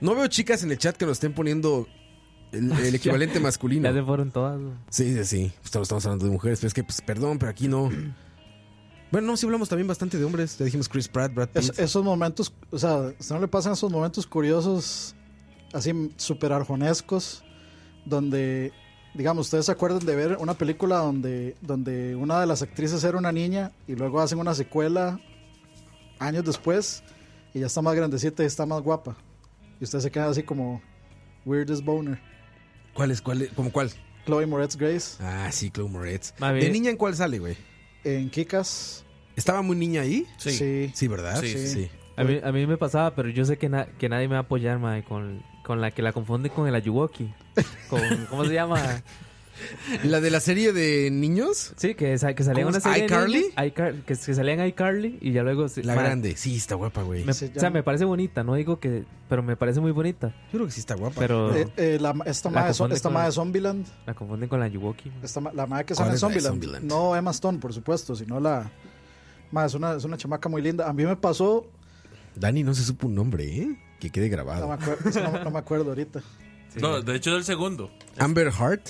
Speaker 1: No veo chicas en el chat que nos estén poniendo el, el equivalente masculino.
Speaker 5: ya se fueron todas, güey.
Speaker 1: Sí, sí, sí. Estamos, estamos hablando de mujeres, pero es que, pues, perdón, pero aquí no. Bueno, no, sí hablamos también bastante de hombres. Ya dijimos Chris Pratt, Brad Pitt.
Speaker 4: Es- esos momentos, o sea, si no le pasan esos momentos curiosos, así super arjonescos, donde, digamos, ustedes se acuerdan de ver una película donde, donde una de las actrices era una niña y luego hacen una secuela años después y ya está más grandecita y está más guapa. Y ustedes se quedan así como, weirdest boner.
Speaker 1: ¿Cuál es? ¿Cuál? es? ¿Cómo cuál?
Speaker 4: Chloe Moretz Grace
Speaker 1: Ah, sí, Chloe Moretz.
Speaker 5: Más
Speaker 1: ¿De
Speaker 5: bien-
Speaker 1: niña en cuál sale, güey?
Speaker 4: en Kikas.
Speaker 1: ¿Estaba muy niña ahí?
Speaker 4: Sí.
Speaker 1: Sí, ¿verdad?
Speaker 6: Sí,
Speaker 4: sí.
Speaker 5: A mí, a mí me pasaba, pero yo sé que, na- que nadie me va a apoyar, madre, con, con la que la confunde con el Ayuwoki. Con, ¿Cómo se llama?
Speaker 1: ¿La de la serie de niños?
Speaker 5: Sí, que, sa- que salían
Speaker 1: ¿Cómo
Speaker 5: una
Speaker 1: es?
Speaker 5: serie. de
Speaker 1: ¿iCarly?
Speaker 5: niños, iCar- que, que salían iCarly y ya luego. se-
Speaker 1: La
Speaker 5: madre,
Speaker 1: grande. Sí, está guapa, güey.
Speaker 5: me-
Speaker 4: Se
Speaker 5: o sea,
Speaker 4: llama-
Speaker 5: me parece bonita, no digo que. Pero me parece muy bonita.
Speaker 1: Yo creo que sí está guapa.
Speaker 5: Pero
Speaker 4: Eh, eh, la- esta
Speaker 5: Oh. La
Speaker 4: madre de,
Speaker 5: confunde
Speaker 4: esta
Speaker 5: con-
Speaker 4: madre de Zombieland.
Speaker 5: la confunden con la Ayuwoki. madre.
Speaker 4: Esta ma- la madre que
Speaker 1: ¿Cuál
Speaker 4: sale en
Speaker 1: es la de
Speaker 4: Zombieland.
Speaker 1: Zombieland?
Speaker 4: No Emma Stone, por supuesto, sino la... Ma, es, una, es una chamaca muy linda. A mí me pasó...
Speaker 1: Dani no se supo un nombre, ¿eh? Que quede
Speaker 4: No me,
Speaker 1: grabado.
Speaker 4: acuer- es que no- no me acuerdo ahorita.
Speaker 6: No, de hecho es el segundo.
Speaker 1: Amber Hart,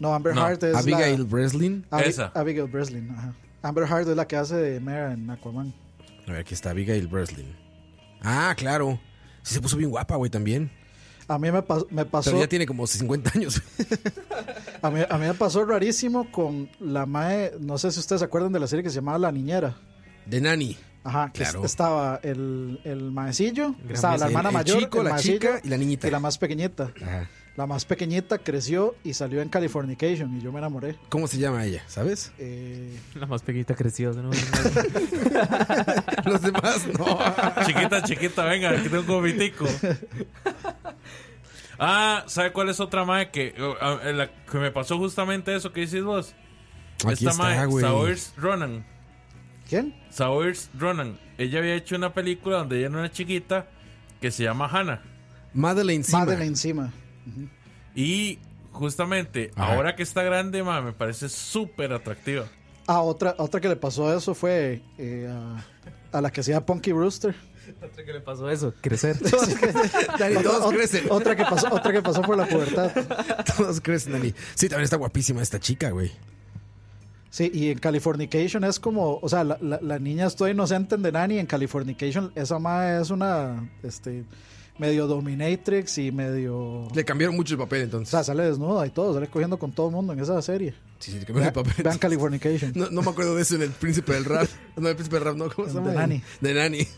Speaker 4: No, Amber
Speaker 6: No,
Speaker 4: Hart es
Speaker 1: Abigail
Speaker 4: la...
Speaker 1: Breslin.
Speaker 4: Abi-
Speaker 6: Esa.
Speaker 4: Abigail Breslin, ajá. Amber Hart es la que hace de Mera en Aquaman.
Speaker 1: A ver, aquí está Abigail Breslin. Ah, claro. Sí se puso bien guapa, güey, también.
Speaker 4: A mí me, pas- me pasó...
Speaker 1: Pero ya tiene como 50 años.
Speaker 4: A mí, a mí me pasó rarísimo con la mae... No sé si ustedes se acuerdan de la serie que se llamaba La Niñera.
Speaker 1: De Nani.
Speaker 4: Ajá, que
Speaker 1: Claro.
Speaker 4: es- estaba el, el maecillo,
Speaker 5: Gran
Speaker 4: estaba la
Speaker 5: maecillo.
Speaker 4: hermana
Speaker 1: El- el
Speaker 4: mayor,
Speaker 1: chico,
Speaker 4: el
Speaker 1: la
Speaker 4: maecillo
Speaker 1: chica y la niñita.
Speaker 4: y la más pequeñita.
Speaker 1: Ajá.
Speaker 4: La más pequeñita creció y salió en Californication y yo me enamoré.
Speaker 1: ¿Cómo se llama ella? ¿Sabes?
Speaker 4: Eh,
Speaker 5: La más pequeñita creció, ¿no?
Speaker 1: Los demás no.
Speaker 6: Chiquita, chiquita, venga, aquí tengo un vitico. Ah, ¿sabe cuál es otra madre que, eh, ah, eh, la que me pasó justamente eso que dices vos?
Speaker 1: Aquí está,
Speaker 6: mae,
Speaker 1: güey.
Speaker 6: Saoirse Ronan.
Speaker 4: ¿Quién?
Speaker 6: Saoirse Ronan. Ella había hecho una película donde ella era una chiquita que se llama Hannah.
Speaker 1: Madeleine Sima.
Speaker 4: Madre encima.
Speaker 6: Y justamente
Speaker 1: Ajá.
Speaker 6: ahora que está grande, mae, me parece súper atractiva.
Speaker 4: Ah, otra, otra que le pasó eso fue eh, a, a la que hacía Punky Rooster.
Speaker 5: ¿Qué le pasó eso? Crecer.
Speaker 1: Dani, todos
Speaker 4: Ot-
Speaker 1: crecen.
Speaker 4: Otra que pasó, otra que pasó por la pubertad.
Speaker 1: Todos crecen, Dani. Sí, también está guapísima esta chica, güey.
Speaker 4: Sí, y en Californication es como, o sea, la, la- la niña es toda inocente en The Nanny, en Californication esa madre es una, este, medio dominatrix y medio...
Speaker 1: Le cambiaron mucho el papel,
Speaker 4: O
Speaker 1: entonces.
Speaker 4: sea, sale desnuda y todo, sale cogiendo con todo el mundo en esa serie.
Speaker 1: Sí, sí, le
Speaker 4: Vean,
Speaker 1: cambiaron el papel.
Speaker 4: vean Californication.
Speaker 1: No, no me acuerdo de eso en El Príncipe del Rap. No, El Príncipe del Rap, no. ¿Cómo se
Speaker 4: En
Speaker 1: llama?
Speaker 4: The Nanny.
Speaker 1: De Nani.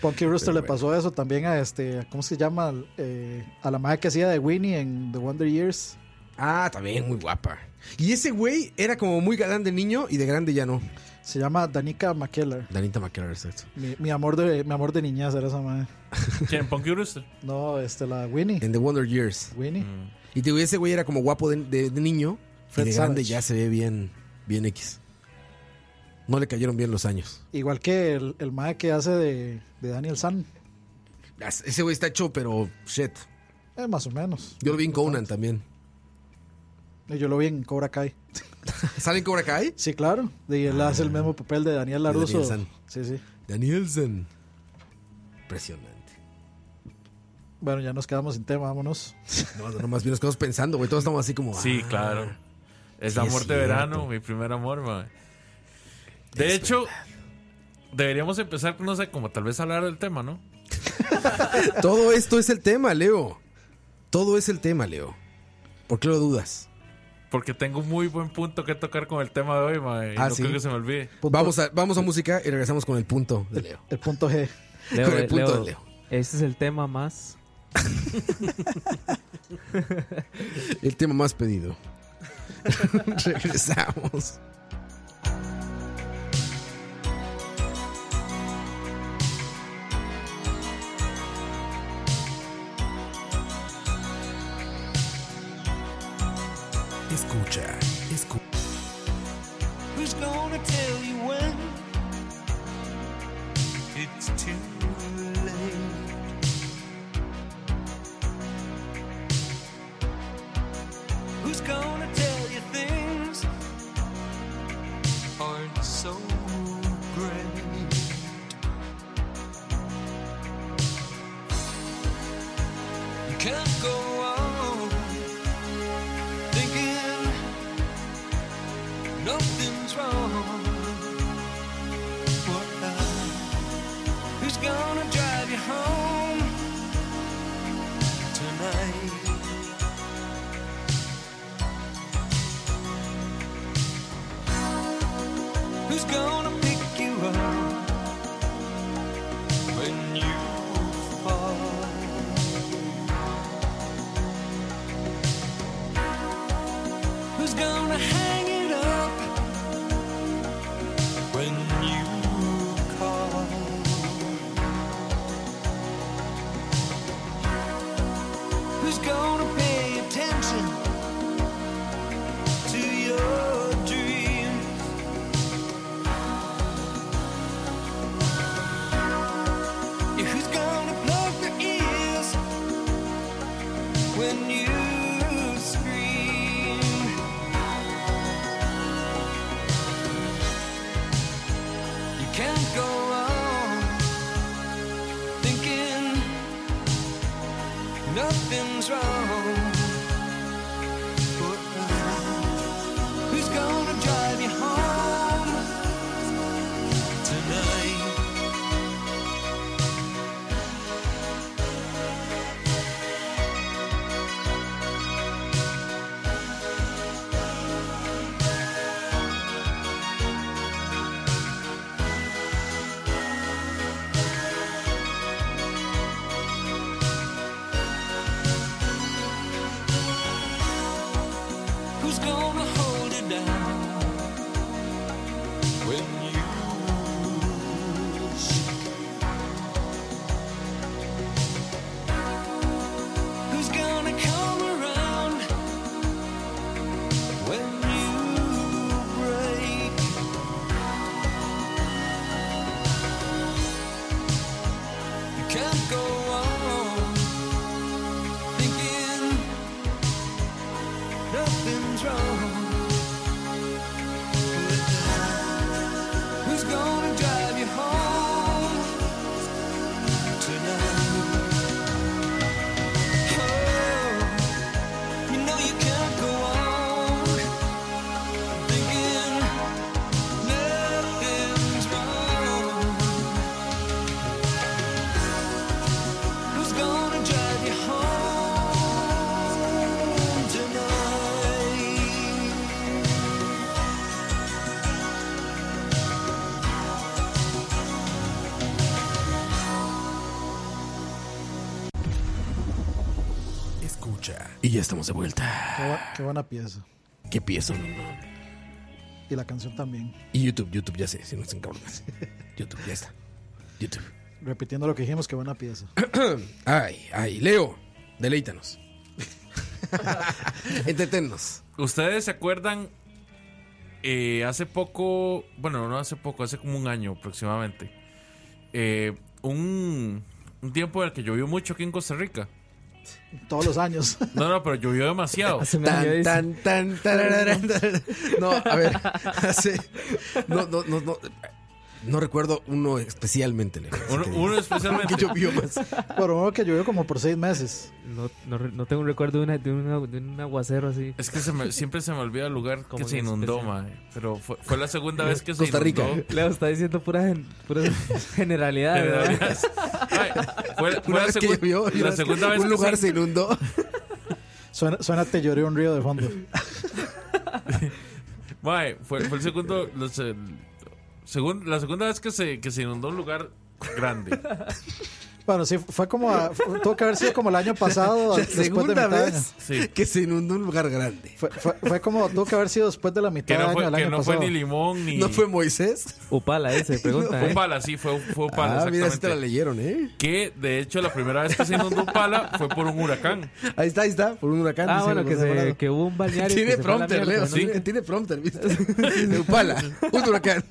Speaker 4: Punky Rooster le pasó eso también a este, ¿cómo se llama? Eh, a la madre que hacía de Winnie en The Wonder Years.
Speaker 1: Ah, también muy guapa. Y ese güey era como muy galán de niño y de grande ya no.
Speaker 4: Se llama Danica McKellar.
Speaker 1: Danita McKellar, exacto.
Speaker 4: Mi, mi amor de, mi amor de niñez era esa madre.
Speaker 6: ¿Quién? Punky Rooster.
Speaker 4: No, este, la Winnie.
Speaker 1: En Mm. The Wonder Years.
Speaker 4: Winnie.
Speaker 1: Y te digo, ese güey era como guapo de, de- de niño
Speaker 4: Fred
Speaker 1: y de grande
Speaker 4: Savage.
Speaker 1: ya se ve bien, bien X. No le cayeron bien los años.
Speaker 4: Igual que el, el mae que hace de, de Daniel San.
Speaker 1: As- Ah, Ese güey está hecho, pero shit.
Speaker 4: Eh, más o menos.
Speaker 1: Yo lo vi en Conan también.
Speaker 4: Eh, Yo lo vi en Cobra Kai.
Speaker 1: ¿Sale en Cobra Kai?
Speaker 4: Sí, claro. Y él hace el mismo papel de Daniel
Speaker 1: Ah. de
Speaker 4: Laruso.
Speaker 1: Daniel San.
Speaker 4: sí, sí.
Speaker 1: Danielsen. Impresionante.
Speaker 4: Bueno, ya nos quedamos sin tema, vámonos.
Speaker 1: No, no, más bien nos quedamos pensando, güey. Todos estamos así como.
Speaker 6: Sí,
Speaker 1: ah,
Speaker 6: claro. Es
Speaker 1: sí, es
Speaker 6: amor de
Speaker 1: cierto.
Speaker 6: verano, mi primer amor, mae. De hecho, deberíamos empezar, no sé, como tal vez hablar del tema, ¿no?
Speaker 1: Todo esto es el tema, Leo. Todo es el tema, Leo. ¿Por qué lo dudas?
Speaker 6: Porque tengo un muy buen punto que tocar con el tema de hoy, mae. y
Speaker 1: Ah,
Speaker 6: no
Speaker 1: ¿sí?
Speaker 6: creo que se me olvide.
Speaker 4: Punto-
Speaker 1: Vamos a, vamos a música y regresamos con el punto de Leo.
Speaker 4: El punto G.
Speaker 5: Leo,
Speaker 1: Con el
Speaker 5: eh,
Speaker 1: punto
Speaker 5: Leo,
Speaker 1: de Leo.
Speaker 5: Este es el tema más.
Speaker 1: El tema más pedido. Regresamos. Escucha, escucha.
Speaker 2: Who's gonna tell you when? It's too late. Who's gonna tell you things aren't so great? You can't go on thinking nothing's wrong. What the? Who's gonna drive you home tonight? Who's gonna pick you up when you fall? Who's gonna hang it up when you call? Who's gonna pay attention to your dreams? Yeah, who's gonna plug their ears when you scream? You can't go on thinking nothing's wrong. But Who's gonna drive you home tonight?
Speaker 1: Y ya estamos de vuelta.
Speaker 4: Qué, bu- qué buena pieza.
Speaker 1: ¿Qué pienso? no, no.
Speaker 4: Y la canción también.
Speaker 1: Y YouTube, YouTube, ya sé, si no se encabronas. YouTube, ya está. YouTube.
Speaker 4: Repitiendo lo que dijimos, qué buena pieza.
Speaker 1: Ay, ay, Leo, deleítanos. Entretennos.
Speaker 6: ¿Ustedes se acuerdan? eh, hace poco, bueno, no hace poco, hace como un año aproximadamente. eh, un, un tiempo en el que llovió mucho aquí en Costa Rica.
Speaker 4: Todos los años.
Speaker 6: No, no, pero llovió demasiado.
Speaker 5: Hace un año
Speaker 1: Oh, Tan,
Speaker 5: dice,
Speaker 1: tan, tan, tararara, tararara. No, a ver. sí. No, no, no, no. No recuerdo uno especialmente, Leo. así
Speaker 6: Uno,
Speaker 1: que-
Speaker 6: uno especialmente.
Speaker 1: que llovió más.
Speaker 4: Pero uno que llovió como por seis meses.
Speaker 5: no, no, re- no tengo un recuerdo de, una- de una- de un aguacero así.
Speaker 6: Es que se me- siempre se me olvida el lugar
Speaker 5: Como
Speaker 6: que se
Speaker 5: que
Speaker 6: inundó,
Speaker 5: especial.
Speaker 6: mae. Pero fue, fue la segunda vez que se
Speaker 1: Costa Rica.
Speaker 6: inundó.
Speaker 5: Leo está diciendo puras gen- puras generalidades. ¿verdad?
Speaker 6: Ay, fue, fue
Speaker 1: Una
Speaker 6: la,
Speaker 1: vez que
Speaker 6: segun-
Speaker 1: llovió, y
Speaker 6: la
Speaker 1: una vez
Speaker 6: segunda
Speaker 1: que
Speaker 6: vez
Speaker 1: un
Speaker 6: que
Speaker 1: lugar
Speaker 6: se-
Speaker 1: se inundó.
Speaker 4: Suena, suena te lloré un río de fondo.
Speaker 6: Mae, fue, fue el segundo. los, eh, segun- la segunda vez que se, que se inundó un lugar grande.
Speaker 4: Bueno, sí, fue como. a- fue- tuvo que haber sido como el año pasado.
Speaker 1: La
Speaker 4: después de
Speaker 1: segunda
Speaker 4: mitad de año.
Speaker 1: vez
Speaker 6: Sí.
Speaker 1: que se inundó un lugar grande.
Speaker 4: Fue, fue- fue como tuvo que haber sido después de la mitad
Speaker 6: Que
Speaker 4: del
Speaker 6: no
Speaker 4: año,
Speaker 6: fue,
Speaker 4: del
Speaker 6: que
Speaker 4: año
Speaker 6: no fue
Speaker 4: pasado.
Speaker 6: ni limón ni.
Speaker 1: ¿No fue Moisés?
Speaker 5: Upala ese, pregunta.
Speaker 6: Fue
Speaker 5: ¿eh?
Speaker 6: Upala, sí, fue, fue Upala,
Speaker 1: Ah, mira, sí te la
Speaker 6: exactamente.
Speaker 1: leyeron, ¿eh?
Speaker 6: Que de hecho la primera vez que se inundó Upala fue por un huracán.
Speaker 1: Ahí está, ahí está, por un huracán.
Speaker 5: Ah,
Speaker 1: dice
Speaker 5: bueno,
Speaker 1: José
Speaker 5: que, se,
Speaker 1: Alvarado.
Speaker 5: que hubo un balneario.
Speaker 1: Tiene
Speaker 5: que se fue a la
Speaker 1: prompter,
Speaker 5: mierda,
Speaker 1: Leo.
Speaker 5: ¿no?
Speaker 1: sí, Tiene prompter, ¿viste? De Upala, un huracán.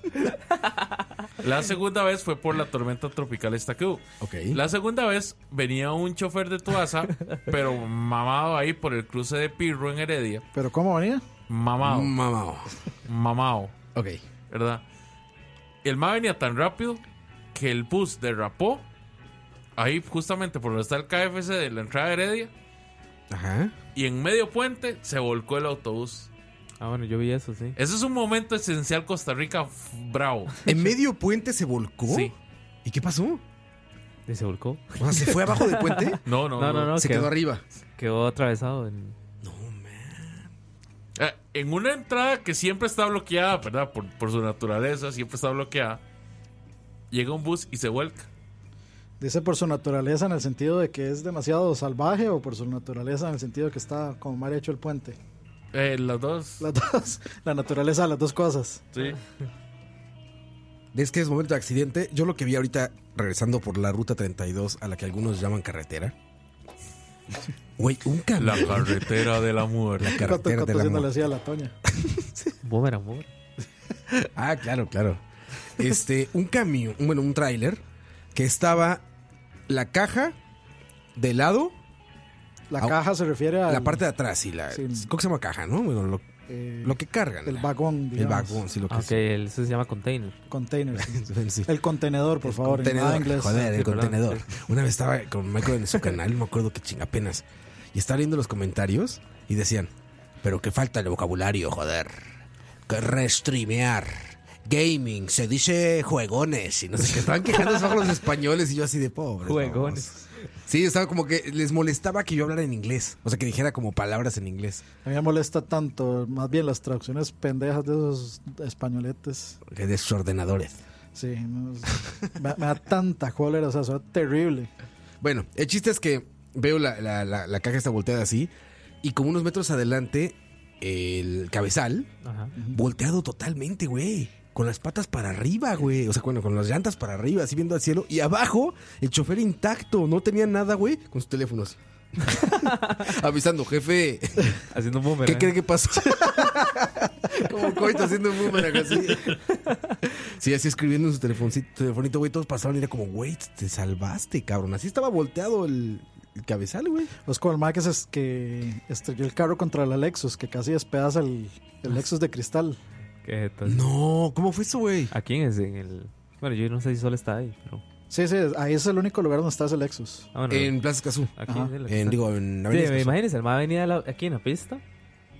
Speaker 6: La segunda vez fue por la tormenta tropical esta que hubo.
Speaker 1: Ok.
Speaker 6: La segunda vez venía un chofer de Tuasa, pero mamado ahí por el cruce de Pirro en Heredia.
Speaker 4: Pero ¿cómo venía?
Speaker 6: Mamado,
Speaker 1: Mamao.
Speaker 6: mamado,
Speaker 1: Ok.
Speaker 6: ¿verdad? El ma venía tan rápido que el bus derrapó ahí justamente por donde está el KFC de la entrada de Heredia
Speaker 1: Ajá.
Speaker 6: y en medio puente se volcó el autobús.
Speaker 5: Ah, bueno, yo vi eso, sí.
Speaker 6: Ese es un momento esencial Costa Rica f- bravo.
Speaker 1: ¿En medio puente se volcó?
Speaker 6: Sí.
Speaker 1: ¿Y qué pasó?
Speaker 5: Y se volcó.
Speaker 1: O sea, ¿se fue abajo del puente?
Speaker 6: No, no,
Speaker 5: No, no, no.
Speaker 1: se
Speaker 5: quedó,
Speaker 1: quedó arriba.
Speaker 5: quedó atravesado. en-
Speaker 1: No, man.
Speaker 6: Eh, En una entrada que siempre está bloqueada, ¿verdad? Por, por su naturaleza, siempre está bloqueada. Llega un bus y se vuelca.
Speaker 4: Dice por su naturaleza en el sentido de que es demasiado salvaje o por su naturaleza en el sentido de que está como mal hecho el puente.
Speaker 6: Eh, las dos.
Speaker 4: Las dos, la naturaleza, las dos cosas.
Speaker 6: Sí.
Speaker 1: Es que es momento de accidente. Yo lo que vi ahorita regresando por la ruta 32, a la que algunos llaman carretera. Güey, un
Speaker 6: La
Speaker 1: camión.
Speaker 6: carretera de la
Speaker 1: La
Speaker 6: muerte.
Speaker 4: Coto,
Speaker 1: carretera de
Speaker 4: Coto
Speaker 1: la
Speaker 4: haciéndole
Speaker 1: muerte.
Speaker 4: así a la Toña.
Speaker 5: Boomerang, boomerang.
Speaker 1: Ah, claro, claro. Este, un camión, bueno, un tráiler que estaba la caja de lado,
Speaker 4: La
Speaker 1: Ah,
Speaker 4: caja se refiere a
Speaker 1: la parte de atrás y la.
Speaker 4: Sí.
Speaker 1: ¿Cómo se llama caja, no? Bueno, lo, lo que cargan.
Speaker 4: eh, el
Speaker 1: la-
Speaker 4: vagón,
Speaker 1: El
Speaker 4: digamos.
Speaker 1: vagón, sí, lo que
Speaker 5: Ah, ok, el- eso se llama container.
Speaker 4: el container. sí.
Speaker 1: es. Sí.
Speaker 4: El contenedor, por favor, en nada
Speaker 1: contenedor.
Speaker 4: inglés.
Speaker 1: Joder, el
Speaker 5: Sí, perdón.
Speaker 1: contenedor. Una vez estaba con Michael en su canal, no me acuerdo que chinga apenas. Y estaba viendo los comentarios y decían, pero qué falta de vocabulario, joder. Que restreamear. Gaming, se dice juegones y no sé qué. Estaban quejándose bajo los españoles y yo así de pobre.
Speaker 5: Juegones.
Speaker 1: Sí, estaba como que les molestaba que yo hablara en inglés. O sea, que dijera como palabras en inglés.
Speaker 4: A mí me molesta tanto, más bien las traducciones pendejas de esos españoletes.
Speaker 1: Que de sus ordenadores.
Speaker 4: Sí, no, es- me, me da tanta cólera, o sea, suena terrible.
Speaker 1: Bueno, el chiste es que veo la, la- la- la caja está volteada así y como unos metros adelante el cabezal
Speaker 5: Ajá.
Speaker 1: volteado totalmente, güey. Con las patas para arriba, güey. O sea, bueno, con las llantas para arriba, así viendo al cielo. Y abajo, el chofer intacto. No tenía nada, güey. Con su teléfono así. Avisando, jefe.
Speaker 5: Haciendo un
Speaker 1: ¿Qué
Speaker 5: boomerang.
Speaker 1: cree que pasó? Como coito haciendo un boomerang así. Sí, así escribiendo en su telefoncito, telefonito, güey. Todos pasaron y era como, güey, te salvaste, cabrón. Así estaba volteado el, el cabezal, güey.
Speaker 4: Los como el mae que, se- que estrelló el carro contra la Lexus, que casi despedaza el,
Speaker 1: Ah.
Speaker 4: el Lexus de cristal.
Speaker 5: ¿Qué tal?
Speaker 1: No, ¿cómo fue eso, güey?
Speaker 5: ¿A quién es? En el... Bueno, yo no sé si solo está ahí, pero...
Speaker 4: Sí, sí, ahí es el único lugar donde está ese Lexus.
Speaker 5: Ah, bueno,
Speaker 1: En Plaza Escazú.
Speaker 5: aquí
Speaker 4: ajá,
Speaker 5: es el que
Speaker 1: En,
Speaker 5: está.
Speaker 1: digo, en
Speaker 5: Sí,
Speaker 1: Avenida Escazú.
Speaker 5: imagínense, el más venía de la- aquí en la pista.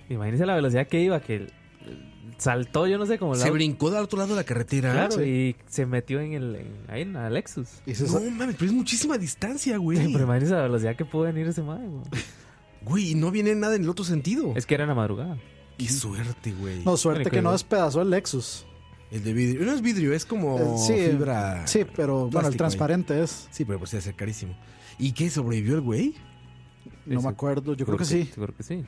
Speaker 5: Imagínense la velocidad que iba, que el- el- saltó, yo no sé cómo.
Speaker 1: Se brincó del otro lado de la carretera.
Speaker 5: Claro,
Speaker 1: Sí.
Speaker 5: y se metió en el... en- ahí en la Lexus.
Speaker 4: Y se,
Speaker 1: No mames, pero es muchísima distancia, güey.
Speaker 5: Pero imagínense la velocidad que pudo venir ese madre,
Speaker 1: Güey, y no viene nada en el otro sentido.
Speaker 5: Es que era en la madrugada.
Speaker 1: Qué suerte, güey.
Speaker 4: no, suerte
Speaker 5: Bueno,
Speaker 4: que no
Speaker 5: claro.
Speaker 4: despedazó el Lexus.
Speaker 1: El de vidrio. No es vidrio, es como
Speaker 4: Eh, sí, eh,
Speaker 1: fibra.
Speaker 4: Sí, pero bueno,
Speaker 1: Plástico
Speaker 4: el
Speaker 1: Ah, ahí.
Speaker 4: transparente es.
Speaker 1: Sí, pero pues debe ser carísimo. ¿Y qué? ¿Sobrevivió el güey?
Speaker 4: No me
Speaker 5: Sí, sí.
Speaker 4: acuerdo, yo creo que sí.
Speaker 5: Creo que sí.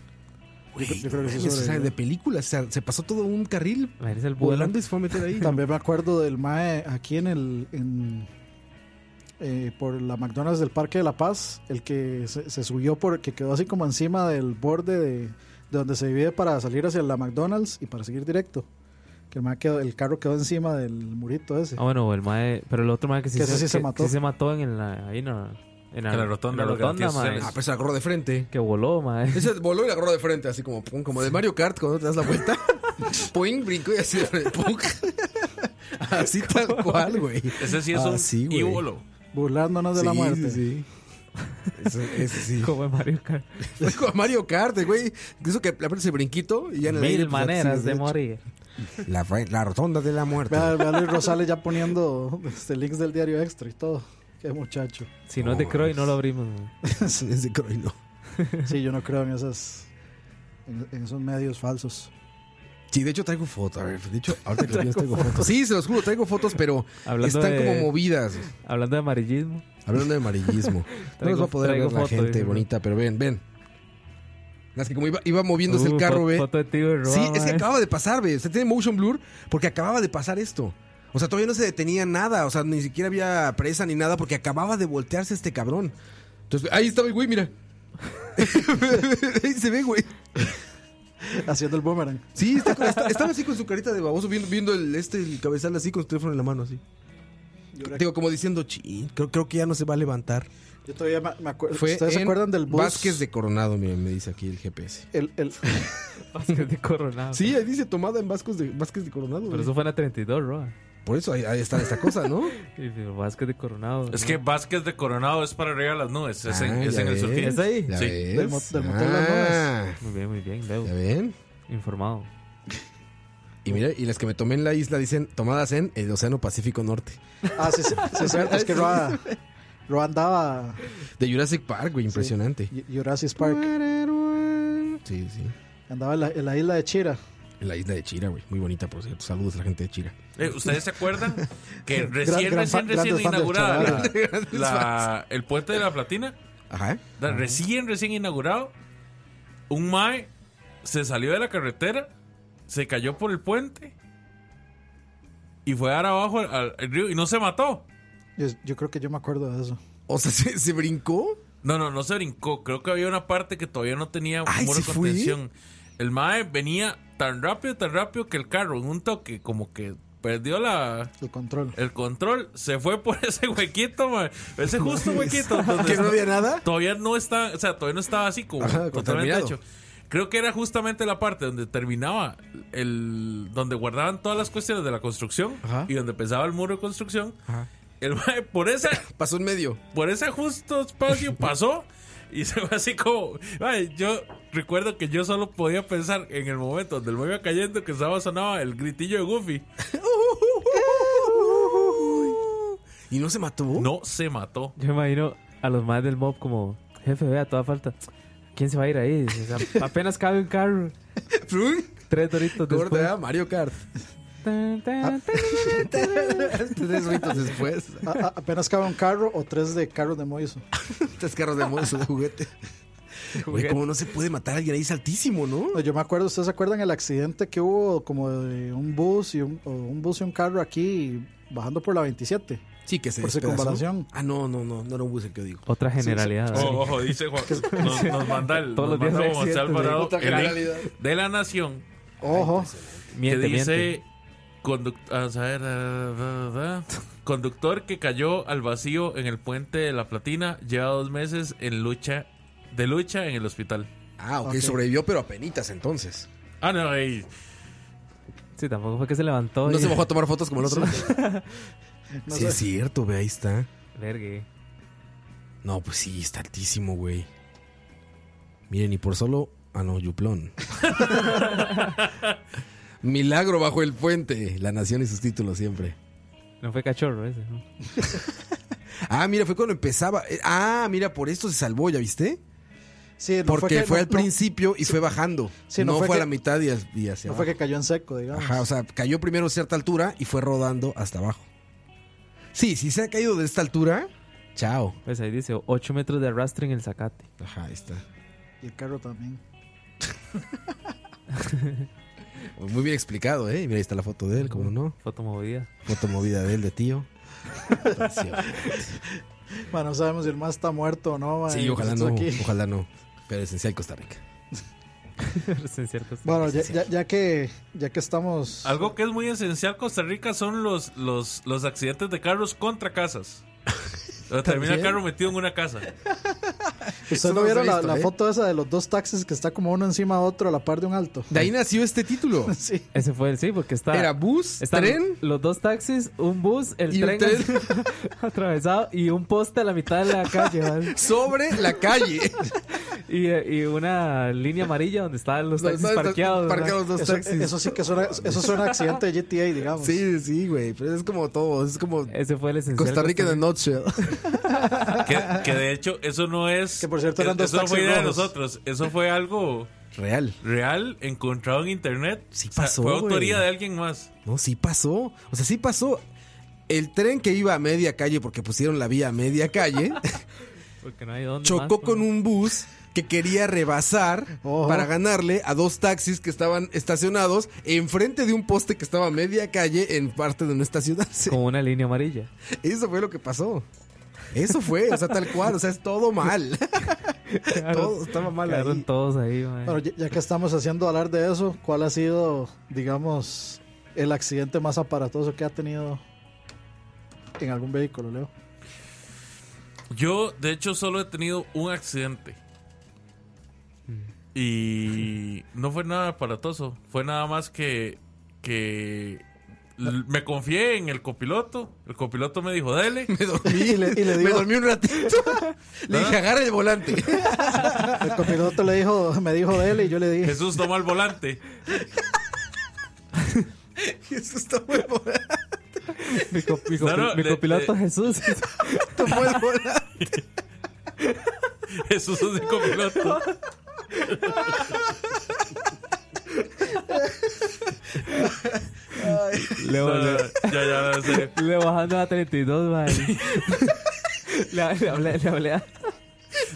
Speaker 4: Yo, yo creo que sí.
Speaker 1: Mames, o sea,
Speaker 4: sobrevivió.
Speaker 1: de películas. o sea, se pasó todo un carril
Speaker 5: Imagínese el vuelo.
Speaker 1: volando y se fue a meter ahí.
Speaker 4: También me acuerdo del Mae aquí en el. en- eh, por la McDonald's del Parque de la Paz, el que se, se subió, por, que quedó así como encima del borde de, de donde se divide para salir hacia la McDonald's y para seguir directo. Que el, mae quedó- el carro quedó encima del murito ese.
Speaker 5: Ah, bueno, el mae. Pero el otro mae que sí,
Speaker 4: Que ese sí se
Speaker 5: que-
Speaker 4: mató.
Speaker 5: que sí se mató en la. Ahí no. En la,
Speaker 6: En la rotonda,
Speaker 5: en la
Speaker 6: los garantías
Speaker 5: mae,
Speaker 6: sociales.
Speaker 1: Ah, pero se agarró de frente.
Speaker 5: Que voló, mae.
Speaker 1: Ese voló y la agarró de frente, así como pum, como de Mario Kart cuando te das la vuelta. Poing, brincó y así de frente. pum. Así tal cual, güey.
Speaker 6: Ese sí es
Speaker 1: Ah,
Speaker 6: un
Speaker 1: sí, güey.
Speaker 6: ídolo.
Speaker 4: Burlándonos de la
Speaker 1: Sí,
Speaker 4: muerte.
Speaker 1: Sí, sí. Ese, ese sí.
Speaker 5: Como en Mario Kart.
Speaker 1: Fue como Mario Kart, güey. Eso que apretas el brinquito y ya en el aire,
Speaker 5: Mil
Speaker 1: pues, ya te
Speaker 5: maneras
Speaker 1: sigues
Speaker 5: de
Speaker 1: derecho.
Speaker 5: morir.
Speaker 1: La, fa- la rotonda de la muerte.
Speaker 4: Vea, vea Luis Rosales ya poniendo este, links del diario extra y todo. Qué muchacho.
Speaker 5: Si no es de
Speaker 1: No,
Speaker 5: Croy,
Speaker 1: mames.
Speaker 5: no lo abrimos, mae.
Speaker 1: Sí, es de Croino.
Speaker 4: Sí, yo no creo en esas. En, en esos medios falsos.
Speaker 1: Sí, de hecho traigo fotos. A ver, de hecho, ahorita que lo pienso, traigo fotos. Sí, se los juro, traigo fotos, pero
Speaker 5: Hablando
Speaker 1: están
Speaker 5: de-
Speaker 1: como movidas.
Speaker 5: Hablando de amarillismo.
Speaker 1: Hablando de amarillismo. no
Speaker 5: Traigo-
Speaker 1: los va a poder ver
Speaker 5: traigo
Speaker 1: la
Speaker 5: foto,
Speaker 1: gente
Speaker 5: dice.
Speaker 1: bonita, pero ven, ven. Las que como iba, iba moviéndose el
Speaker 5: Uh,
Speaker 1: carro,
Speaker 5: fo-
Speaker 1: ve.
Speaker 5: Foto eh. de tío y roba,
Speaker 1: Sí, es que
Speaker 5: mae.
Speaker 1: acaba de pasar, ve. Usted tiene motion blur porque acababa de pasar esto. O sea, todavía no se detenía nada. O sea, ni siquiera había presa ni nada porque acababa de voltearse este cabrón. Entonces, ahí estaba el güey, mira. ahí se ve, güey.
Speaker 4: Haciendo el boomerang.
Speaker 1: Sí, está- está- estaba así con su carita de baboso, viendo, viendo el, este, el cabezal así con su teléfono en la mano, así. Digo, como diciendo, "Chin, creo, creo que ya no se va a levantar.
Speaker 4: Yo todavía me, me acuerdo.
Speaker 1: Fue
Speaker 4: ¿Ustedes se
Speaker 1: en
Speaker 4: acuerdan del bus?
Speaker 1: Vázquez de Coronado, miren, me dice aquí el GPS.
Speaker 4: El, el-
Speaker 5: Vázquez de Coronado.
Speaker 1: Ah, Sí, ahí dice tomada en Vázquez de, Vázquez de Coronado.
Speaker 5: Pero
Speaker 1: güey.
Speaker 5: eso fue en la 32, roba.
Speaker 1: Por eso ahí, ahí está esta cosa, ¿no?
Speaker 5: Y pero Vázquez de Coronado.
Speaker 6: Es
Speaker 5: ¿no?
Speaker 6: que Vázquez de Coronado es para arriba de las nubes. Es en,
Speaker 1: Ah,
Speaker 6: es
Speaker 1: ya
Speaker 6: en el
Speaker 1: ves.
Speaker 6: surquillo.
Speaker 5: ¿Es ahí?
Speaker 1: ¿Ya
Speaker 6: Sí.
Speaker 1: ves?
Speaker 4: Del mot- del motel Las
Speaker 1: Ah,
Speaker 5: Muy bien, muy bien, Leo.
Speaker 1: ¿Ya ven?
Speaker 5: Informado.
Speaker 1: Y mira, y las que me tomé en la isla dicen tomadas en el Océano Pacífico Norte.
Speaker 4: ah, sí, sí, sí, es cierto. Es que Roa, Roa andaba.
Speaker 1: De Jurassic Park, güey, impresionante.
Speaker 4: Ju- Jurassic Park.
Speaker 1: Sí, sí.
Speaker 4: Andaba en la, en la isla de Chira.
Speaker 1: En la isla de Chira, güey. Muy bonita, por cierto. Saludos a la gente de Chira.
Speaker 6: Eh, ¿Ustedes se acuerdan que
Speaker 4: gran
Speaker 6: recién,
Speaker 4: fan-
Speaker 6: recién, recién
Speaker 4: grandes fan del
Speaker 6: inaugurada la-
Speaker 4: chaval.
Speaker 6: la- el puente de la platina?
Speaker 1: Ajá.
Speaker 6: Da- Recién, recién inaugurado, un mae se salió de la carretera, se cayó por el puente y fue a dar abajo al, al- al río y no se mató.
Speaker 4: Yo, yo creo que yo me acuerdo de eso.
Speaker 1: O sea, ¿se, se brincó?
Speaker 6: No, no, no se brincó. Creo que había una parte que todavía no tenía
Speaker 1: Ay,
Speaker 6: muro de
Speaker 1: ¿se fue?
Speaker 6: contención. El mae venía tan rápido, tan rápido que el carro en un toque como que perdió la...
Speaker 4: El control.
Speaker 6: El control se fue por ese huequito, mae. Ese justo huequito. donde
Speaker 1: ¿Que no
Speaker 6: está-
Speaker 1: había nada?
Speaker 6: todavía no está, o sea, todavía no estaba así como
Speaker 1: Ajá, como
Speaker 6: totalmente
Speaker 1: terminado.
Speaker 6: hecho. Creo que era justamente la parte donde terminaba el donde guardaban todas las cuestiones de la construcción
Speaker 1: Ajá.
Speaker 6: y donde empezaba el muro de construcción.
Speaker 1: Ajá.
Speaker 6: El mae por ese
Speaker 1: Pasó en medio.
Speaker 6: por ese justo espacio pasó y se fue así como, mae, yo recuerdo que yo solo podía pensar en el momento donde el mae iba cayendo que estaba sonaba el gritillo de Goofy.
Speaker 1: ¿Y no se mató?
Speaker 6: No se mató.
Speaker 5: Yo me imagino a los más del mob como, jefe, vea, toda falta. ¿Quién se va a ir ahí? O sea, apenas cabe un carro.
Speaker 1: Uy,
Speaker 5: Tres doritos después.
Speaker 1: Gorda, Mario Kart. Ah.
Speaker 5: Tan, tan, tan.
Speaker 1: Tres ritos después.
Speaker 4: A- a- apenas cabe un carro o tres de carros de Moiso.
Speaker 1: Tres carros de mozo de juguete. Güey, como no se puede matar a alguien ahí es altísimo, ¿no?
Speaker 4: No, Yo me acuerdo, ¿ustedes se acuerdan el accidente que hubo como de un bus y un, o un bus y un carro aquí bajando por la 27?
Speaker 1: Sí, que se
Speaker 4: Por
Speaker 1: despedazó.
Speaker 4: circunvalación.
Speaker 1: Ah, no, no, no, no era un bus el que digo.
Speaker 5: Otra generalidad.
Speaker 6: Oh,
Speaker 5: ¿eh?
Speaker 6: ojo, dice Juan. Nos, nos manda el.
Speaker 5: Todos los
Speaker 6: nos
Speaker 5: días
Speaker 6: manda
Speaker 5: hay
Speaker 6: Juan José
Speaker 5: accidentes,
Speaker 6: Alvarado
Speaker 1: puta
Speaker 6: el link
Speaker 1: realidad.
Speaker 6: de la Nación
Speaker 4: Ojo.
Speaker 5: Miente,
Speaker 6: que
Speaker 5: miente.
Speaker 6: dice. conduct- a ah, saber, da, da, da, da. conductor que cayó al vacío en el puente de la Platina lleva dos meses en lucha de lucha en el hospital.
Speaker 1: Ah, ok,
Speaker 4: Ok.
Speaker 1: sobrevivió, pero a penitas entonces.
Speaker 6: Ah, no, ey.
Speaker 5: Sí, tampoco fue que se levantó.
Speaker 1: No
Speaker 5: y-
Speaker 1: se bajó a tomar fotos como el otro.
Speaker 4: No
Speaker 1: sí,
Speaker 4: sé.
Speaker 1: es cierto, ve, ahí está.
Speaker 5: Vergue.
Speaker 1: No, pues sí, está altísimo, güey. Miren, y por solo. Ah, no, Yuplón. Milagro bajo el puente. La nación y sus títulos siempre.
Speaker 5: No fue cachorro ese. ¿no?
Speaker 1: Ah, mira, fue cuando empezaba. Eh, Ah, mira, por esto se salvó, ¿ya viste?
Speaker 4: Sí, no
Speaker 1: Porque fue,
Speaker 4: que- no-
Speaker 1: al
Speaker 4: no-
Speaker 1: principio y fue bajando.
Speaker 4: Sí,
Speaker 1: no,
Speaker 4: no
Speaker 1: fue,
Speaker 4: fue
Speaker 1: a la
Speaker 4: que-
Speaker 1: mitad y, as- y hacia
Speaker 4: No fue
Speaker 1: abajo.
Speaker 4: que cayó en seco, digamos.
Speaker 1: Ajá, o sea, cayó primero a cierta altura y fue rodando hasta abajo. Sí, si se ha caído de esta altura, Chao.
Speaker 5: Pues ahí dice 8 metros de arrastre en el zacate.
Speaker 1: Ajá, ahí está.
Speaker 4: Y el carro también.
Speaker 1: Muy bien explicado, ¿eh? Mira, ahí está la foto de él, como no.
Speaker 5: Foto movida.
Speaker 1: Foto movida de él, de tío.
Speaker 4: Bueno, no sabemos si el más está muerto o no. ma,
Speaker 1: Sí,
Speaker 4: y
Speaker 1: ojalá
Speaker 4: esto
Speaker 1: no.
Speaker 4: aquí.
Speaker 1: Ojalá no. Pero esencial Costa Rica.
Speaker 5: Presenciar cosas.
Speaker 4: Bueno, ya, ya, ya que, ya que estamos...
Speaker 6: Algo que es muy esencial Costa Rica son los, los, los accidentes de carros contra casas. O termina el carro metido en una casa.
Speaker 1: Eso
Speaker 4: Ustedes
Speaker 1: no
Speaker 4: no vieron
Speaker 1: lo he
Speaker 4: la,
Speaker 1: visto,
Speaker 4: la
Speaker 1: ¿eh?
Speaker 4: foto esa de los dos taxis que está como uno encima de otro a la par de un alto.
Speaker 1: De ahí nació este título.
Speaker 4: Sí.
Speaker 5: Ese fue el sí, porque está.
Speaker 1: Era bus,
Speaker 5: están
Speaker 1: tren.
Speaker 5: Los dos taxis, un bus, el
Speaker 1: Y un
Speaker 5: tren, atravesado y un poste a la mitad de la calle. man.
Speaker 1: Sobre la calle.
Speaker 5: y, y una línea amarilla donde estaban los
Speaker 1: Donde
Speaker 5: taxis
Speaker 1: estaban
Speaker 5: parqueados. man.
Speaker 1: parqueados dos
Speaker 4: Eso,
Speaker 1: taxis.
Speaker 4: eso sí que suena, eso suena a accidente de GTA, digamos.
Speaker 1: Sí, sí, güey. Pero es como todo. Es como
Speaker 5: Ese fue el esencial.
Speaker 1: Costa Rica en a nutshell.
Speaker 6: Que, que de hecho, eso no es.
Speaker 4: Que por cierto eran
Speaker 6: e-
Speaker 4: dos
Speaker 6: Eso no fue
Speaker 4: taxis
Speaker 6: idea de
Speaker 4: rojos.
Speaker 6: nosotros. Eso fue algo
Speaker 1: Real.
Speaker 6: real encontrado en internet.
Speaker 1: Sí
Speaker 6: O sea,
Speaker 1: pasó,
Speaker 6: fue
Speaker 1: güey.
Speaker 6: autoría de alguien más.
Speaker 1: No, sí pasó. O sea, sí pasó. El tren que iba a media calle porque pusieron la vía a media calle
Speaker 5: Porque pues, no hay dónde
Speaker 1: chocó
Speaker 5: más,
Speaker 1: con
Speaker 5: man.
Speaker 1: un bus que quería rebasar
Speaker 4: Ojo.
Speaker 1: para ganarle a dos taxis que estaban estacionados enfrente de un poste que estaba a media calle en parte de nuestra ciudad. Sí,
Speaker 5: Con una línea amarilla.
Speaker 1: Eso fue lo que pasó. Eso fue, o sea, tal cual, o sea, es todo mal. todo estaba mal
Speaker 5: Quedaron
Speaker 1: ahí.
Speaker 5: todos ahí, man.
Speaker 4: Bueno, ya, ya que estamos haciendo hablar de eso, ¿cuál ha sido, digamos, el accidente más aparatoso que ha tenido en algún vehículo, Leo?
Speaker 6: Yo, de hecho, solo he tenido un accidente.
Speaker 1: Mm.
Speaker 6: Y no fue nada aparatoso. Fue nada más que. que l- me confié en el copiloto. El copiloto me dijo, dele.
Speaker 1: Me dormí,
Speaker 4: Y le- y le
Speaker 1: me
Speaker 4: digo-
Speaker 1: dormí un ratito. Le
Speaker 5: ¿Ah?
Speaker 1: dije, agarra el volante.
Speaker 4: El copiloto le dijo, me dijo de él y yo le dije,
Speaker 6: Jesús toma el volante.
Speaker 1: Eso está muy bueno.
Speaker 5: mi, co- mi
Speaker 6: No,
Speaker 5: copi-
Speaker 6: no,
Speaker 5: mi
Speaker 6: le-
Speaker 5: copiloto
Speaker 6: le-
Speaker 5: Jesús.
Speaker 1: Tomó el volante.
Speaker 6: Jesús es el copiloto.
Speaker 5: le,
Speaker 6: No, no,
Speaker 5: le-
Speaker 6: ya, ya, en serio.
Speaker 5: le bajando a 32, man. le, le hablé, le hablé a-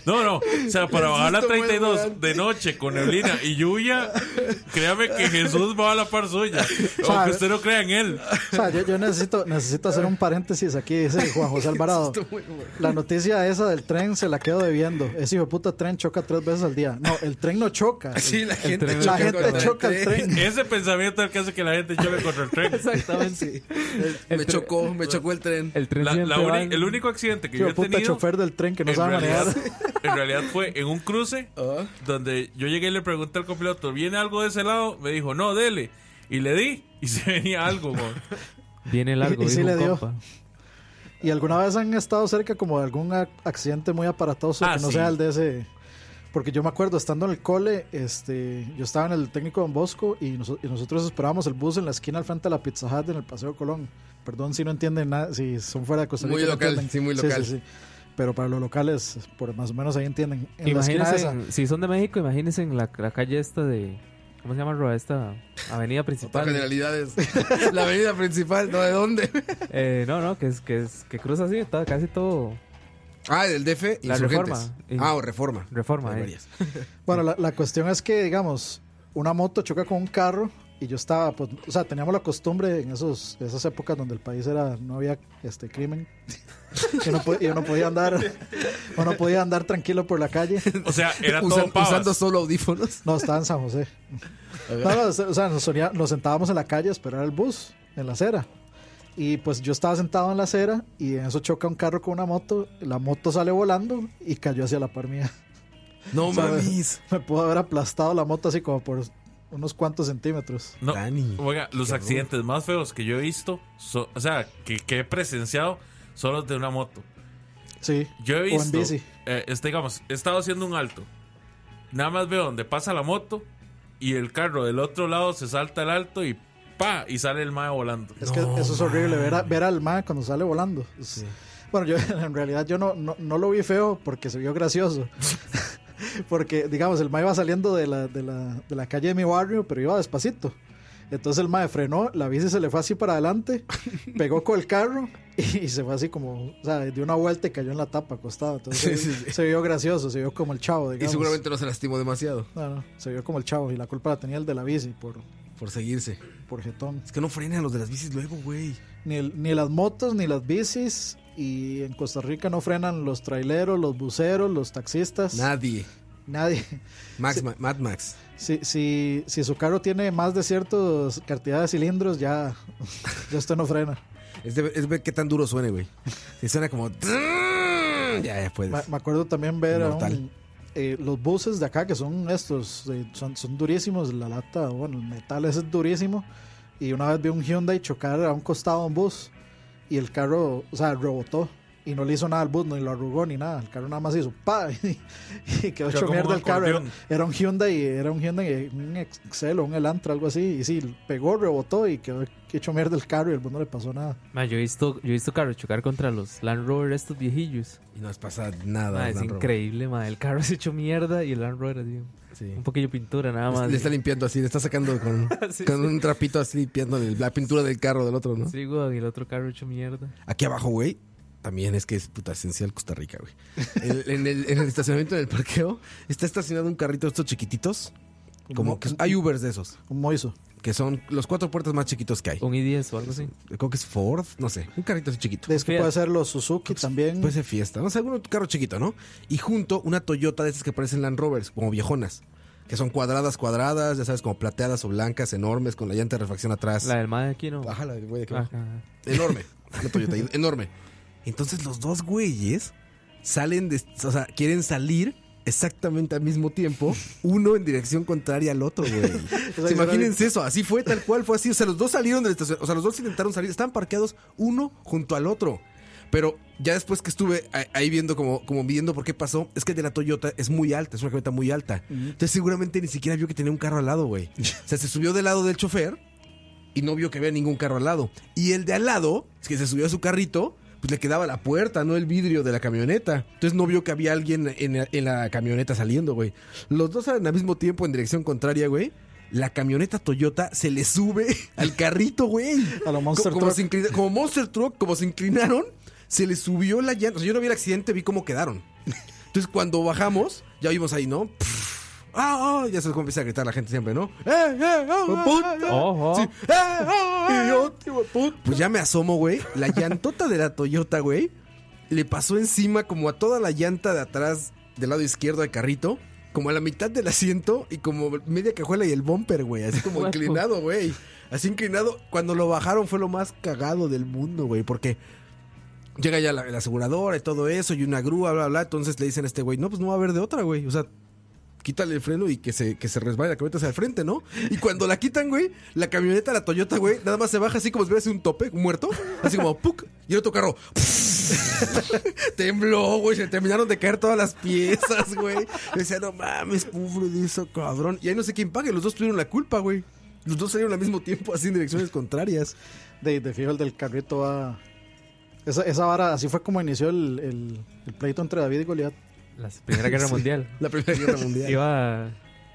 Speaker 6: No, no. O sea, para bajar la
Speaker 1: Jesús tomó el
Speaker 6: 32
Speaker 1: volante.
Speaker 6: de noche con neblina y lluvia, créame que Jesús va a la par suya. Aunque
Speaker 4: Sabe.
Speaker 6: usted no crea en él.
Speaker 4: o sea, yo, yo necesito, necesito hacer un paréntesis aquí, dice Juan José Alvarado. La noticia esa del tren se la quedo debiendo. Ese hijo de puta tren choca tres veces al día. No, el tren no choca.
Speaker 1: Sí, la
Speaker 5: gente tren-
Speaker 4: la
Speaker 5: choca
Speaker 4: gente choca el tren.
Speaker 6: Ese pensamiento es el que hace que la gente choque contra el tren.
Speaker 5: Exactamente. El
Speaker 1: Me
Speaker 5: tre-
Speaker 1: chocó, me chocó el tren.
Speaker 5: El tren
Speaker 6: La- la
Speaker 5: siempre
Speaker 6: uni-
Speaker 5: va en-
Speaker 6: el único accidente que
Speaker 4: Hijo
Speaker 6: yo
Speaker 4: de
Speaker 6: he
Speaker 4: puta
Speaker 6: tenido
Speaker 4: chofer del tren que no
Speaker 6: en,
Speaker 4: sabe manejar.
Speaker 6: realidad, en realidad fue en un cruce
Speaker 1: Ah.
Speaker 6: donde yo llegué y le pregunté al copiloto, ¿viene algo de ese lado? Me dijo, no, dele. Y le di y se venía algo. güey.
Speaker 5: Viene largo,
Speaker 4: Y- y sí
Speaker 5: dijo
Speaker 4: le
Speaker 5: un
Speaker 4: dio.
Speaker 5: compa.
Speaker 4: ¿Y alguna vez han estado cerca como de algún ac- accidente muy aparatoso
Speaker 6: Ah,
Speaker 4: que no
Speaker 6: sí.
Speaker 4: sea el de ese? Porque yo me acuerdo estando en el cole, este, yo estaba en el técnico Don Bosco y, noso- y nosotros esperábamos el bus en la esquina al frente de la Pizza Hut en el Paseo Colón. Perdón si no entienden nada, si son fuera de Costa Rica.
Speaker 1: Muy
Speaker 4: no
Speaker 1: local,
Speaker 4: entienden.
Speaker 1: sí, muy local.
Speaker 4: sí. Pero para los locales, por más o menos ahí entienden. En la
Speaker 5: Imagínense,
Speaker 4: esquina esa.
Speaker 5: en- si son de México, imagínense en la, la calle esta de. ¿Cómo se llama, Roa? Esta avenida
Speaker 1: Para
Speaker 5: principal.
Speaker 1: generalidades. La avenida principal, ¿no? ¿De dónde?
Speaker 5: Eh, no, no, que, es, que, es, que cruza así, está casi todo
Speaker 1: Ah, del DF.
Speaker 5: La
Speaker 1: insurgentes.
Speaker 5: Reforma. eh.
Speaker 1: Ah, o Reforma.
Speaker 5: reforma.
Speaker 1: Hay
Speaker 5: eh.
Speaker 1: varias.
Speaker 4: Bueno, la, la cuestión es que, digamos, una moto choca con un carro y yo estaba, pues, o sea, teníamos la costumbre en esos, esas épocas donde el país era, no había este crimen. Yo no, po- yo no podía andar, yo no podía andar tranquilo por la calle.
Speaker 6: O sea, era
Speaker 1: Usan-
Speaker 6: todo pavas.
Speaker 1: usando solo audífonos.
Speaker 4: No, estaba en San José. No, no, o sea, nos, sonía- nos sentábamos en la calle a esperar el bus, en la acera. Y pues yo estaba sentado en la acera y en eso choca un carro con una moto, la moto sale volando y cayó hacia la par mía.
Speaker 1: No
Speaker 4: ¿Sabes?
Speaker 1: mames.
Speaker 4: Me pudo haber aplastado la moto así como por unos cuantos centímetros.
Speaker 6: No,
Speaker 1: Dani,
Speaker 6: oiga, los
Speaker 1: qué
Speaker 6: accidentes más feos que yo he visto, so- o sea, que, que he presenciado, son los de una moto.
Speaker 4: Sí.
Speaker 6: Yo he
Speaker 4: O en
Speaker 6: visto,
Speaker 4: bici.
Speaker 6: eh, este, digamos, he estado haciendo un alto. Nada más veo donde pasa la moto y el carro del otro lado se salta el alto y pa y sale el mae volando.
Speaker 4: Es que eso es horrible, ver, a- ver al ma cuando sale volando. Es- Bueno, yo en realidad yo no, no, no lo vi feo porque se vio gracioso. porque, digamos, el ma iba saliendo de la, de, la, de la calle de mi barrio, pero iba despacito. Entonces el mae frenó, la bici se le fue así para adelante, pegó con el carro y, se fue así como, o sea, dio una vuelta y cayó en la tapa acostado. Entonces
Speaker 1: Sí,
Speaker 4: se,
Speaker 1: sí, sí.
Speaker 4: se vio gracioso, se vio como el chavo,
Speaker 1: Y
Speaker 4: digamos.
Speaker 1: seguramente no se lastimó demasiado
Speaker 4: No, no, se vio como el chavo y la culpa la tenía el de la bici por,
Speaker 1: por seguirse.
Speaker 4: por jetón.
Speaker 1: Es que no frenan los de las bicis luego, güey.
Speaker 4: Ni, el- ni las motos, ni las bicis. Y en Costa Rica no frenan los traileros, los buceros, los taxistas.
Speaker 1: Nadie.
Speaker 4: Nadie.
Speaker 1: Max, Ma- Mad Max.
Speaker 4: Si, si, si su carro tiene más de cierta cantidad de cilindros, ya, ya usted no frena.
Speaker 1: Es, de- es ver qué tan duro suene, güey. Si suena como. Ya, ya puedes.
Speaker 4: Me, me acuerdo también ver a un-
Speaker 1: Mortal.
Speaker 4: eh, los buses de acá que son estos, eh, son, son durísimos, la lata, bueno, el metal ese es durísimo. Y una vez vi un Hyundai chocar a un costado de un bus y el carro, o sea, rebotó y no le hizo nada al bus, ni lo arrugó ni nada. El carro nada más hizo pa y, quedó hecho
Speaker 6: como
Speaker 4: mierda
Speaker 6: un
Speaker 4: el carro. Era,
Speaker 6: acordeón.
Speaker 4: era un Hyundai, era un Hyundai, un Excel o un Elantra, algo así. Y sí, pegó, rebotó y quedó hecho mierda el carro y el bus no le pasó nada.
Speaker 5: Ma, yo he visto, yo he visto carros chocar contra los Land Rover estos viejillos.
Speaker 1: Y no les pasa nada.
Speaker 5: Ma,
Speaker 1: al
Speaker 5: Ah, es
Speaker 1: Land Rover.
Speaker 5: increíble, ma. El carro se hecho mierda y el Land Rover así,
Speaker 1: Sí.
Speaker 5: un poquillo de pintura nada
Speaker 1: Le-
Speaker 5: más.
Speaker 1: Le está limpiando así, le está sacando con,
Speaker 5: Sí,
Speaker 1: con un trapito así limpiando el- la pintura del carro del otro, ¿no?
Speaker 5: Sí, weón, y el otro carro hecho mierda.
Speaker 1: Aquí abajo, güey. También es que es puta esencial Costa Rica, güey. El- en, el, en el estacionamiento, en el parqueo, está estacionado un carrito de estos chiquititos. Como que hay Ubers de esos,
Speaker 4: Un moiso.
Speaker 1: que son los cuatro puertas más chiquitos que hay.
Speaker 5: Un i10 o algo así.
Speaker 1: Creo que es Ford, no sé, un carrito así chiquito.
Speaker 4: Es que
Speaker 5: Fiat.
Speaker 4: puede ser los Suzuki también.
Speaker 1: Puede ser fiesta, no sé, algún carro chiquito, ¿no? Y junto una Toyota de esas que parecen Land Rovers, como viejonas, que son cuadradas, cuadradas, ya sabes, como plateadas o blancas, enormes, con la llanta de refacción atrás.
Speaker 5: La Ah. del ma de aquí no.
Speaker 1: Ajá, la de- güey, de que-
Speaker 5: Ajá, ajá.
Speaker 1: Enorme. Una Toyota enorme. Entonces los dos güeyes salen de, o sea, quieren salir exactamente al mismo tiempo, uno en dirección contraria al otro, güey. O sea, imagínense eso, así fue, tal cual fue así. O sea, los dos salieron del estación, o sea, los dos intentaron salir, estaban parqueados uno junto al otro. Pero ya después que estuve a- ahí viendo como, como midiendo por qué pasó, es que el de la Toyota es muy alta, es una camioneta muy alta. Entonces seguramente ni siquiera vio que tenía un carro al lado, güey. O sea, se subió del lado del chofer y no vio que había ningún carro al lado. Y el de al lado, es que se subió a su carrito, pues le quedaba la puerta, no el vidrio de la camioneta. Entonces no vio que había alguien en la, en la camioneta saliendo, güey. Los dos salen al mismo tiempo en dirección contraria, güey. La camioneta Toyota se le sube al carrito, güey.
Speaker 4: A lo Monster
Speaker 1: Co- como
Speaker 4: Truck.
Speaker 1: se inclina- como Monster Truck, como se inclinaron, se le subió la llanta. O sea, yo no vi el accidente, vi cómo quedaron. Entonces cuando bajamos, ya vimos ahí, ¿no? ¡Ah! ah, ya se empieza a gritar la gente siempre, ¿no? ¡Eh, eh, oh, ah, ah,
Speaker 5: Ojo.
Speaker 1: Sí. ¡Eh, oh, eh! Pues ya me asomo, güey. La llantota de la Toyota, güey, le pasó encima como a toda la llanta de atrás del lado izquierdo del carrito, como a la mitad del asiento y como media cajuela y el bumper, güey. Así como inclinado, güey. Así inclinado. Cuando lo bajaron fue lo más cagado del mundo, güey, porque... Llega ya la, la aseguradora y todo eso, y una grúa, bla, bla. Entonces le dicen a este güey, no, pues no va a haber de otra, güey. O sea, quítale el freno y que se, que se resbale la camioneta hacia el frente, ¿no? Y cuando la quitan, güey, la camioneta, la Toyota, güey, nada más se baja así como si hubiera sido un tope, muerto, así como ¡puc! Y el otro carro tembló, güey, se terminaron de caer todas las piezas, güey. Yo decía, no mames, pobre de eso, cabrón. Y ahí no sé quién pague, los dos tuvieron la culpa, güey. Los dos salieron al mismo tiempo, así en direcciones contrarias.
Speaker 4: De, de fijo el del carrito va. Esa, esa vara, así fue como inició el, el- el pleito entre David y Goliat.
Speaker 5: La Primera Guerra Mundial.
Speaker 1: La Primera Guerra Mundial.
Speaker 5: Iba.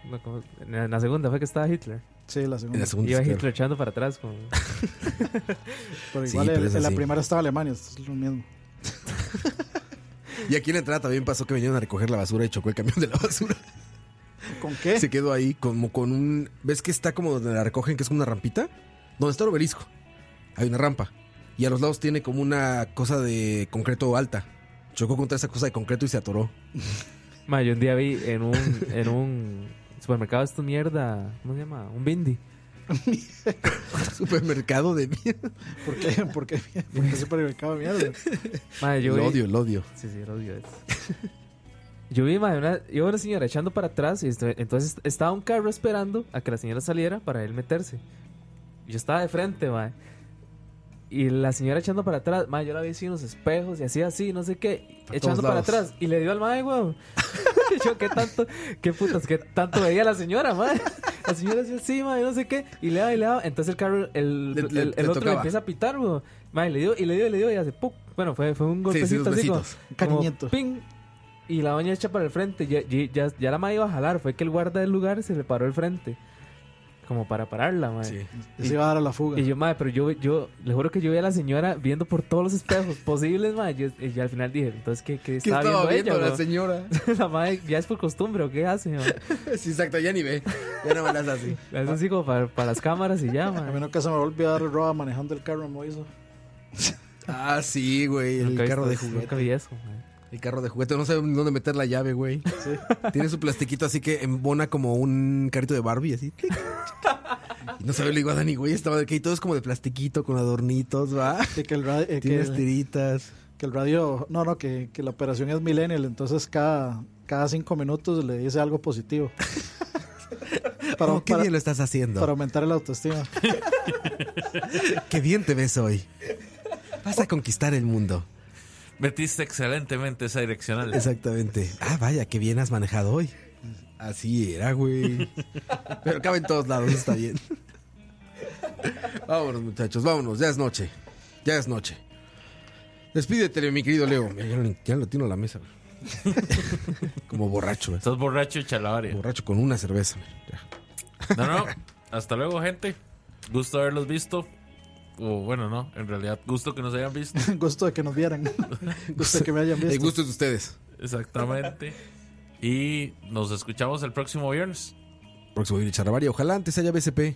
Speaker 5: no, ¿cómo? En la segunda fue que estaba Hitler.
Speaker 4: Sí, la segunda.
Speaker 1: En la segunda,
Speaker 5: Iba
Speaker 1: claro.
Speaker 5: Hitler echando para atrás. Como...
Speaker 4: Pero
Speaker 1: Sí,
Speaker 4: igual
Speaker 1: pero
Speaker 4: el-
Speaker 1: es
Speaker 4: en la
Speaker 1: así.
Speaker 4: primera estaba Alemania, esto es lo mismo.
Speaker 1: Y aquí en la entrada también pasó que vinieron a recoger la basura y chocó el camión de la basura.
Speaker 4: ¿Con qué?
Speaker 1: se quedó ahí como con un... ¿Ves que está como donde la recogen, que es como una rampita? Donde está el obelisco. Hay una rampa. Y a los lados tiene como una cosa de concreto alta. Chocó contra esa cosa de concreto y se atoró.
Speaker 5: Ma, yo un día vi en un, en un supermercado esta mierda. ¿Cómo se llama? Un bindi.
Speaker 1: Supermercado de mierda.
Speaker 4: ¿Por qué? ¿Por qué? ¿Por qué supermercado de mierda?
Speaker 5: Ma, yo
Speaker 1: El
Speaker 5: vi-
Speaker 1: odio, el odio.
Speaker 5: Sí, sí, el odio es. Yo vi ma, una, iba una señora echando para atrás y esto- entonces estaba un carro esperando a que la señora saliera para él meterse. Yo estaba de frente, ma. Y la señora echando para atrás, ma, yo la vi así en los espejos y así, así, no sé qué,
Speaker 1: Para
Speaker 5: echando
Speaker 1: todos
Speaker 5: para
Speaker 1: lados.
Speaker 5: atrás. Y le dio al mae, weón. Y yo, qué tanto, qué putas, qué tanto veía la señora, ma. La señora así, así, ma, y no sé qué. Y le daba, y le daba. Entonces el carro, el,
Speaker 1: Le-
Speaker 5: el-
Speaker 1: le- le
Speaker 5: el otro le
Speaker 1: tocaba.
Speaker 5: empieza a pitar, weón. Ma, y le dio, y le dio, y le dio, y hace, ¡pum! Bueno, fue, fue un
Speaker 1: Sí,
Speaker 5: golpecito
Speaker 1: sí, los
Speaker 5: así, como-
Speaker 1: besitos.
Speaker 5: como
Speaker 4: Cariñito.
Speaker 5: ping, y la doña echa para el frente. Ya, ya, ya- ya la madre iba a jalar. Fue que el guarda del lugar se le paró el frente. como para pararla, mae.
Speaker 1: Sí.
Speaker 4: Y se iba a dar a la fuga.
Speaker 5: Y yo, madre, pero yo, yo, le juro que yo vi a la señora viendo por todos los espejos posibles, madre. Yo, y yo al final dije, entonces, ¿qué, qué
Speaker 1: ¿Qué
Speaker 5: estaba,
Speaker 1: estaba
Speaker 5: viendo,
Speaker 1: viendo
Speaker 5: ella,
Speaker 1: la señora?
Speaker 5: weón? La madre, ya es por costumbre, ¿o qué hace, weón?
Speaker 1: Sí, exacto, ya ni ve. Ya no me las hace.
Speaker 5: La hace así como para, para las cámaras y ya,
Speaker 4: A
Speaker 5: madre.
Speaker 4: mí nunca se me va a olvidar Roa manejando el carro Moiso.
Speaker 1: Ah, sí, güey. El
Speaker 5: Nunca he
Speaker 1: carro de
Speaker 5: visto- Nunca vi
Speaker 1: juguete.
Speaker 5: eso, madre.
Speaker 1: El carro de juguete. No sabe dónde meter la llave, güey.
Speaker 4: Sí.
Speaker 1: Tiene su plastiquito así que embona como un carrito de Barbie, así. Y no sabe, le digo a Dani, güey, estaba de que y todo es como de plastiquito con adornitos, va.
Speaker 4: Y que el, ra- eh, que,
Speaker 1: Tienes
Speaker 4: el,
Speaker 1: tiritas.
Speaker 4: que el radio. No, no, que, que la operación es millennial. Entonces cada, cada cinco minutos le dice algo positivo. para,
Speaker 1: Oh, qué
Speaker 4: para-
Speaker 1: bien lo estás haciendo.
Speaker 4: para aumentar la autoestima.
Speaker 1: Qué bien te ves hoy. Vas a conquistar el mundo.
Speaker 6: Metiste excelentemente esa direccional.
Speaker 1: Exactamente. Ah, vaya, qué bien has manejado hoy. Así era, güey. Pero cabe en todos lados, está bien. Vámonos, muchachos, vámonos. Ya es noche. Ya es noche. Despídete, mi querido Leo. Mira, ya, lo, ya lo tiro a la mesa. güey. Como borracho, güey.
Speaker 6: Estás borracho y chalabaria.
Speaker 1: Borracho con una cerveza. güey. Ya.
Speaker 6: No, no. Hasta luego, gente. Gusto haberlos visto. O bueno, no. En realidad, gusto que nos hayan visto.
Speaker 4: gusto de que nos vieran. gusto de que me hayan visto.
Speaker 1: El gusto es de ustedes.
Speaker 6: Exactamente. Y nos escuchamos el próximo viernes.
Speaker 1: Próximo video de Charrabaria. Ojalá antes haya BCP.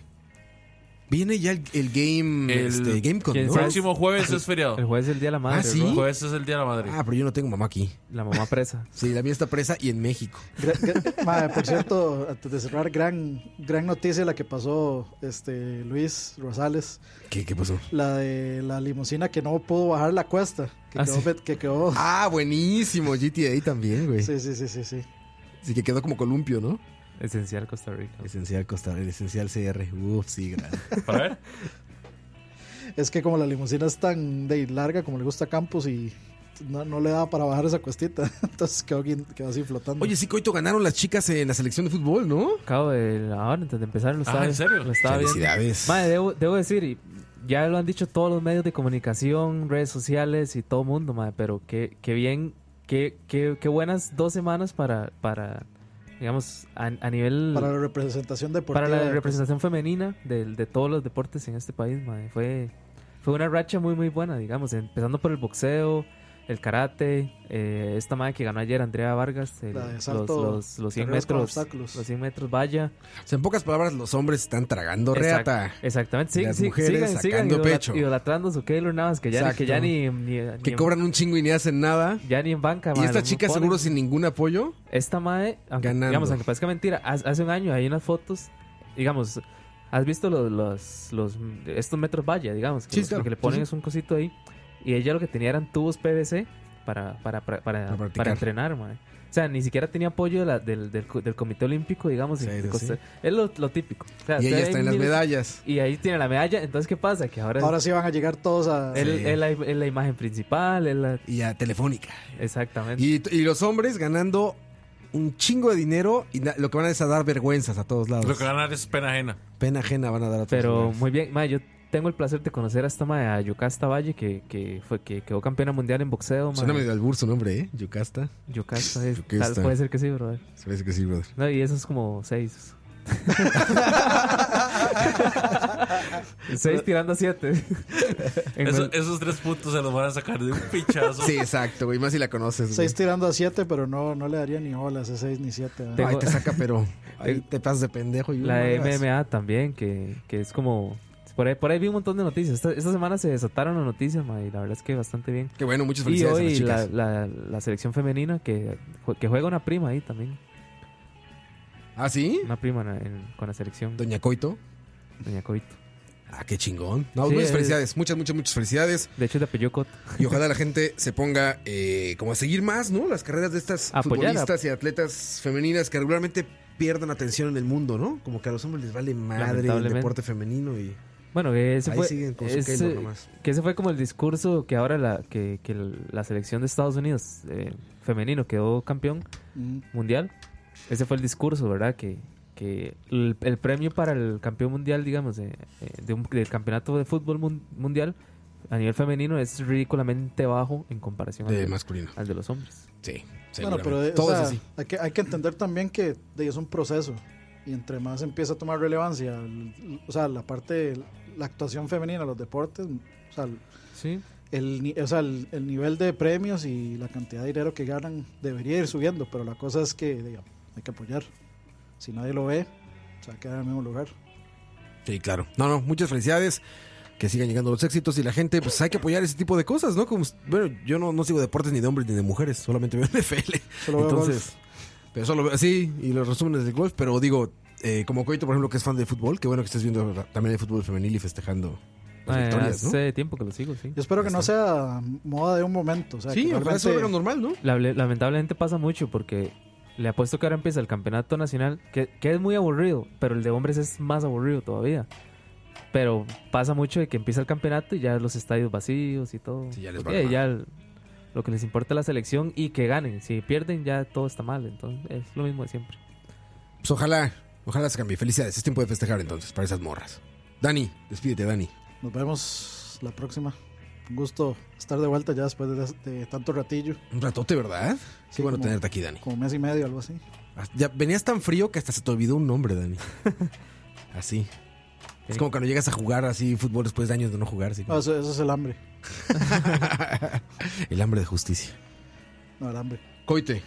Speaker 1: Viene ya el, el game.
Speaker 6: El-
Speaker 1: este, game con
Speaker 5: ¿Quién
Speaker 6: El
Speaker 5: sabe?
Speaker 6: próximo jueves es feriado.
Speaker 5: El jueves es el día de la madre.
Speaker 1: Ah, ¿sí?
Speaker 5: weón.
Speaker 6: El jueves es el Día de la Madre.
Speaker 1: Ah, pero yo no tengo mamá aquí.
Speaker 5: La mamá presa.
Speaker 1: Sí, la mía está presa y en México.
Speaker 4: Gra- gra- Mae, por cierto, antes de cerrar, gran, gran noticia la que pasó este Luis Rosales,
Speaker 1: ¿Qué, qué pasó?
Speaker 4: la de la limusina que no pudo bajar la cuesta, que
Speaker 5: Ah,
Speaker 4: quedó,
Speaker 5: sí.
Speaker 4: fe- que quedó
Speaker 1: Ah, buenísimo. GTA también, güey. Sí.
Speaker 4: sí, sí, sí, sí, sí.
Speaker 1: que quedó como columpio, ¿no?
Speaker 5: Esencial Costa Rica.
Speaker 1: Esencial Costa el esencial CR. Uf, sí, grande.
Speaker 6: Para ver.
Speaker 4: Es que como la limusina es tan de larga como le gusta a Campos y no, no le daba para bajar esa cuestita, entonces quedó, guin- quedó así flotando.
Speaker 1: Oye, sí, Coito ganaron las chicas en la selección de fútbol, ¿no?
Speaker 5: Acabo de ahora, antes de empezar, lo estaba,
Speaker 6: ¿en serio?
Speaker 5: Lo estaba viendo.
Speaker 1: Felicidades.
Speaker 5: Madre, debo, debo decir, y ya lo han dicho todos los medios de comunicación, redes sociales y todo mundo, madre, pero qué, qué bien, qué, qué, qué buenas dos semanas para, para digamos, a, a nivel...
Speaker 4: para la representación deportiva.
Speaker 5: para la representación femenina de, de todos los deportes en este país, madre. Fue, fue una racha muy, muy buena, digamos, empezando por el boxeo, el karate, eh, esta madre que ganó ayer, Andrea Vargas, el-
Speaker 4: La de
Speaker 5: los,
Speaker 4: salto,
Speaker 5: los, los 100
Speaker 4: carreras con
Speaker 5: metros,
Speaker 4: obstáculos.
Speaker 5: los 100 metros, vaya.
Speaker 1: O sea, en pocas palabras, los hombres están tragando reata.
Speaker 5: Exact- exactamente, sí,
Speaker 1: Las
Speaker 5: sí,
Speaker 1: mujeres
Speaker 5: sigan, sigan
Speaker 1: sacando
Speaker 5: idolat-
Speaker 1: pecho.
Speaker 5: idolatrando a su Keylor Navas, que ya, ni- que ya
Speaker 1: Exacto.
Speaker 5: ni, ni- ni
Speaker 1: Que
Speaker 5: en-
Speaker 1: cobran un chingo y ni hacen nada.
Speaker 5: ya ni en banca,
Speaker 1: y
Speaker 5: madre,
Speaker 1: esta
Speaker 5: lo
Speaker 1: chica
Speaker 5: ponen.
Speaker 1: seguro sin ningún apoyo.
Speaker 5: Esta madre, aunque,
Speaker 1: Ganando.
Speaker 5: digamos, aunque parezca mentira, hace, hace un año hay unas fotos, digamos, has visto los, los, los- estos metros valla, digamos, que,
Speaker 1: Sí,
Speaker 5: los-
Speaker 1: claro,
Speaker 5: lo que le
Speaker 1: sí,
Speaker 5: ponen
Speaker 1: sí.
Speaker 5: es un cosito ahí, y ella lo que tenía eran tubos PVC para, para, para, para,
Speaker 1: Para
Speaker 5: para
Speaker 1: practicar.
Speaker 5: entrenar, madre. O sea, ni siquiera tenía apoyo de la- del, del, co- del Comité Olímpico, digamos.
Speaker 1: Sí,
Speaker 5: de
Speaker 1: sí,
Speaker 5: Costa-
Speaker 1: sí.
Speaker 5: Es lo, lo típico. O sea,
Speaker 1: Y
Speaker 5: usted
Speaker 1: ella
Speaker 5: ve
Speaker 1: está en las
Speaker 5: miles-
Speaker 1: medallas.
Speaker 5: Y ahí tiene la medalla. Entonces, ¿qué pasa? Que ahora,
Speaker 4: Ahora sí van a llegar todos a...
Speaker 5: es,
Speaker 1: Sí.
Speaker 5: es la, es la imagen principal. es la-
Speaker 1: Y a Telefónica.
Speaker 5: exactamente.
Speaker 1: Y, y los hombres ganando un chingo de dinero y na- lo que van a es a dar vergüenzas a todos lados.
Speaker 6: Lo que ganar es pena ajena.
Speaker 1: Pena ajena van a dar a todos
Speaker 5: Pero
Speaker 1: lados.
Speaker 5: muy bien, ma, yo tengo el placer de conocer a esta ma, a Yocasta Valle, que, que fue que quedó campeona mundial en boxeo. Ma.
Speaker 1: Suena medio albur su nombre, ¿eh? Yucasta.
Speaker 5: Yocasta, es-
Speaker 1: Yocasta.
Speaker 5: tal puede ser que sí, brother.
Speaker 1: Se parece que sí, brother.
Speaker 5: No, y eso es como seis. seis tirando a siete. En
Speaker 6: Eso-
Speaker 5: el-
Speaker 6: esos tres puntos se los van a sacar de un pichazo.
Speaker 1: Sí, exacto, güey. Más si la conoces. güey.
Speaker 5: este
Speaker 4: Seis tirando a siete, pero no, no le daría ni olas a seis ni siete. ¿verdad?
Speaker 5: Te-
Speaker 1: Ay,
Speaker 5: Tengo-
Speaker 1: te saca, pero ahí te pasas de pendejo. Y
Speaker 5: la
Speaker 1: no
Speaker 5: de
Speaker 1: hagas.
Speaker 5: MMA también, que, que es como... Por ahí, por ahí vi un montón de noticias. Esta, esta semana se desataron las noticias, ma, y la verdad es que bastante bien.
Speaker 1: Que bueno, muchas
Speaker 5: Y
Speaker 1: felicidades a
Speaker 5: hoy
Speaker 1: las
Speaker 5: la,
Speaker 1: chicas.
Speaker 5: la- la selección femenina que, jue- que juega una prima ahí también.
Speaker 1: ¿Ah, sí?
Speaker 5: Una prima en- en- con la selección.
Speaker 1: Doña Coito.
Speaker 5: Doña Coito.
Speaker 1: Ah, qué chingón. No,
Speaker 5: Sí,
Speaker 1: muchas
Speaker 5: eh.
Speaker 1: felicidades. Muchas, muchas, muchas felicidades.
Speaker 5: De hecho, te apellido Coto.
Speaker 1: Y ojalá la gente se ponga eh, como a seguir más, ¿no? Las carreras de estas
Speaker 5: Apoyar a-
Speaker 1: futbolistas y atletas femeninas que regularmente pierdan atención en el mundo, ¿no? Como que a los hombres les vale madre el
Speaker 5: Lamentablemente.
Speaker 1: deporte femenino y
Speaker 5: Bueno, que ese
Speaker 1: ahí
Speaker 5: fue.
Speaker 1: siguen con su
Speaker 5: ese-
Speaker 1: Keylor nomás.
Speaker 5: que ese fue como el discurso que ahora la, que, que la selección de Estados Unidos eh, femenino quedó campeón
Speaker 4: Mm.
Speaker 5: mundial. Ese fue el discurso, ¿verdad? Que, que el, el premio para el campeón mundial, digamos, eh, eh, de un- del campeonato de fútbol mun- mundial a nivel femenino es ridículamente bajo en comparación al,
Speaker 1: De
Speaker 5: de-
Speaker 1: masculino.
Speaker 5: al de los hombres.
Speaker 1: Sí,
Speaker 4: Bueno,
Speaker 1: seguramente.
Speaker 4: pero eh, o
Speaker 1: Todo
Speaker 4: sea,
Speaker 1: es así.
Speaker 4: Hay, que, hay que entender también que de, es un proceso. y entre más empieza a tomar relevancia, l- l- o sea, la parte, la actuación femenina, los deportes, o sea,
Speaker 5: Sí.
Speaker 4: el, ni- o sea, el, el nivel de premios y la cantidad de dinero que ganan debería ir subiendo, pero la cosa es que diga, hay que apoyar. Si nadie lo ve, se va a quedar en el mismo lugar.
Speaker 1: Sí, claro. No, no, muchas felicidades. Que sigan llegando los éxitos y la gente, pues hay que apoyar ese tipo de cosas, ¿no? Como, bueno, yo no, no sigo deportes ni de hombres ni de mujeres, solamente veo NFL.
Speaker 4: Solo veo
Speaker 1: Entonces, pero solo veo así y los resúmenes del golf, pero digo, eh, como Coito, por ejemplo, que es fan de fútbol, qué bueno que estés viendo ra- también el fútbol femenil y festejando las
Speaker 5: Mae,
Speaker 1: victorias, ¿no?
Speaker 5: hace tiempo que lo sigo, sí.
Speaker 4: Yo espero que no sea moda de un momento. O sea,
Speaker 1: Sí,
Speaker 4: que
Speaker 1: ojalá sea algo
Speaker 4: realmente-
Speaker 1: normal, ¿no?
Speaker 5: La- lamentablemente pasa mucho porque le apuesto que ahora empieza el campeonato nacional, que, que es muy aburrido, pero el de hombres es más aburrido todavía. Pero pasa mucho de que empieza el campeonato y ya los estadios vacíos y todo.
Speaker 1: Sí, ya les
Speaker 5: Porque
Speaker 1: vale
Speaker 5: ya el- lo que les importa es la selección y que ganen. Si pierden ya todo está mal, entonces es lo mismo de siempre.
Speaker 1: Pues ojalá, ojalá se cambie. Felicidades, es tiempo de festejar entonces para esas morras. Dani, despídete, Dani.
Speaker 4: Nos vemos la próxima. Un gusto estar de vuelta ya después de, de tanto ratillo,
Speaker 1: Un ratote, ¿verdad? Qué
Speaker 4: Sí,
Speaker 1: bueno
Speaker 4: como-
Speaker 1: tenerte aquí, Dani.
Speaker 4: como mes y medio, algo así.
Speaker 1: Ya venías tan frío que hasta se te olvidó un nombre, Dani. Así. Es como cuando llegas a jugar así fútbol después de años de no jugar. así
Speaker 4: No,
Speaker 1: como-
Speaker 4: eso, eso es el hambre.
Speaker 1: el hambre de justicia.
Speaker 4: No, el hambre.
Speaker 1: Coite.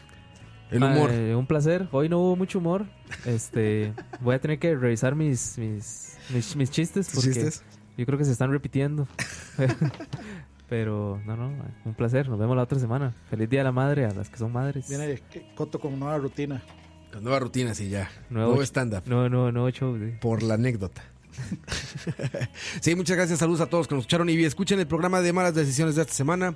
Speaker 1: El humor.
Speaker 5: Mae, un placer. Hoy no hubo mucho humor. Este, voy a tener que revisar mis, mis, mis, mis chistes porque
Speaker 1: ¿Chistes?
Speaker 5: yo creo que se están repitiendo. Pero no, no, mae, un placer. Nos vemos la otra semana. Feliz Día de la Madre a las que son madres.
Speaker 4: Viene Coto con nueva rutina.
Speaker 1: Con nueva rutina, así ya.
Speaker 5: Nuevo
Speaker 1: Nuevo,
Speaker 5: ch-
Speaker 1: stand-up.
Speaker 5: No, no, no, show. sí.
Speaker 1: Por la anécdota. sí, muchas gracias. Saludos a todos que nos escucharon y escuchen el programa de Malas Decisiones de esta semana.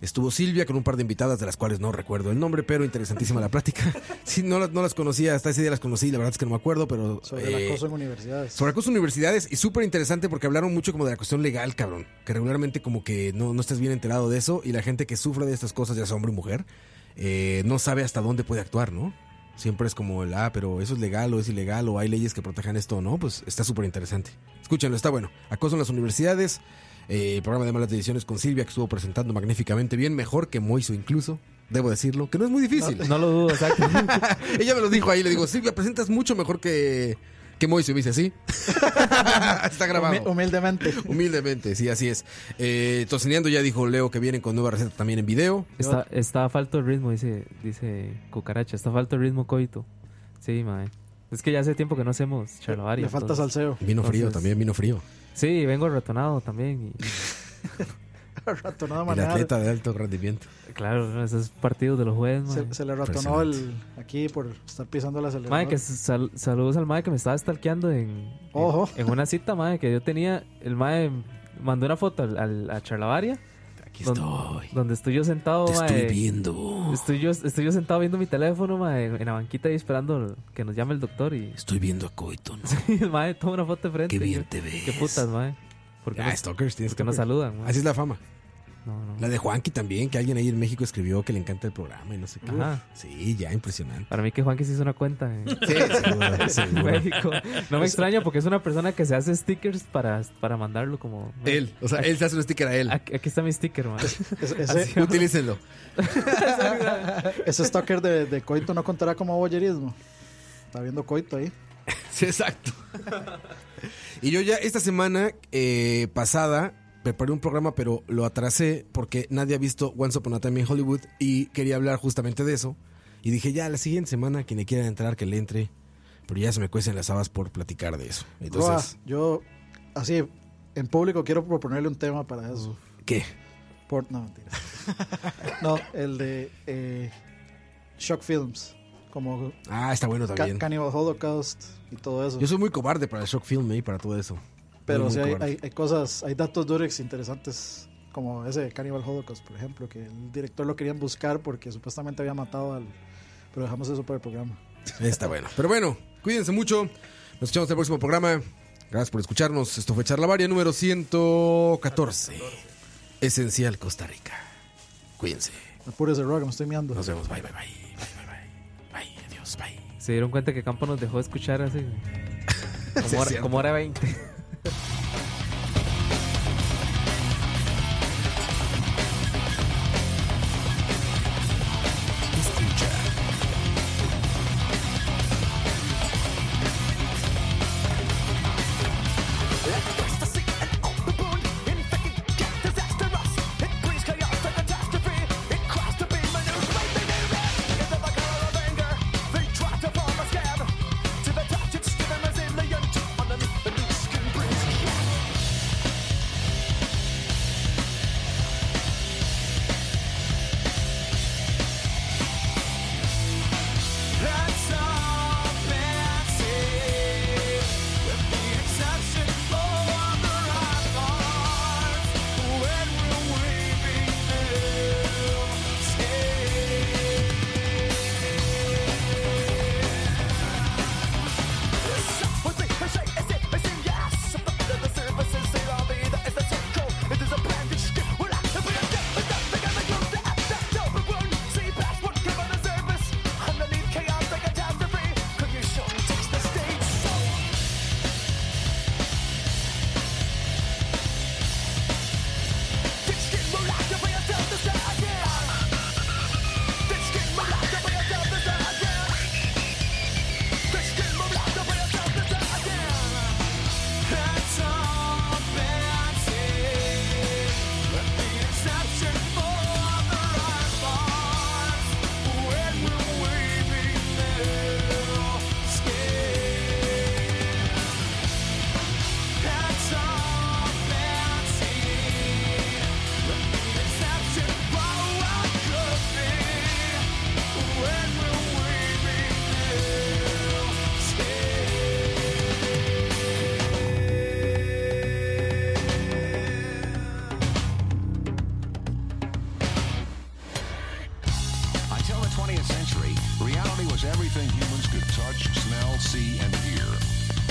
Speaker 1: Estuvo Silvia con un par de invitadas de las cuales no recuerdo el nombre, pero interesantísima la plática. Sí, no, las- no las conocía, hasta ese día las conocí, la verdad es que no me acuerdo, pero...
Speaker 4: Sobre
Speaker 1: eh,
Speaker 4: el acoso en universidades.
Speaker 1: Sobre acoso en universidades y súper interesante porque hablaron mucho como de la cuestión legal, cabrón. Que regularmente como que no, no estás bien enterado de eso y la gente que sufre de estas cosas, ya sea hombre o mujer, eh, no sabe hasta dónde puede actuar, ¿no? Siempre es como el, ah, pero eso es legal o es ilegal o hay leyes que protejan esto o no. Pues está súper interesante. Escúchenlo, está bueno. Acoso en las universidades, eh, el programa de malas decisiones con Silvia que estuvo presentando magníficamente bien, mejor que Moiso incluso. Debo decirlo, que no es muy difícil.
Speaker 5: No lo dudo, exacto.
Speaker 1: Ella me lo dijo ahí, le digo, Silvia, presentas mucho mejor que, que Moise, me dice, ¿sí? Está grabado.
Speaker 4: Humi- humildemente.
Speaker 1: Humildemente, sí, así es. Eh, Tocineando ya dijo Leo que vienen con nueva receta también en video.
Speaker 5: Está, está falto el ritmo, dice, dice Cucaracha. Está falto el ritmo, Coito. Sí, mae. Es que ya hace tiempo que no hacemos charlavaria.
Speaker 4: Le falta
Speaker 5: entonces-
Speaker 4: salseo.
Speaker 1: Vino frío
Speaker 5: Entonces-
Speaker 1: también, vino frío.
Speaker 5: Sí, vengo ratonado también. y-
Speaker 4: Ratonado
Speaker 1: El
Speaker 4: manejar.
Speaker 1: atleta de alto rendimiento.
Speaker 5: Claro, ¿no? esos partidos de los jueves, mae.
Speaker 4: Se, se le ratonó el, aquí por estar pisando la
Speaker 5: Mae, que
Speaker 4: acelerador.
Speaker 5: sal- saludos al mae que me estaba stalkeando en,
Speaker 4: Ojo.
Speaker 5: en, en una cita, mae, que yo tenía. El mae mandó una foto al, al- a Charlavaria,
Speaker 1: Aquí
Speaker 5: Don- donde estoy yo sentado,
Speaker 1: Te
Speaker 5: mae.
Speaker 1: estoy viendo.
Speaker 5: Estoy yo, estoy yo sentado viendo mi teléfono, mae, en la banquita y esperando que nos llame el doctor. Y,
Speaker 1: Estoy viendo a Coito, ¿no?
Speaker 5: y el mae toma una foto de frente.
Speaker 1: Qué bien
Speaker 5: Y-
Speaker 1: te ves.
Speaker 5: Qué putas, mae. ¿Por qué,
Speaker 1: Ah,
Speaker 5: nos,
Speaker 1: stalkers, tienes
Speaker 5: por qué nos
Speaker 1: stalkers.
Speaker 5: saludan, mae?
Speaker 1: Así es la fama.
Speaker 5: No, no.
Speaker 1: La de Juanqui también, que alguien ahí en México escribió que le encanta el programa y no sé qué.
Speaker 5: Ajá.
Speaker 1: Sí, ya, impresionante.
Speaker 5: Para mí que Juanqui se hizo una cuenta en
Speaker 1: Sí, seguro, seguro.
Speaker 5: México. No me extraña porque es una persona que se hace stickers para, para mandarlo como... mae,
Speaker 1: Él, o sea, él se hace un sticker a él.
Speaker 5: Aquí, aquí está mi sticker, mae.
Speaker 4: Es- ese,
Speaker 1: Utilícenlo.
Speaker 4: ese stalker de, de coito no contará como boyerismo. Está viendo coito ahí.
Speaker 1: Sí, exacto. y yo ya esta semana eh, pasada preparé un programa, pero lo atrasé porque nadie ha visto Once Upon a Time in Hollywood y quería hablar justamente de eso. Y dije, ya, la siguiente semana, quien le quiera entrar, que le entre. Pero ya se me cuecen las habas por platicar de eso. Entonces,
Speaker 4: Roa, yo, así, en público quiero proponerle un tema para eso.
Speaker 1: ¿qué?
Speaker 4: Por, no, mentira. no, el de eh, Shock Films, como
Speaker 1: Ah, está bueno
Speaker 4: Ca-
Speaker 1: también.
Speaker 4: Cannibal Holocaust y todo eso.
Speaker 1: Yo soy muy cobarde para el shock film eh, y para todo eso.
Speaker 4: Pero
Speaker 1: Muy,
Speaker 4: sí
Speaker 1: muy
Speaker 4: hay,
Speaker 1: cobarde.
Speaker 4: hay- hay cosas, hay datos durex interesantes, como ese de Cannibal Holocaust, por ejemplo, que el director lo querían buscar porque supuestamente había matado al... Pero dejamos eso para el programa.
Speaker 1: Está bueno. Pero bueno, cuídense mucho. Nos escuchamos en el próximo programa. Gracias por escucharnos. Esto fue Charlavaria número 114. Esencial Costa Rica. Cuídense.
Speaker 4: Apúrese, Roa, que me estoy mirando
Speaker 1: Nos vemos. Bye, bye, bye. Bye, bye, bye. Bye, adiós. Bye.
Speaker 5: Se dieron cuenta que Campo nos dejó escuchar así. Como,
Speaker 1: Sí, es
Speaker 5: hora,
Speaker 1: cierto.
Speaker 5: como hora 20.
Speaker 1: Escucha.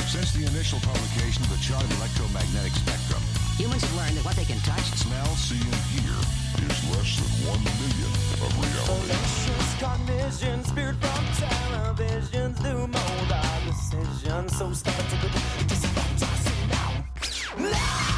Speaker 9: Since the initial publication of the chart of electromagnetic spectrum,
Speaker 10: Humans have learned that what they can touch,
Speaker 9: now see and hear is less than one millionth of reality.
Speaker 2: Fallacious cognition, spirit from televisions do mold our decisions. So stop it, take a deep, just now. Now!